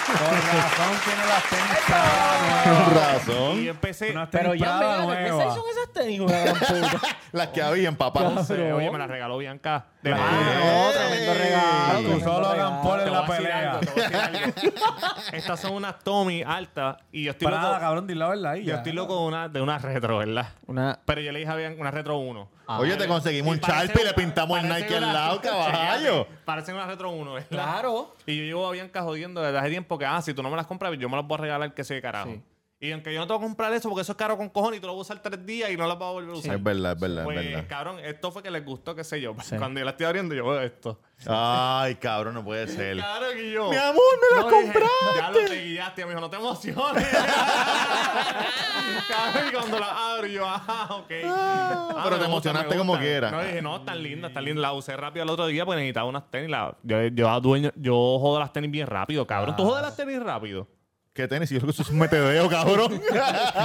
[SPEAKER 2] Con razón tiene las tenis caras,
[SPEAKER 1] Con
[SPEAKER 5] Y
[SPEAKER 1] razón.
[SPEAKER 5] empecé.
[SPEAKER 2] Unas tenis
[SPEAKER 3] Pero ya,
[SPEAKER 2] Prada
[SPEAKER 3] vean, ¿qué
[SPEAKER 2] nuevas.
[SPEAKER 3] son esas tenis, una gran puta?
[SPEAKER 1] Las que habían, papá.
[SPEAKER 5] Entonces, oye, me la regaló Bianca. De
[SPEAKER 2] Ah,
[SPEAKER 5] regalo.
[SPEAKER 1] no,
[SPEAKER 3] tremendo
[SPEAKER 1] Ey.
[SPEAKER 3] regalo.
[SPEAKER 1] Tú
[SPEAKER 3] tremendo
[SPEAKER 2] solo hagan
[SPEAKER 3] regalo.
[SPEAKER 2] por el-
[SPEAKER 5] Te
[SPEAKER 2] la
[SPEAKER 5] voy a decir
[SPEAKER 2] pelea.
[SPEAKER 5] algo, te voy a decir algo. Estas son unas Tommy altas y yo estoy
[SPEAKER 2] Prada,
[SPEAKER 5] loco.
[SPEAKER 2] cabrón, di la verdad. ahí
[SPEAKER 5] Yo
[SPEAKER 2] ya.
[SPEAKER 5] estoy loco de una, de una retro, ¿verdad?
[SPEAKER 3] Una...
[SPEAKER 5] Pero yo le dije a Bianca una retro 1.
[SPEAKER 2] Ah,
[SPEAKER 1] Oye, te conseguimos un Sharpie y le pintamos el Nike al lado, caballo.
[SPEAKER 5] Parecen una retro 1, ¿verdad?
[SPEAKER 3] Claro.
[SPEAKER 5] Y yo llevo a Bianca jodiendo desde hace tiempo que, ah, si tú no me las compras, yo me las voy a regalar, que sé, carajo. Y aunque yo no te voy a comprar eso porque eso es caro con cojones y tú lo vas a usar tres días y no las vas a volver a usar.
[SPEAKER 1] Es verdad, es verdad,
[SPEAKER 5] Pues,
[SPEAKER 1] es verdad.
[SPEAKER 5] cabrón, esto fue que les gustó, qué sé yo. Cuando yo la estoy abriendo, yo veo esto.
[SPEAKER 1] Ay, cabrón, no puede ser.
[SPEAKER 5] Cabrón, y yo.
[SPEAKER 1] Mi amor, me las
[SPEAKER 5] No, dije, Ya lo te guiaste, me dijo, no te emociones. cabrón, y cuando la abro, yo, ah, ok. Ah,
[SPEAKER 1] pero te
[SPEAKER 5] me gusta,
[SPEAKER 1] emocionaste
[SPEAKER 5] me
[SPEAKER 1] como
[SPEAKER 5] gusta.
[SPEAKER 1] quiera.
[SPEAKER 5] No, dije, no, están lindas, están lindas. La usé rápido el otro día pues
[SPEAKER 1] Ah.
[SPEAKER 5] porque necesitaba unas tenis. la- yo, yo, a dueño, yo jodo las tenis bien rápido, cabrón. ¿Tú jodas las tenis rápido?
[SPEAKER 1] ¿Qué tenis? Yo creo que eso es un metedeo, cabrón.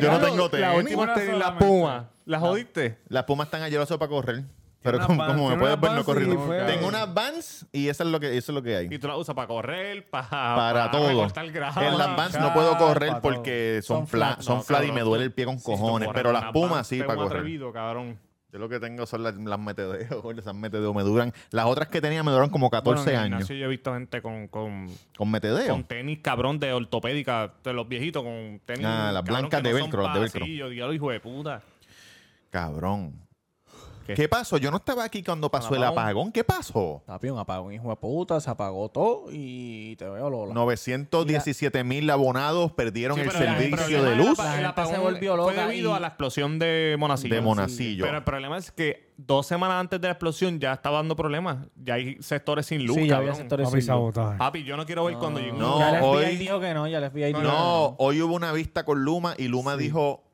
[SPEAKER 1] Yo no tengo
[SPEAKER 5] La
[SPEAKER 1] tenis.
[SPEAKER 5] última
[SPEAKER 7] Una
[SPEAKER 5] tenis, la
[SPEAKER 7] solamente.
[SPEAKER 5] puma. ¿La jodiste?
[SPEAKER 1] Las pumas están asquerosas para correr. Pero
[SPEAKER 7] unas
[SPEAKER 1] como,
[SPEAKER 7] Vans,
[SPEAKER 1] como me
[SPEAKER 7] tiene
[SPEAKER 1] puedes
[SPEAKER 7] unas
[SPEAKER 1] ver, no he
[SPEAKER 7] Vans
[SPEAKER 1] corrido.
[SPEAKER 7] y fue-
[SPEAKER 1] Tengo unas Vans y eso es lo que, eso es lo que hay.
[SPEAKER 5] Y tú la usas para correr, para... Para,
[SPEAKER 1] para todo.
[SPEAKER 5] recortar grama.
[SPEAKER 1] En las Vans no
[SPEAKER 7] Chapa,
[SPEAKER 1] puedo correr
[SPEAKER 7] todo.
[SPEAKER 1] porque son
[SPEAKER 7] Son
[SPEAKER 1] flat,
[SPEAKER 7] flat,
[SPEAKER 1] son
[SPEAKER 5] no,
[SPEAKER 1] flat y
[SPEAKER 5] cabrón.
[SPEAKER 1] me duele el pie con cojones.
[SPEAKER 5] Correr
[SPEAKER 1] pero
[SPEAKER 5] con
[SPEAKER 1] las
[SPEAKER 5] unas
[SPEAKER 1] pumas
[SPEAKER 5] Vans,
[SPEAKER 1] sí
[SPEAKER 5] te
[SPEAKER 1] para
[SPEAKER 5] un
[SPEAKER 1] correr.
[SPEAKER 5] atrevido, cabrón.
[SPEAKER 1] Yo lo que tengo son las, las metedeo, gordo, esas metedeo me duran. Las otras que tenía me duraron como 14
[SPEAKER 5] Bueno, en el
[SPEAKER 1] años.
[SPEAKER 5] gimnasio Yo he visto gente con, con,
[SPEAKER 1] Con metedeo.
[SPEAKER 5] con tenis cabrón de ortopédica, de los viejitos, con tenis.
[SPEAKER 1] Ah, las
[SPEAKER 5] cabrón,
[SPEAKER 1] blancas
[SPEAKER 5] que
[SPEAKER 1] de
[SPEAKER 5] son
[SPEAKER 1] velcro, las de
[SPEAKER 5] pa-
[SPEAKER 1] velcro.
[SPEAKER 5] Sí, yo digo, hijo de puta.
[SPEAKER 1] Cabrón. ¿Qué?
[SPEAKER 5] ¿Qué?
[SPEAKER 1] pasó? Yo no estaba aquí cuando pasó el
[SPEAKER 3] apagón.
[SPEAKER 1] apagón. ¿Qué pasó?
[SPEAKER 3] Papi, un apagón, hijo de puta, se apagó todo y te veo Lola.
[SPEAKER 1] 917 mil abonados perdieron
[SPEAKER 5] Sí,
[SPEAKER 1] el
[SPEAKER 5] pero la- el
[SPEAKER 1] servicio
[SPEAKER 5] problema
[SPEAKER 1] de
[SPEAKER 5] del
[SPEAKER 1] luz
[SPEAKER 5] apa-
[SPEAKER 3] La
[SPEAKER 5] el
[SPEAKER 3] gente
[SPEAKER 5] apagón
[SPEAKER 3] se volvió
[SPEAKER 5] Fue
[SPEAKER 3] loca
[SPEAKER 5] debido
[SPEAKER 3] y-
[SPEAKER 5] a la explosión de Monacillo.
[SPEAKER 1] de Monacillo.
[SPEAKER 5] Pero el problema es que dos semanas antes de la explosión ya estaba dando problemas. Ya hay sectores sin luz.
[SPEAKER 3] sí, ya había
[SPEAKER 5] cabrón.
[SPEAKER 3] sectores
[SPEAKER 2] Papi,
[SPEAKER 3] sin luz.
[SPEAKER 2] sabotaje.
[SPEAKER 5] Papi, yo no quiero ver cuando llegue.
[SPEAKER 1] No,
[SPEAKER 3] ya les
[SPEAKER 1] hoy-
[SPEAKER 3] hoy... dijo que no, ya les vi ahí.
[SPEAKER 1] No, hoy hubo una vista con Luma y Luma dijo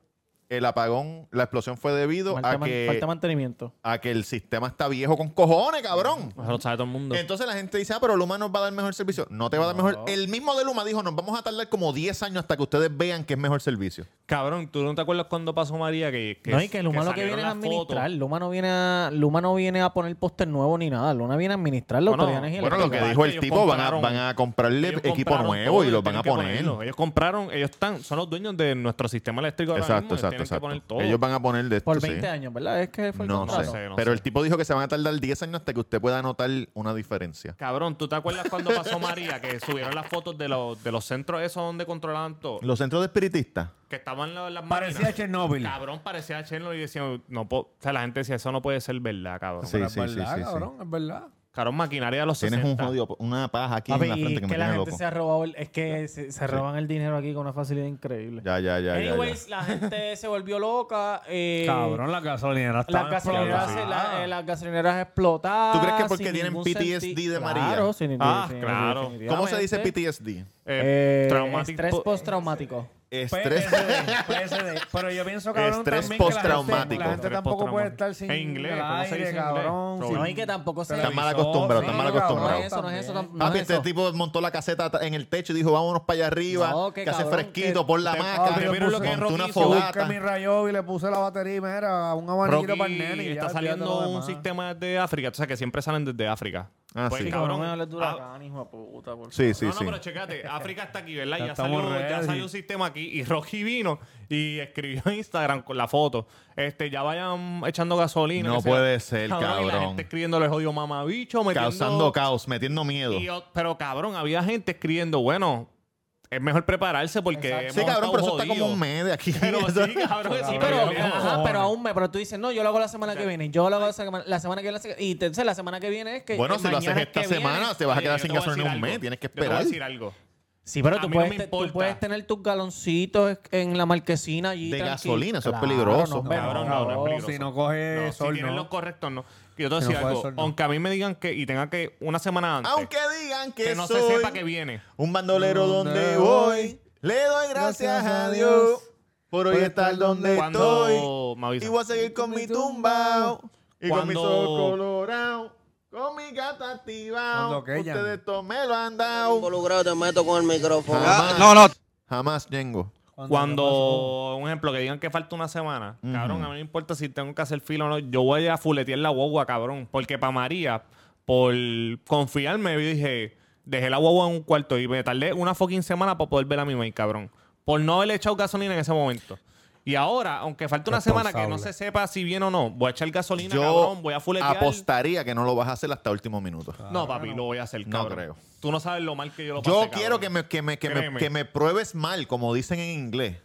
[SPEAKER 1] el apagón, la explosión fue debido
[SPEAKER 3] Falta,
[SPEAKER 1] a
[SPEAKER 3] man-
[SPEAKER 1] que,
[SPEAKER 3] falta mantenimiento.
[SPEAKER 1] a que el sistema está viejo con cojones, cabrón.
[SPEAKER 5] Eso lo sabe todo el mundo.
[SPEAKER 1] Entonces la gente dice, ah, pero Luma nos va a dar mejor servicio. No te va a dar mejor. El mismo de Luma dijo, nos vamos a tardar como 10 años hasta que ustedes vean que es mejor servicio.
[SPEAKER 5] Cabrón, ¿tú no te acuerdas cuando pasó María? Que, que
[SPEAKER 3] no, y que Luma lo que
[SPEAKER 5] salieron
[SPEAKER 3] viene es
[SPEAKER 5] las fotos?
[SPEAKER 3] administrar. Luma no, viene a, Luma no viene a poner póster nuevo ni nada. Luma viene a administrar la
[SPEAKER 5] Bueno,
[SPEAKER 3] autoridad de energía
[SPEAKER 1] Bueno, lo que
[SPEAKER 3] eléctrica.
[SPEAKER 1] dijo el
[SPEAKER 5] Ellos
[SPEAKER 1] tipo, van a,
[SPEAKER 5] compraron-
[SPEAKER 1] van a comprarle
[SPEAKER 5] Ellos
[SPEAKER 1] equipo
[SPEAKER 5] compraron
[SPEAKER 1] nuevo
[SPEAKER 5] todo,
[SPEAKER 1] y lo
[SPEAKER 5] ellos
[SPEAKER 1] van a
[SPEAKER 5] tienen que
[SPEAKER 1] poner.
[SPEAKER 5] ponerlo. Ellos compraron, ellos están, son los dueños de nuestro sistema eléctrico ahora
[SPEAKER 1] Exacto,
[SPEAKER 5] mismo, ellos
[SPEAKER 1] exacto,
[SPEAKER 5] tienen que poner
[SPEAKER 1] exacto.
[SPEAKER 5] todo.
[SPEAKER 1] Ellos van a poner de esto,
[SPEAKER 3] Por
[SPEAKER 1] sí.
[SPEAKER 3] 20 años, ¿verdad? Es que fue el
[SPEAKER 1] No sé.
[SPEAKER 3] contrato.
[SPEAKER 5] No sé, no
[SPEAKER 1] Pero
[SPEAKER 5] sé.
[SPEAKER 1] el tipo dijo que se van a tardar 10 años hasta que usted pueda notar una diferencia.
[SPEAKER 5] Cabrón, ¿tú te acuerdas cuando pasó María? Que subieron las fotos de los, de los centros esos donde controlaban todo.
[SPEAKER 1] Los centros de espiritistas.
[SPEAKER 5] Que estaban la- las
[SPEAKER 7] Parecía
[SPEAKER 5] máquinas.
[SPEAKER 7] Chernobyl.
[SPEAKER 5] Cabrón, parecía Chernobyl y decían, no po- o sea, la gente decía, eso no puede ser verdad, cabrón.
[SPEAKER 1] Sí,
[SPEAKER 2] Pero es
[SPEAKER 1] sí, sí,
[SPEAKER 2] verdad,
[SPEAKER 1] sí, sí.
[SPEAKER 2] cabrón, es verdad.
[SPEAKER 5] Cabrón, maquinaria de los
[SPEAKER 1] Tienes
[SPEAKER 5] 60.
[SPEAKER 1] un jodido, una paja aquí
[SPEAKER 3] Papi,
[SPEAKER 1] en la
[SPEAKER 3] y
[SPEAKER 1] frente que me
[SPEAKER 3] que la
[SPEAKER 1] tiene
[SPEAKER 3] gente
[SPEAKER 1] loco.
[SPEAKER 3] se ha robado, el- es que se, se roban el dinero aquí con una facilidad increíble.
[SPEAKER 1] Ya, ya, ya, ya, ya.
[SPEAKER 3] Anyways, la gente se volvió loca. eh,
[SPEAKER 7] Cabrón, la gasolinera está.
[SPEAKER 3] Las gasolineras, se- la- eh, las gasolineras explotadas.
[SPEAKER 1] Ah. ¿Tú crees que porque
[SPEAKER 3] sin
[SPEAKER 1] tienen
[SPEAKER 3] ningún
[SPEAKER 1] PTSD
[SPEAKER 3] senti-
[SPEAKER 1] de María?
[SPEAKER 3] Claro, sin ningún-
[SPEAKER 5] Ah,
[SPEAKER 3] sin-
[SPEAKER 5] claro. ¿Cómo
[SPEAKER 1] ¿Cómo se dice
[SPEAKER 3] definitivamente.
[SPEAKER 1] PTSD?
[SPEAKER 5] Eh,
[SPEAKER 3] Eh,
[SPEAKER 5] traumatic
[SPEAKER 3] estrés
[SPEAKER 5] po-
[SPEAKER 3] postraumático.
[SPEAKER 2] Pues, eh,
[SPEAKER 1] Estrés.
[SPEAKER 7] Pero yo pienso, cabrón, también
[SPEAKER 1] Estrés
[SPEAKER 7] que la gente-
[SPEAKER 1] postraumático.
[SPEAKER 7] La gente
[SPEAKER 5] Estrés
[SPEAKER 7] tampoco puede
[SPEAKER 5] postraumático.
[SPEAKER 7] estar sin
[SPEAKER 5] En inglés,
[SPEAKER 7] el
[SPEAKER 5] ¿cómo se
[SPEAKER 7] aire,
[SPEAKER 5] dice en
[SPEAKER 7] cabrón.
[SPEAKER 5] inglés?
[SPEAKER 7] sin-
[SPEAKER 3] No, y que tampoco se...
[SPEAKER 1] Están mal
[SPEAKER 3] Sí,
[SPEAKER 1] acostumbrados, están mal
[SPEAKER 3] no, cabrón,
[SPEAKER 1] acostumbrados.
[SPEAKER 3] No es eso, no es eso. tam- no
[SPEAKER 1] Papi,
[SPEAKER 3] es
[SPEAKER 1] este
[SPEAKER 3] eso.
[SPEAKER 1] tipo montó la caseta ta- en el techo y dijo, vámonos para allá arriba,
[SPEAKER 3] No,
[SPEAKER 1] que,
[SPEAKER 3] que
[SPEAKER 1] hace
[SPEAKER 3] cabrón,
[SPEAKER 1] fresquito,
[SPEAKER 3] que-
[SPEAKER 1] por la
[SPEAKER 5] te-
[SPEAKER 1] hamaca,
[SPEAKER 5] papi,
[SPEAKER 1] montó
[SPEAKER 5] pero lo que es
[SPEAKER 1] una
[SPEAKER 5] roquizo,
[SPEAKER 7] Yo busqué
[SPEAKER 1] fogata.
[SPEAKER 7] mi rayo y le puse la batería y mira, un abaniquito para el nene.
[SPEAKER 5] Rocky
[SPEAKER 7] y ya,
[SPEAKER 5] está
[SPEAKER 7] olvídate
[SPEAKER 5] saliendo
[SPEAKER 7] lo
[SPEAKER 5] un
[SPEAKER 7] demás.
[SPEAKER 5] sistema de África, o sea, que siempre salen desde África.
[SPEAKER 1] Ah,
[SPEAKER 5] Pues,
[SPEAKER 1] sí.
[SPEAKER 5] cabrón,
[SPEAKER 3] No me hables de
[SPEAKER 5] ah,
[SPEAKER 3] huracán, hijo de puta, por
[SPEAKER 1] Sí, sí,
[SPEAKER 5] no, no,
[SPEAKER 1] sí.
[SPEAKER 5] pero checate, África está aquí, ¿verdad?
[SPEAKER 7] Ya
[SPEAKER 5] Ya,
[SPEAKER 7] estamos
[SPEAKER 5] salió, ya
[SPEAKER 7] ready.
[SPEAKER 5] salió un sistema aquí y Rocky vino y escribió en Instagram con la foto. Este, ya vayan echando gasolina.
[SPEAKER 1] No
[SPEAKER 5] que sea-
[SPEAKER 1] puede ser,
[SPEAKER 5] y la
[SPEAKER 1] cabrón.
[SPEAKER 5] gente escribiéndole jodido mamabicho, metiendo-
[SPEAKER 1] Causando caos, metiendo miedo.
[SPEAKER 5] y yo- pero cabrón, había gente escribiendo, bueno, es mejor prepararse porque hemos
[SPEAKER 1] Sí, cabrón,
[SPEAKER 5] estado
[SPEAKER 1] pero eso está como
[SPEAKER 5] jodidos.
[SPEAKER 1] un mes de aquí.
[SPEAKER 5] Pero
[SPEAKER 1] Eso-
[SPEAKER 5] sí, cabrón, eso
[SPEAKER 3] Sí,
[SPEAKER 5] está
[SPEAKER 3] pero,
[SPEAKER 5] bien lejos.
[SPEAKER 3] ajá, pero aún me, pero tú dices, no, yo lo hago la semana que viene, yo lo hago la semana, la semana que viene, la se- y entonces la semana que viene es que
[SPEAKER 1] bueno,
[SPEAKER 3] eh,
[SPEAKER 1] si lo haces
[SPEAKER 3] mañana es
[SPEAKER 1] esta
[SPEAKER 3] que viene.
[SPEAKER 1] semana, Ah, pues, te vas a
[SPEAKER 5] Oye,
[SPEAKER 1] quedar
[SPEAKER 5] yo
[SPEAKER 1] sin
[SPEAKER 5] Eh, te voy a decir
[SPEAKER 1] gasolina un
[SPEAKER 5] algo.
[SPEAKER 1] mes, tienes que
[SPEAKER 5] Yo te voy a
[SPEAKER 1] esperar.
[SPEAKER 5] decir algo.
[SPEAKER 3] Sí, pero
[SPEAKER 5] A
[SPEAKER 3] tú
[SPEAKER 5] mí no
[SPEAKER 3] puedes,
[SPEAKER 5] me
[SPEAKER 3] te- tú
[SPEAKER 5] importa.
[SPEAKER 3] puedes tener tus galoncitos en la marquesina allí
[SPEAKER 1] De
[SPEAKER 3] tranquilo.
[SPEAKER 1] gasolina, eso es
[SPEAKER 3] Claro,
[SPEAKER 1] peligroso.
[SPEAKER 3] no,
[SPEAKER 7] No,
[SPEAKER 5] Cabrón,
[SPEAKER 3] cabrón.
[SPEAKER 5] no, no es
[SPEAKER 7] cabrón,
[SPEAKER 5] peligroso.
[SPEAKER 7] si no coge
[SPEAKER 5] No,
[SPEAKER 7] Eh, sol,
[SPEAKER 5] si tienen
[SPEAKER 7] no.
[SPEAKER 5] los correctos, no. Yo te voy a
[SPEAKER 7] Si
[SPEAKER 5] decir
[SPEAKER 7] no coge
[SPEAKER 5] algo.
[SPEAKER 7] sol, no.
[SPEAKER 5] Aunque a mí me digan que, y tenga que una semana antes,
[SPEAKER 1] Aunque digan que,
[SPEAKER 5] que no
[SPEAKER 1] soy
[SPEAKER 5] se sepa que viene.
[SPEAKER 1] un bandolero donde
[SPEAKER 7] ¿Dónde
[SPEAKER 1] voy, le doy gracias
[SPEAKER 7] Gracias
[SPEAKER 1] a
[SPEAKER 7] a
[SPEAKER 1] Dios
[SPEAKER 7] Dios
[SPEAKER 1] por hoy
[SPEAKER 7] por
[SPEAKER 1] estar
[SPEAKER 7] estar
[SPEAKER 1] donde estoy.
[SPEAKER 5] Cuando
[SPEAKER 1] Y
[SPEAKER 5] me avisan.
[SPEAKER 1] voy a seguir con mi tumbao. Y con mi
[SPEAKER 5] Cuando-
[SPEAKER 1] sol colorado. Con mi gato activado.
[SPEAKER 7] Cuando que ella-
[SPEAKER 1] Ustedes esto me lo han dado.
[SPEAKER 8] involucrado te meto con el micrófono.
[SPEAKER 5] Ah,
[SPEAKER 1] Jamás.
[SPEAKER 8] no.
[SPEAKER 1] Jamás, Yengo.
[SPEAKER 5] Cuando, un ejemplo, que digan que falta una semana, cabrón, a mí no importa si tengo que hacer fila o no, yo voy a fuletear la guagua, cabrón. Porque para María, por confiarme, yo dije, dejé la guagua en un cuarto y me tardé una fucking semana para poder ver a mi maíz, cabrón. Por no haberle echado gasolina en ese momento. Y ahora, aunque falta una semana que no se sepa si viene o no, voy a echar gasolina,
[SPEAKER 1] Yo
[SPEAKER 5] cabrón, voy a fuletear.
[SPEAKER 1] apostaría que no lo vas a hacer hasta último minuto.
[SPEAKER 5] No, papi, lo voy a hacer,
[SPEAKER 1] No
[SPEAKER 5] cabrón.
[SPEAKER 1] creo.
[SPEAKER 5] Tú no sabes lo mal que yo lo pasé,
[SPEAKER 1] Yo quiero
[SPEAKER 5] cabrón.
[SPEAKER 1] que me, que, me, que, me,
[SPEAKER 5] Créeme.
[SPEAKER 1] que me pruebes mal, como dicen en inglés.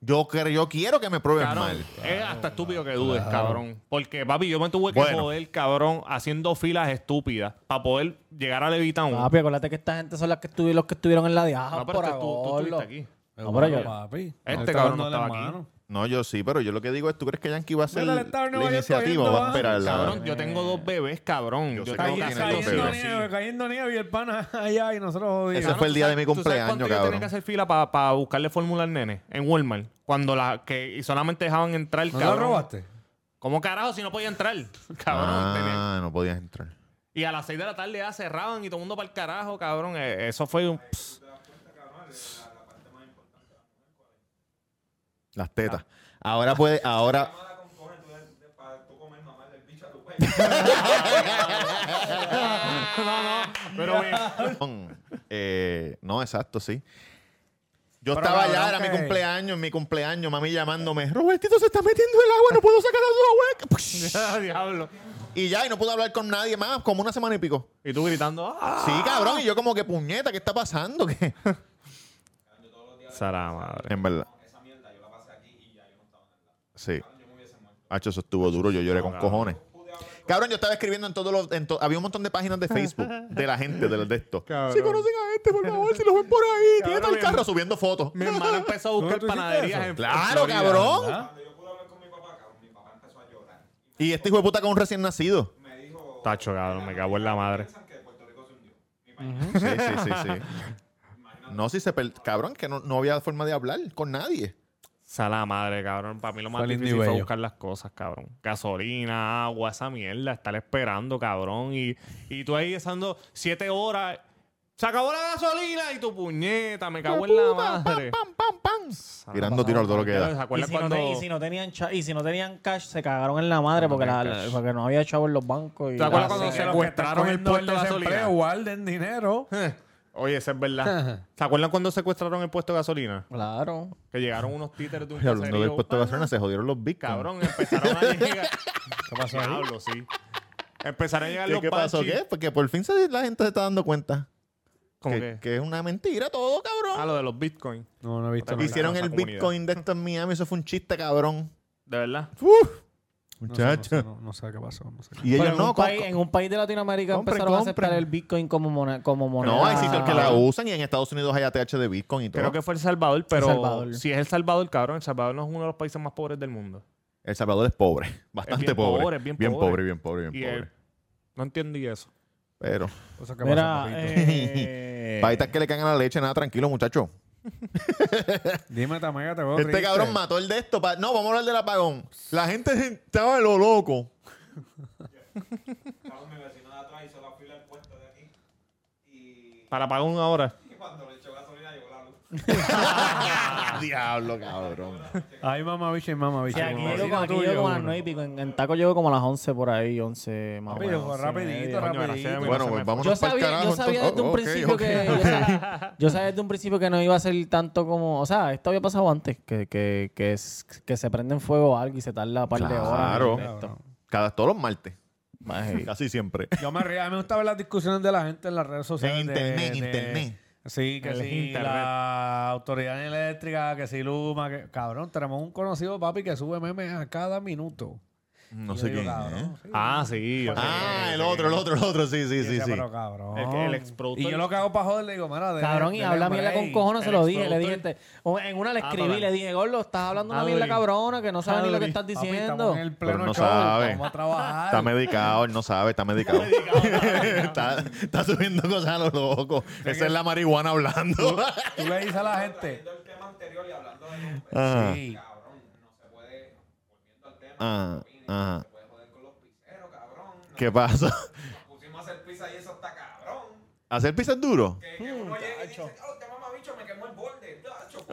[SPEAKER 1] Yo, creo- yo quiero que me pruebes
[SPEAKER 5] Cabrón,
[SPEAKER 1] mal. Ah,
[SPEAKER 5] es hasta estúpido que dudes, cabrón. Porque, papi, yo me tuve que
[SPEAKER 1] Bueno.
[SPEAKER 5] joder, cabrón, haciendo filas estúpidas para poder llegar a Levitown.
[SPEAKER 1] Ah,
[SPEAKER 3] Papi, acuérdate que esta gente son las que estuvieron, los que estuvieron en la
[SPEAKER 5] no,
[SPEAKER 3] diáspora.
[SPEAKER 5] pero este, tú, tú
[SPEAKER 3] gordo.
[SPEAKER 5] estuviste aquí.
[SPEAKER 3] No, pero yo-
[SPEAKER 7] Papi,
[SPEAKER 5] Este
[SPEAKER 7] está
[SPEAKER 5] cabrón no
[SPEAKER 7] dándole
[SPEAKER 5] estaba
[SPEAKER 7] la
[SPEAKER 5] aquí.
[SPEAKER 7] mano.
[SPEAKER 1] No, yo sí, pero yo lo que digo es, ¿tú crees que Yankee va a hacer
[SPEAKER 7] Mira,
[SPEAKER 1] la,
[SPEAKER 7] le está en Nueva York
[SPEAKER 1] iniciativa o
[SPEAKER 7] cogiendo,
[SPEAKER 1] va a
[SPEAKER 7] ah.
[SPEAKER 1] esperar la-
[SPEAKER 5] Cabrón, yo tengo dos bebés, cabrón.
[SPEAKER 1] Yo
[SPEAKER 5] Yo,
[SPEAKER 1] sé
[SPEAKER 5] tengo
[SPEAKER 1] que tú
[SPEAKER 5] que hacer
[SPEAKER 1] tienes dos
[SPEAKER 7] Cayendo
[SPEAKER 1] bebés.
[SPEAKER 5] bebés.
[SPEAKER 7] nieve, cayendo nieve y el pana allá y nosotros jodidos.
[SPEAKER 1] Ese fue el día de mi cumpleaños,
[SPEAKER 5] Yo
[SPEAKER 1] cabrón.
[SPEAKER 5] tenía que hacer fila para buscarle fórmula al nene en Walmart. Cuando la que y solamente dejaban entrar,
[SPEAKER 7] ¿No lo
[SPEAKER 5] cabrón.
[SPEAKER 7] robaste?
[SPEAKER 5] ¿Cómo carajo si no podía entrar? Cabrón, tenía-
[SPEAKER 1] Ah, no podías entrar.
[SPEAKER 5] E, Y a las 6 de la tarde ya cerraban y todo el mundo para el carajo, cabrón. Eh, Eso fue un. pss. Ah.
[SPEAKER 1] Las tetas. Ahora puede, ahora.
[SPEAKER 5] Pero bien.
[SPEAKER 1] Eh, no, exacto, sí. Yo
[SPEAKER 7] Pero
[SPEAKER 1] estaba
[SPEAKER 7] cabrón
[SPEAKER 1] ya, era mi
[SPEAKER 7] que-
[SPEAKER 1] cumpleaños, en mi cumpleaños, mami llamándome, Robertito se está metiendo el agua, no puedo sacar los dos
[SPEAKER 5] Ah, Diablo.
[SPEAKER 1] Y ya, y no pude hablar con nadie más, como una semana y pico.
[SPEAKER 5] Y tú gritando. ¡Ah!
[SPEAKER 1] Sí, cabrón, y yo como que puñeta, ¿qué está pasando? ¿Qué?
[SPEAKER 5] Sara madre.
[SPEAKER 1] En verdad. Sí. Hacho, eso estuvo duro. Yo lloré con cojones. Cabrón, yo estaba escribiendo en todos los. en to- había un montón de páginas de Facebook de la gente de, de esto.
[SPEAKER 5] Cabrón.
[SPEAKER 1] Si conocen a este, por favor, si lo ven por ahí, tiene
[SPEAKER 5] Cabrón,
[SPEAKER 1] todo el
[SPEAKER 5] mi-
[SPEAKER 1] carro subiendo fotos.
[SPEAKER 5] Mi hermano empezó a buscar
[SPEAKER 2] ¿Tú hiciste
[SPEAKER 5] panaderías
[SPEAKER 2] eso?
[SPEAKER 5] en
[SPEAKER 1] Claro,
[SPEAKER 5] Florida,
[SPEAKER 1] cabrón.
[SPEAKER 5] ¿verdad?
[SPEAKER 1] Y este hijo de puta con un recién nacido.
[SPEAKER 5] Tacho, cabrón, me cago en la madre.
[SPEAKER 1] Sí, sí, sí, sí. No, si se per... Cabrón, que no, no había forma de hablar con nadie.
[SPEAKER 5] Sala madre, cabrón. Para mí lo más
[SPEAKER 2] Fue lindo y
[SPEAKER 5] difícil fue
[SPEAKER 2] bello.
[SPEAKER 5] buscar las cosas, cabrón. Gasolina, agua, esa mierda. Estar esperando, cabrón. Y, y tú ahí estando siete horas. Se acabó la gasolina y tu puñeta. Me cago en la madre.
[SPEAKER 1] Pam, pam, pam. Tirando tiro todo lo que da.
[SPEAKER 5] ¿Se
[SPEAKER 3] Y
[SPEAKER 5] acuerdan
[SPEAKER 3] si,
[SPEAKER 5] cuando...
[SPEAKER 3] no te- y si no tenían cha- y si no tenían cash, se cagaron en la madre porque, la- la- porque no había chavo en los bancos. Y
[SPEAKER 5] ¿Te acuerdas
[SPEAKER 3] Ah,
[SPEAKER 5] cuando
[SPEAKER 3] sí.
[SPEAKER 5] se secuestraron el puesto de gasolina?
[SPEAKER 7] Guarden dinero.
[SPEAKER 5] Oye, eso es verdad. ¿Se acuerdan cuando secuestraron el puesto de gasolina?
[SPEAKER 3] Claro.
[SPEAKER 5] Que llegaron unos títeres de un
[SPEAKER 1] Y hablando del
[SPEAKER 5] caserío.
[SPEAKER 1] puesto de gasolina, se jodieron los bitcoins.
[SPEAKER 5] Cabrón, empezaron a llegar... ¿Qué pasó Diablo, sí. Empezaron a llegar
[SPEAKER 1] ¿Qué,
[SPEAKER 5] los
[SPEAKER 1] qué pasó?
[SPEAKER 5] Banshees.
[SPEAKER 1] ¿Qué? Porque por fin se- la gente se está dando cuenta
[SPEAKER 5] ¿Cómo
[SPEAKER 1] que,
[SPEAKER 5] que?
[SPEAKER 1] que es una mentira todo, cabrón.
[SPEAKER 5] Ah, lo de los bitcoins.
[SPEAKER 2] No, no he visto
[SPEAKER 5] Otra
[SPEAKER 2] nada.
[SPEAKER 5] cosa.
[SPEAKER 1] Hicieron
[SPEAKER 5] esa
[SPEAKER 1] el
[SPEAKER 5] comunidad.
[SPEAKER 1] Bitcoin de esto en Miami, eso fue un chiste, cabrón.
[SPEAKER 5] De verdad.
[SPEAKER 2] No sé, no sé,
[SPEAKER 1] Muchacho.
[SPEAKER 2] No, no sé qué pasó. No sé qué
[SPEAKER 1] Y
[SPEAKER 3] Pero
[SPEAKER 1] ellos
[SPEAKER 3] en, un
[SPEAKER 1] no, con-
[SPEAKER 3] país, en un país de Latinoamérica
[SPEAKER 1] Compren,
[SPEAKER 3] empezaron a aceptar
[SPEAKER 1] compren.
[SPEAKER 3] el Bitcoin como moneda. Como moneda Ah,
[SPEAKER 1] no, hay sitios que la usan y en Estados Unidos hay ATH de Bitcoin y todo.
[SPEAKER 5] Creo que fue El Salvador, pero
[SPEAKER 3] Salvador.
[SPEAKER 5] si es El Salvador, cabrón, El Salvador no es uno de los países más pobres del mundo.
[SPEAKER 1] El Salvador es pobre, bastante
[SPEAKER 5] bien
[SPEAKER 1] pobre.
[SPEAKER 5] pobre, es bien
[SPEAKER 1] bien
[SPEAKER 5] pobre.
[SPEAKER 1] pobre, bien pobre, bien
[SPEAKER 5] Y
[SPEAKER 1] pobre.
[SPEAKER 5] el- no entendí eso.
[SPEAKER 1] Pero
[SPEAKER 7] Cosas que
[SPEAKER 3] Mira,
[SPEAKER 7] pasan, papito.
[SPEAKER 3] eh,
[SPEAKER 1] paistas que le cagan a la leche, nada, tranquilo, muchacho.
[SPEAKER 7] Dime, Tamega, te veo
[SPEAKER 1] Este
[SPEAKER 7] triste.
[SPEAKER 1] cabrón mató el de esto. pa- No, vamos a hablar del apagón. La gente se- estaba de lo loco.
[SPEAKER 6] Cabrón, mi vecino de atrás hizo la fila del puesto de aquí. Y,
[SPEAKER 5] Para pagar una hora.
[SPEAKER 6] y cuando le echó gasolina llegó la luz.
[SPEAKER 1] Diablo, cabrón.
[SPEAKER 2] Ay, mamá bicha y mamá
[SPEAKER 3] sí,
[SPEAKER 2] bicha.
[SPEAKER 3] aquí llego, aquí llego como a las
[SPEAKER 2] Ah,
[SPEAKER 3] 9 y pico. En, en taco llego como a las 11 por ahí, 11 más o
[SPEAKER 7] Papi, yo
[SPEAKER 3] menos.
[SPEAKER 7] fue
[SPEAKER 3] 11 y
[SPEAKER 7] rapidito,
[SPEAKER 3] media.
[SPEAKER 5] Coño, gracias a
[SPEAKER 7] rapidito.
[SPEAKER 5] mí.
[SPEAKER 1] Bueno,
[SPEAKER 5] se me-
[SPEAKER 1] pues vámonos
[SPEAKER 3] Yo
[SPEAKER 1] para el
[SPEAKER 3] sabía,
[SPEAKER 1] carajo.
[SPEAKER 3] yo sabía
[SPEAKER 1] entonces.
[SPEAKER 3] desde un
[SPEAKER 1] Oh, ok,
[SPEAKER 3] principio
[SPEAKER 1] ok.
[SPEAKER 3] que. Yo sabía, yo sabía desde un principio que no iba a ser tanto como. O sea, esto había pasado antes, que, que, que, es- que se prende en fuego algo y se tarda un par de horas.
[SPEAKER 1] Claro.
[SPEAKER 3] en esto.
[SPEAKER 1] Cada todos los martes.
[SPEAKER 3] Más heavy.
[SPEAKER 1] Casi siempre.
[SPEAKER 7] Yo me río. A mí me gusta ver las discusiones de la gente en las redes sociales.
[SPEAKER 1] En
[SPEAKER 7] de-
[SPEAKER 1] internet, en
[SPEAKER 7] de-
[SPEAKER 1] internet.
[SPEAKER 7] Sí, que
[SPEAKER 5] En el
[SPEAKER 7] sí,
[SPEAKER 5] internet.
[SPEAKER 7] la autoridad eléctrica, que sí, Luma. Que... Cabrón, tenemos un conocido papi que sube memes a cada minuto.
[SPEAKER 1] No
[SPEAKER 7] Y
[SPEAKER 1] sé
[SPEAKER 7] yo digo,
[SPEAKER 1] quién.
[SPEAKER 7] cabrón,
[SPEAKER 1] ¿eh?
[SPEAKER 7] sí.
[SPEAKER 5] Ah, sí. yo sé.
[SPEAKER 1] Ah, el otro, el otro, el otro. Sí, sí,
[SPEAKER 7] Y
[SPEAKER 1] sí,
[SPEAKER 7] decía,
[SPEAKER 1] sí.
[SPEAKER 7] Pero cabrón.
[SPEAKER 5] El que- el exproductor.
[SPEAKER 7] Y yo lo que hago para joder, le digo, mira, dele-
[SPEAKER 3] Cabrón, y
[SPEAKER 7] dele
[SPEAKER 3] habla mierda con
[SPEAKER 7] break.
[SPEAKER 3] cojones, se
[SPEAKER 5] El
[SPEAKER 3] lo dije. Le dije,
[SPEAKER 5] exproductor.
[SPEAKER 3] te- o en una le
[SPEAKER 5] Ah,
[SPEAKER 3] escribí,
[SPEAKER 5] para-
[SPEAKER 3] le dije, Gordo, estás hablando una
[SPEAKER 5] Ah,
[SPEAKER 3] mierda
[SPEAKER 5] Dori.
[SPEAKER 3] cabrona que no sabes
[SPEAKER 5] Ah,
[SPEAKER 3] ni lo que
[SPEAKER 5] Dori.
[SPEAKER 3] estás
[SPEAKER 7] Papi, estamos
[SPEAKER 3] diciendo.
[SPEAKER 7] en el
[SPEAKER 1] Pero
[SPEAKER 7] pleno
[SPEAKER 1] no
[SPEAKER 7] show,
[SPEAKER 1] sabe.
[SPEAKER 7] Vamos a trabajar.
[SPEAKER 1] Está medicado, él no sabe, está medicado. está, está subiendo cosas a lo loco. Esa es la marihuana hablando.
[SPEAKER 7] Tú le dices a la gente.
[SPEAKER 6] Volviendo al tema anterior y hablando de los
[SPEAKER 1] Ajá.
[SPEAKER 7] Sí.
[SPEAKER 6] cabrón, no se puede, volviendo al tema,
[SPEAKER 1] Ah, ah.
[SPEAKER 6] no se puede joder con los pizzeros, cabrón.
[SPEAKER 1] ¿Qué pasa?
[SPEAKER 6] Nos pusimos a hacer pizza y eso está cabrón.
[SPEAKER 1] ¿Hacer pizza es duro?
[SPEAKER 6] Que, que uno llega y dice, oh, te mamá bicho, me quemó el borde. Tacho,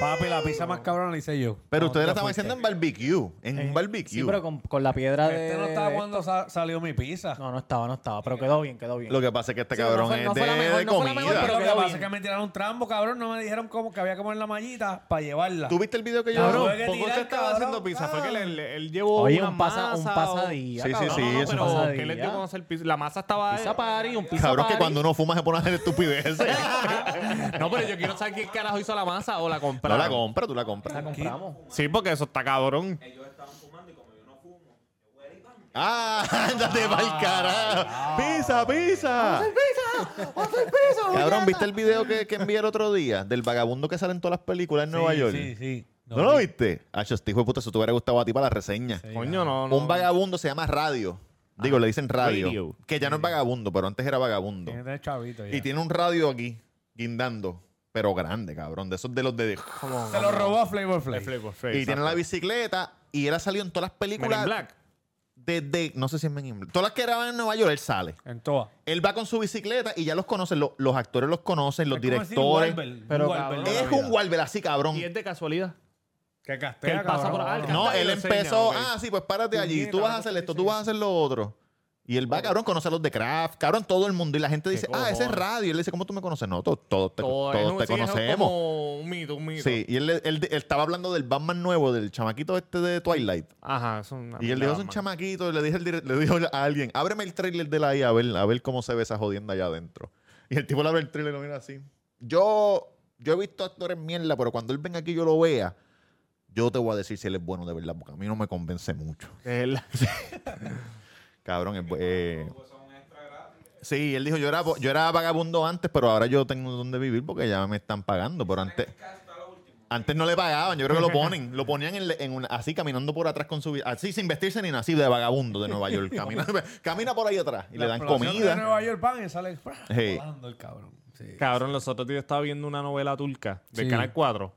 [SPEAKER 7] Papi, la pizza más cabrona la hice yo.
[SPEAKER 1] Pero
[SPEAKER 7] No,
[SPEAKER 1] ustedes la
[SPEAKER 7] tú
[SPEAKER 1] estaban
[SPEAKER 7] fuiste.
[SPEAKER 1] haciendo en barbecue. En un barbecue.
[SPEAKER 3] Eh, Sí, pero con, con la piedra de.
[SPEAKER 7] Este no estaba
[SPEAKER 3] de-
[SPEAKER 7] cuando sa- salió mi pizza.
[SPEAKER 3] No, no estaba, no estaba. Pero quedó bien, quedó bien.
[SPEAKER 1] Lo que pasa es que este
[SPEAKER 3] Sí,
[SPEAKER 1] cabrón
[SPEAKER 3] no fue-
[SPEAKER 1] es
[SPEAKER 3] no
[SPEAKER 1] de,
[SPEAKER 3] fue la mejor,
[SPEAKER 1] de
[SPEAKER 3] no fue la
[SPEAKER 1] comida.
[SPEAKER 3] mejor,
[SPEAKER 7] Pero
[SPEAKER 3] pero
[SPEAKER 7] lo que
[SPEAKER 3] quedó
[SPEAKER 7] pasa
[SPEAKER 3] bien.
[SPEAKER 7] es que me tiraron un trambo, cabrón. No me dijeron cómo que había que poner la mallita para llevarla.
[SPEAKER 1] ¿Tú viste el video que yo
[SPEAKER 7] Cabrón,
[SPEAKER 1] hago?
[SPEAKER 7] hay que
[SPEAKER 5] Poco
[SPEAKER 7] tirar,
[SPEAKER 5] usted estaba
[SPEAKER 7] cabrón.
[SPEAKER 5] haciendo pizza. Fue que le- le- él llevó
[SPEAKER 3] Oye,
[SPEAKER 5] una
[SPEAKER 3] un pasa- un
[SPEAKER 5] masa o-
[SPEAKER 3] pasadilla,
[SPEAKER 1] Sí, sí,
[SPEAKER 3] cabrón.
[SPEAKER 1] sí,
[SPEAKER 5] No, no,
[SPEAKER 1] eso
[SPEAKER 5] pero
[SPEAKER 3] pasa de
[SPEAKER 5] ¿qué le dio
[SPEAKER 3] día.
[SPEAKER 5] con hacer pizza? La masa estaba...
[SPEAKER 3] Pizza party, un pizza
[SPEAKER 1] Cabrón, que
[SPEAKER 3] party.
[SPEAKER 1] cuando uno fuma se pone a hacer estupideces.
[SPEAKER 5] No, pero yo quiero saber quién carajo hizo la masa o la
[SPEAKER 1] no
[SPEAKER 5] compraron.
[SPEAKER 1] la compra, tú la compras.
[SPEAKER 3] La compramos.
[SPEAKER 5] Sí, porque eso está cabrón.
[SPEAKER 1] ¡Ah! ¡Ándate pa'l carajo! ¡Pizza, pizza! Cabrón, ¿viste el video que, que envié el otro día? Del vagabundo que sale en todas las películas en
[SPEAKER 7] Sí,
[SPEAKER 1] Nueva York.
[SPEAKER 7] Sí, sí.
[SPEAKER 1] ¿No, lo viste? Hacho, este hijo de puta, eso te hubiera gustado a ti para la reseña.
[SPEAKER 5] Coño, no, no. Ah,
[SPEAKER 1] Un vagabundo se llama Radio. Digo, le dicen radio,
[SPEAKER 5] Radio.
[SPEAKER 1] Que ya no es vagabundo, pero antes era vagabundo.
[SPEAKER 7] Tiene que tener chavito ya.
[SPEAKER 1] Y tiene un radio aquí, guindando, pero grande, cabrón. De esos de los de.
[SPEAKER 7] Se lo robó a Flavor Flav.
[SPEAKER 5] Flavor Flav,
[SPEAKER 1] Y tiene
[SPEAKER 5] exacto.
[SPEAKER 1] la bicicleta. Y él ha salido en todas las
[SPEAKER 5] Men in
[SPEAKER 1] películas
[SPEAKER 5] Black.
[SPEAKER 1] desde, no sé si es en inglés, todas las que graban en Nueva York, él sale.
[SPEAKER 7] En todas.
[SPEAKER 1] Él va con su bicicleta y ya los conocen, lo- los actores los conocen, los
[SPEAKER 7] Es como decir un
[SPEAKER 1] directores.
[SPEAKER 7] Wahlberg, un
[SPEAKER 3] Pero,
[SPEAKER 7] Wahlberg de la
[SPEAKER 1] Es
[SPEAKER 7] vida.
[SPEAKER 1] un Walbel así, cabrón.
[SPEAKER 5] Y es de casualidad.
[SPEAKER 1] Pues
[SPEAKER 7] Que
[SPEAKER 5] Que
[SPEAKER 7] castea,
[SPEAKER 5] él pasa
[SPEAKER 7] cabrón.
[SPEAKER 5] por ahí.
[SPEAKER 1] No,
[SPEAKER 5] Canta y
[SPEAKER 1] él
[SPEAKER 5] lo enseña,
[SPEAKER 1] empezó,
[SPEAKER 5] ok.
[SPEAKER 1] ah, sí, pues párate allí,
[SPEAKER 7] Puñeta,
[SPEAKER 1] tú vas a
[SPEAKER 7] ahora
[SPEAKER 1] hacer
[SPEAKER 7] te
[SPEAKER 1] esto,
[SPEAKER 7] estoy
[SPEAKER 1] tú vas a hacer lo otro. Y él va, cabrón, conoce a los de Kraft, cabrón, todo el mundo. Y la gente dice, ah, ese es
[SPEAKER 5] cojones?
[SPEAKER 1] radio. Y él dice, ¿cómo tú me conoces? No, to- todos te,
[SPEAKER 5] Todo-
[SPEAKER 1] todos
[SPEAKER 5] es un-
[SPEAKER 1] te
[SPEAKER 5] sí, es
[SPEAKER 1] conocemos.
[SPEAKER 5] como un mito, un mito.
[SPEAKER 1] Sí, y él, él- él estaba hablando del Batman nuevo, del chamaquito este de Twilight.
[SPEAKER 5] Ajá, es una
[SPEAKER 1] Y él
[SPEAKER 5] mierda,
[SPEAKER 1] dijo, es un
[SPEAKER 5] man.
[SPEAKER 1] chamaquito, y le, dije al dire- le dijo a alguien, ábreme el trailer de la IA a ver, a ver cómo se ve esa jodienda allá adentro. Y el tipo le abre el trailer y lo mira así. Yo, yo he visto actores mierda, pero cuando él venga aquí y yo lo vea, yo te voy a decir si él es bueno de verdad, porque a mí no me convence mucho.
[SPEAKER 5] Es la-
[SPEAKER 1] Cabrón, es bu- eh, Sí, él dijo, yo era, yo era vagabundo antes, pero ahora yo tengo donde vivir porque ya me están pagando. Pero antes, antes no le pagaban, yo creo que lo ponen. Lo ponían en, en una- así caminando por atrás con su vida. Así sin vestirse ni nada, así de vagabundo de Nueva York. Camina, camina por ahí atrás y
[SPEAKER 7] La
[SPEAKER 1] le dan
[SPEAKER 7] explosión de
[SPEAKER 1] comida.
[SPEAKER 7] Nueva York pan y sale ¡fra!
[SPEAKER 1] Sí.
[SPEAKER 7] volando el cabrón. Sí.
[SPEAKER 5] Cabrón, los otros días estaba viendo una novela turca del
[SPEAKER 3] Sí.
[SPEAKER 5] Canal 4.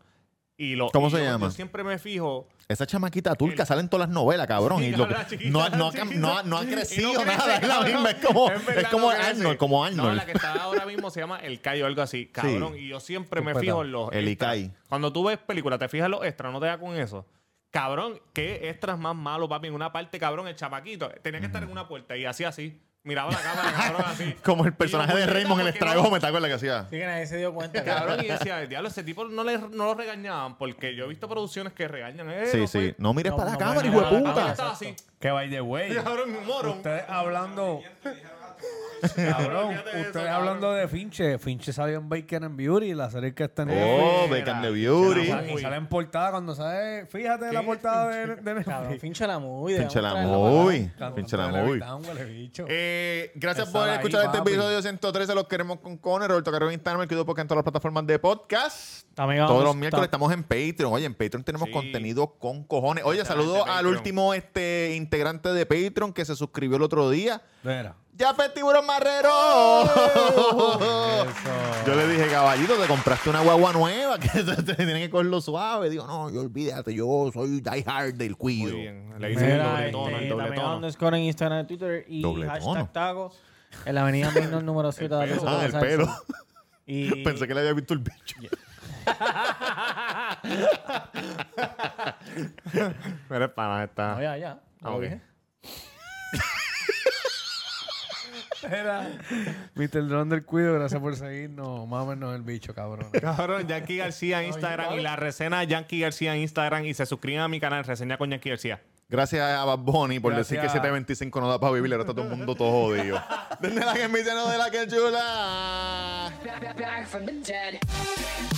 [SPEAKER 5] Y lo,
[SPEAKER 1] ¿Cómo
[SPEAKER 5] y
[SPEAKER 1] se
[SPEAKER 5] lo-
[SPEAKER 1] llama?
[SPEAKER 5] Yo siempre me fijo.
[SPEAKER 1] Esa chamaquita turca sale en todas las novelas, cabrón.
[SPEAKER 5] Sí,
[SPEAKER 1] y lo-
[SPEAKER 5] la chiquita,
[SPEAKER 1] no, ha-
[SPEAKER 5] la
[SPEAKER 1] no ha cam-
[SPEAKER 5] chiquita.
[SPEAKER 1] no ha- no ha
[SPEAKER 5] Y
[SPEAKER 1] crecido
[SPEAKER 5] crece,
[SPEAKER 1] nada. Es la
[SPEAKER 5] cabrón.
[SPEAKER 1] misma, es como,
[SPEAKER 5] verdad,
[SPEAKER 1] es como
[SPEAKER 5] no crece.
[SPEAKER 1] Arnold, como
[SPEAKER 5] No,
[SPEAKER 1] Arnold.
[SPEAKER 5] la que está ahora mismo se llama El Cayo o algo así. Cabrón, y yo siempre me fijo en los.
[SPEAKER 1] El
[SPEAKER 5] extras.
[SPEAKER 1] Icai.
[SPEAKER 5] Cuando tú ves películas, te fijas en los extras, no te da con eso. Cabrón, qué extras más malos, papi. En una parte, cabrón, el chamaquito eh, tenía que estar en una puerta y hacía así. Miraba la cámara, cabrón, así.
[SPEAKER 1] como el
[SPEAKER 5] Y
[SPEAKER 1] personaje
[SPEAKER 5] yo,
[SPEAKER 1] de
[SPEAKER 5] puñeta,
[SPEAKER 1] Raymond en el
[SPEAKER 5] ¿por qué no?
[SPEAKER 1] estragómetro, ¿te acuerdas que hacía?
[SPEAKER 9] Sí que nadie se dio cuenta.
[SPEAKER 5] Cabrón, y decía, diablo, ese tipo no, le, no lo regañaban porque yo he visto producciones que regañan. Eh,
[SPEAKER 1] Sí,
[SPEAKER 5] no
[SPEAKER 1] sí.
[SPEAKER 5] fue-
[SPEAKER 1] pues, No mires
[SPEAKER 9] No,
[SPEAKER 1] para la
[SPEAKER 9] no
[SPEAKER 1] cámara,
[SPEAKER 9] mires
[SPEAKER 1] hijo de
[SPEAKER 9] para la
[SPEAKER 5] Cabrón,
[SPEAKER 1] puta.
[SPEAKER 9] cámara.
[SPEAKER 5] estaba así.
[SPEAKER 7] Que by the way.
[SPEAKER 5] Cabrón, un morón.
[SPEAKER 7] Ustedes hablando. Cabrón,
[SPEAKER 5] Fíjate de eso,
[SPEAKER 7] ustedes
[SPEAKER 5] cabrón.
[SPEAKER 7] hablando de Finche. Finche salió en Bacon and Beauty, la serie que está en
[SPEAKER 1] Oh,
[SPEAKER 7] Netflix.
[SPEAKER 1] Beck and the
[SPEAKER 7] Y
[SPEAKER 1] Beauty.
[SPEAKER 7] sale- Y sale en portada cuando sale. Fíjate la
[SPEAKER 5] ¿Qué?
[SPEAKER 7] portada de, de
[SPEAKER 9] Cabrón,
[SPEAKER 7] Netflix.
[SPEAKER 9] fincha la movie.
[SPEAKER 1] Pinche la
[SPEAKER 9] dejamos
[SPEAKER 1] movie.
[SPEAKER 7] Cabrón,
[SPEAKER 1] Pinche la
[SPEAKER 7] dale,
[SPEAKER 1] movie.
[SPEAKER 7] está un huele bicho.
[SPEAKER 1] Eh, gracias
[SPEAKER 7] Esa
[SPEAKER 1] por
[SPEAKER 7] la
[SPEAKER 1] escuchar
[SPEAKER 7] ahí,
[SPEAKER 1] este
[SPEAKER 7] papi.
[SPEAKER 1] episodio 113. Los queremos con Conner, Roberto Carrero en Instagram, el Cuido Podcast en todas las plataformas de podcast.
[SPEAKER 3] Amigos,
[SPEAKER 1] Todos los
[SPEAKER 3] ta-
[SPEAKER 1] miércoles estamos en Patreon. Oye, en Patreon tenemos
[SPEAKER 5] Sí.
[SPEAKER 1] contenido con cojones. Oye,
[SPEAKER 5] Mucha
[SPEAKER 1] saludo
[SPEAKER 5] gente en
[SPEAKER 1] al
[SPEAKER 5] Patreon.
[SPEAKER 1] último este integrante de Patreon que se suscribió el otro día.
[SPEAKER 7] Mira.
[SPEAKER 1] ¡Ya Tiburón Marrero! Oh.
[SPEAKER 7] Eso.
[SPEAKER 1] Yo le dije, caballito, te compraste una guagua nueva, que te, te tienen que cogerlo suave. Digo, no, yo olvídate, yo soy Die Hard del
[SPEAKER 5] Muy
[SPEAKER 1] Cuido.
[SPEAKER 5] bien. Le hice el
[SPEAKER 3] Mira,
[SPEAKER 5] doble
[SPEAKER 3] este,
[SPEAKER 5] tono, el doble
[SPEAKER 3] Damián
[SPEAKER 5] tono.
[SPEAKER 3] underscore en Instagram, en Twitter y
[SPEAKER 1] Doble
[SPEAKER 3] hashtag
[SPEAKER 1] tono.
[SPEAKER 3] Tago en la avenida Minor número 7 de Alonso
[SPEAKER 1] Ah, el
[SPEAKER 3] Torres
[SPEAKER 1] pelo.
[SPEAKER 3] Sánchez. Y
[SPEAKER 1] Pensé que le había visto el bicho.
[SPEAKER 5] Pero es pana,
[SPEAKER 9] No,
[SPEAKER 5] está.
[SPEAKER 9] ya, ya.
[SPEAKER 5] Ah,
[SPEAKER 9] Lo
[SPEAKER 5] ok.
[SPEAKER 9] dije.
[SPEAKER 7] Mr. Dron del Cuido, gracias por seguirnos. Mámenos el bicho, cabrón.
[SPEAKER 5] Cabrón, Yankee García en Instagram y la reseña Yankee García en Instagram y se suscriben a mi canal Reseña con Yankee García.
[SPEAKER 1] Gracias a Bad Bunny por
[SPEAKER 7] Gracias.
[SPEAKER 1] decir que 725 no da para vivir. Ahora está todo el mundo todo jodido. Desde la que me dice no de la que chula.
[SPEAKER 4] Back, back, back from the dead.